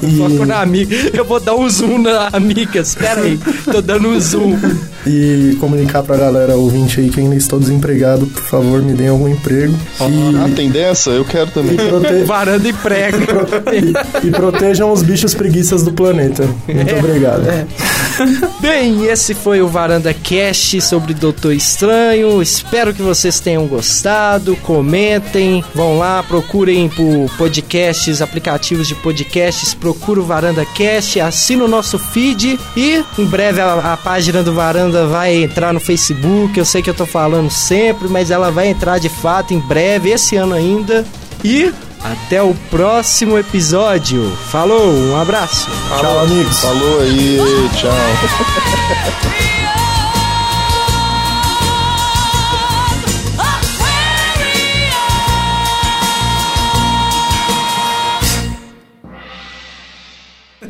S2: E,
S1: Foco na amiga. Eu vou dar um zoom na amiga. Espera aí, tô dando um zoom.
S2: e comunicar pra galera ouvinte aí que ainda estou desempregado, por favor, me deem algum emprego.
S3: Ah,
S2: E,
S3: tem dessa? Eu quero também.
S2: e prote-
S1: Varanda e prega.
S2: e- e protejam os bichos preguiças do planeta.
S1: É,
S2: Muito obrigado.
S1: Bem, esse foi o Varanda Cast sobre Doutor Estranho. Espero que vocês tenham gostado. Comentem, vão lá, procurem por podcasts, aplicativos de podcasts, procura o Varanda Cast, assina o nosso feed e em breve a, a página do Varanda vai entrar no Facebook. Eu sei que eu tô falando sempre, mas ela vai entrar de fato em breve, esse ano ainda. E até o próximo episódio. Falou, um abraço.
S2: Tchau, amigos.
S3: Falou aí, tchau.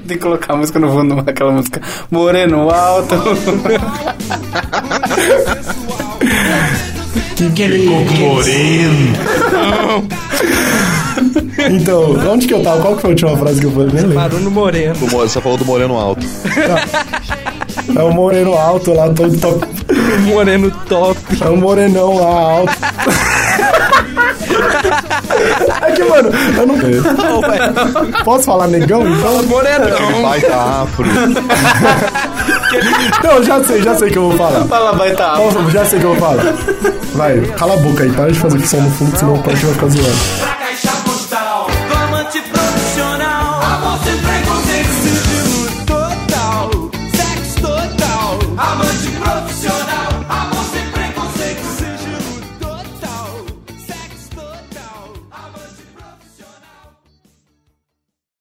S4: Tem que colocar a música no fundo, aquela música Moreno Alto.
S1: Aquele-
S2: Então, onde que eu tava? Qual que foi a última frase que eu falei? Nem lembro.
S1: Barulho Moreno.
S3: Do Mo- Você falou do Moreno Alto.
S2: É o moreno alto lá, todo top.
S1: Moreno top.
S2: É um morenão lá alto. É que, mano, eu não.
S1: Ô, velho,
S2: Posso falar negão? Então?
S1: Morenão.
S3: Vai tá afro.
S2: Não, já sei, já sei que eu vou falar.
S4: Fala, vai tá.
S2: Nossa, já sei que eu vou falar. Vai, cala a boca aí, para de fazer som no fundo, senão o Pante vai ficar zoando.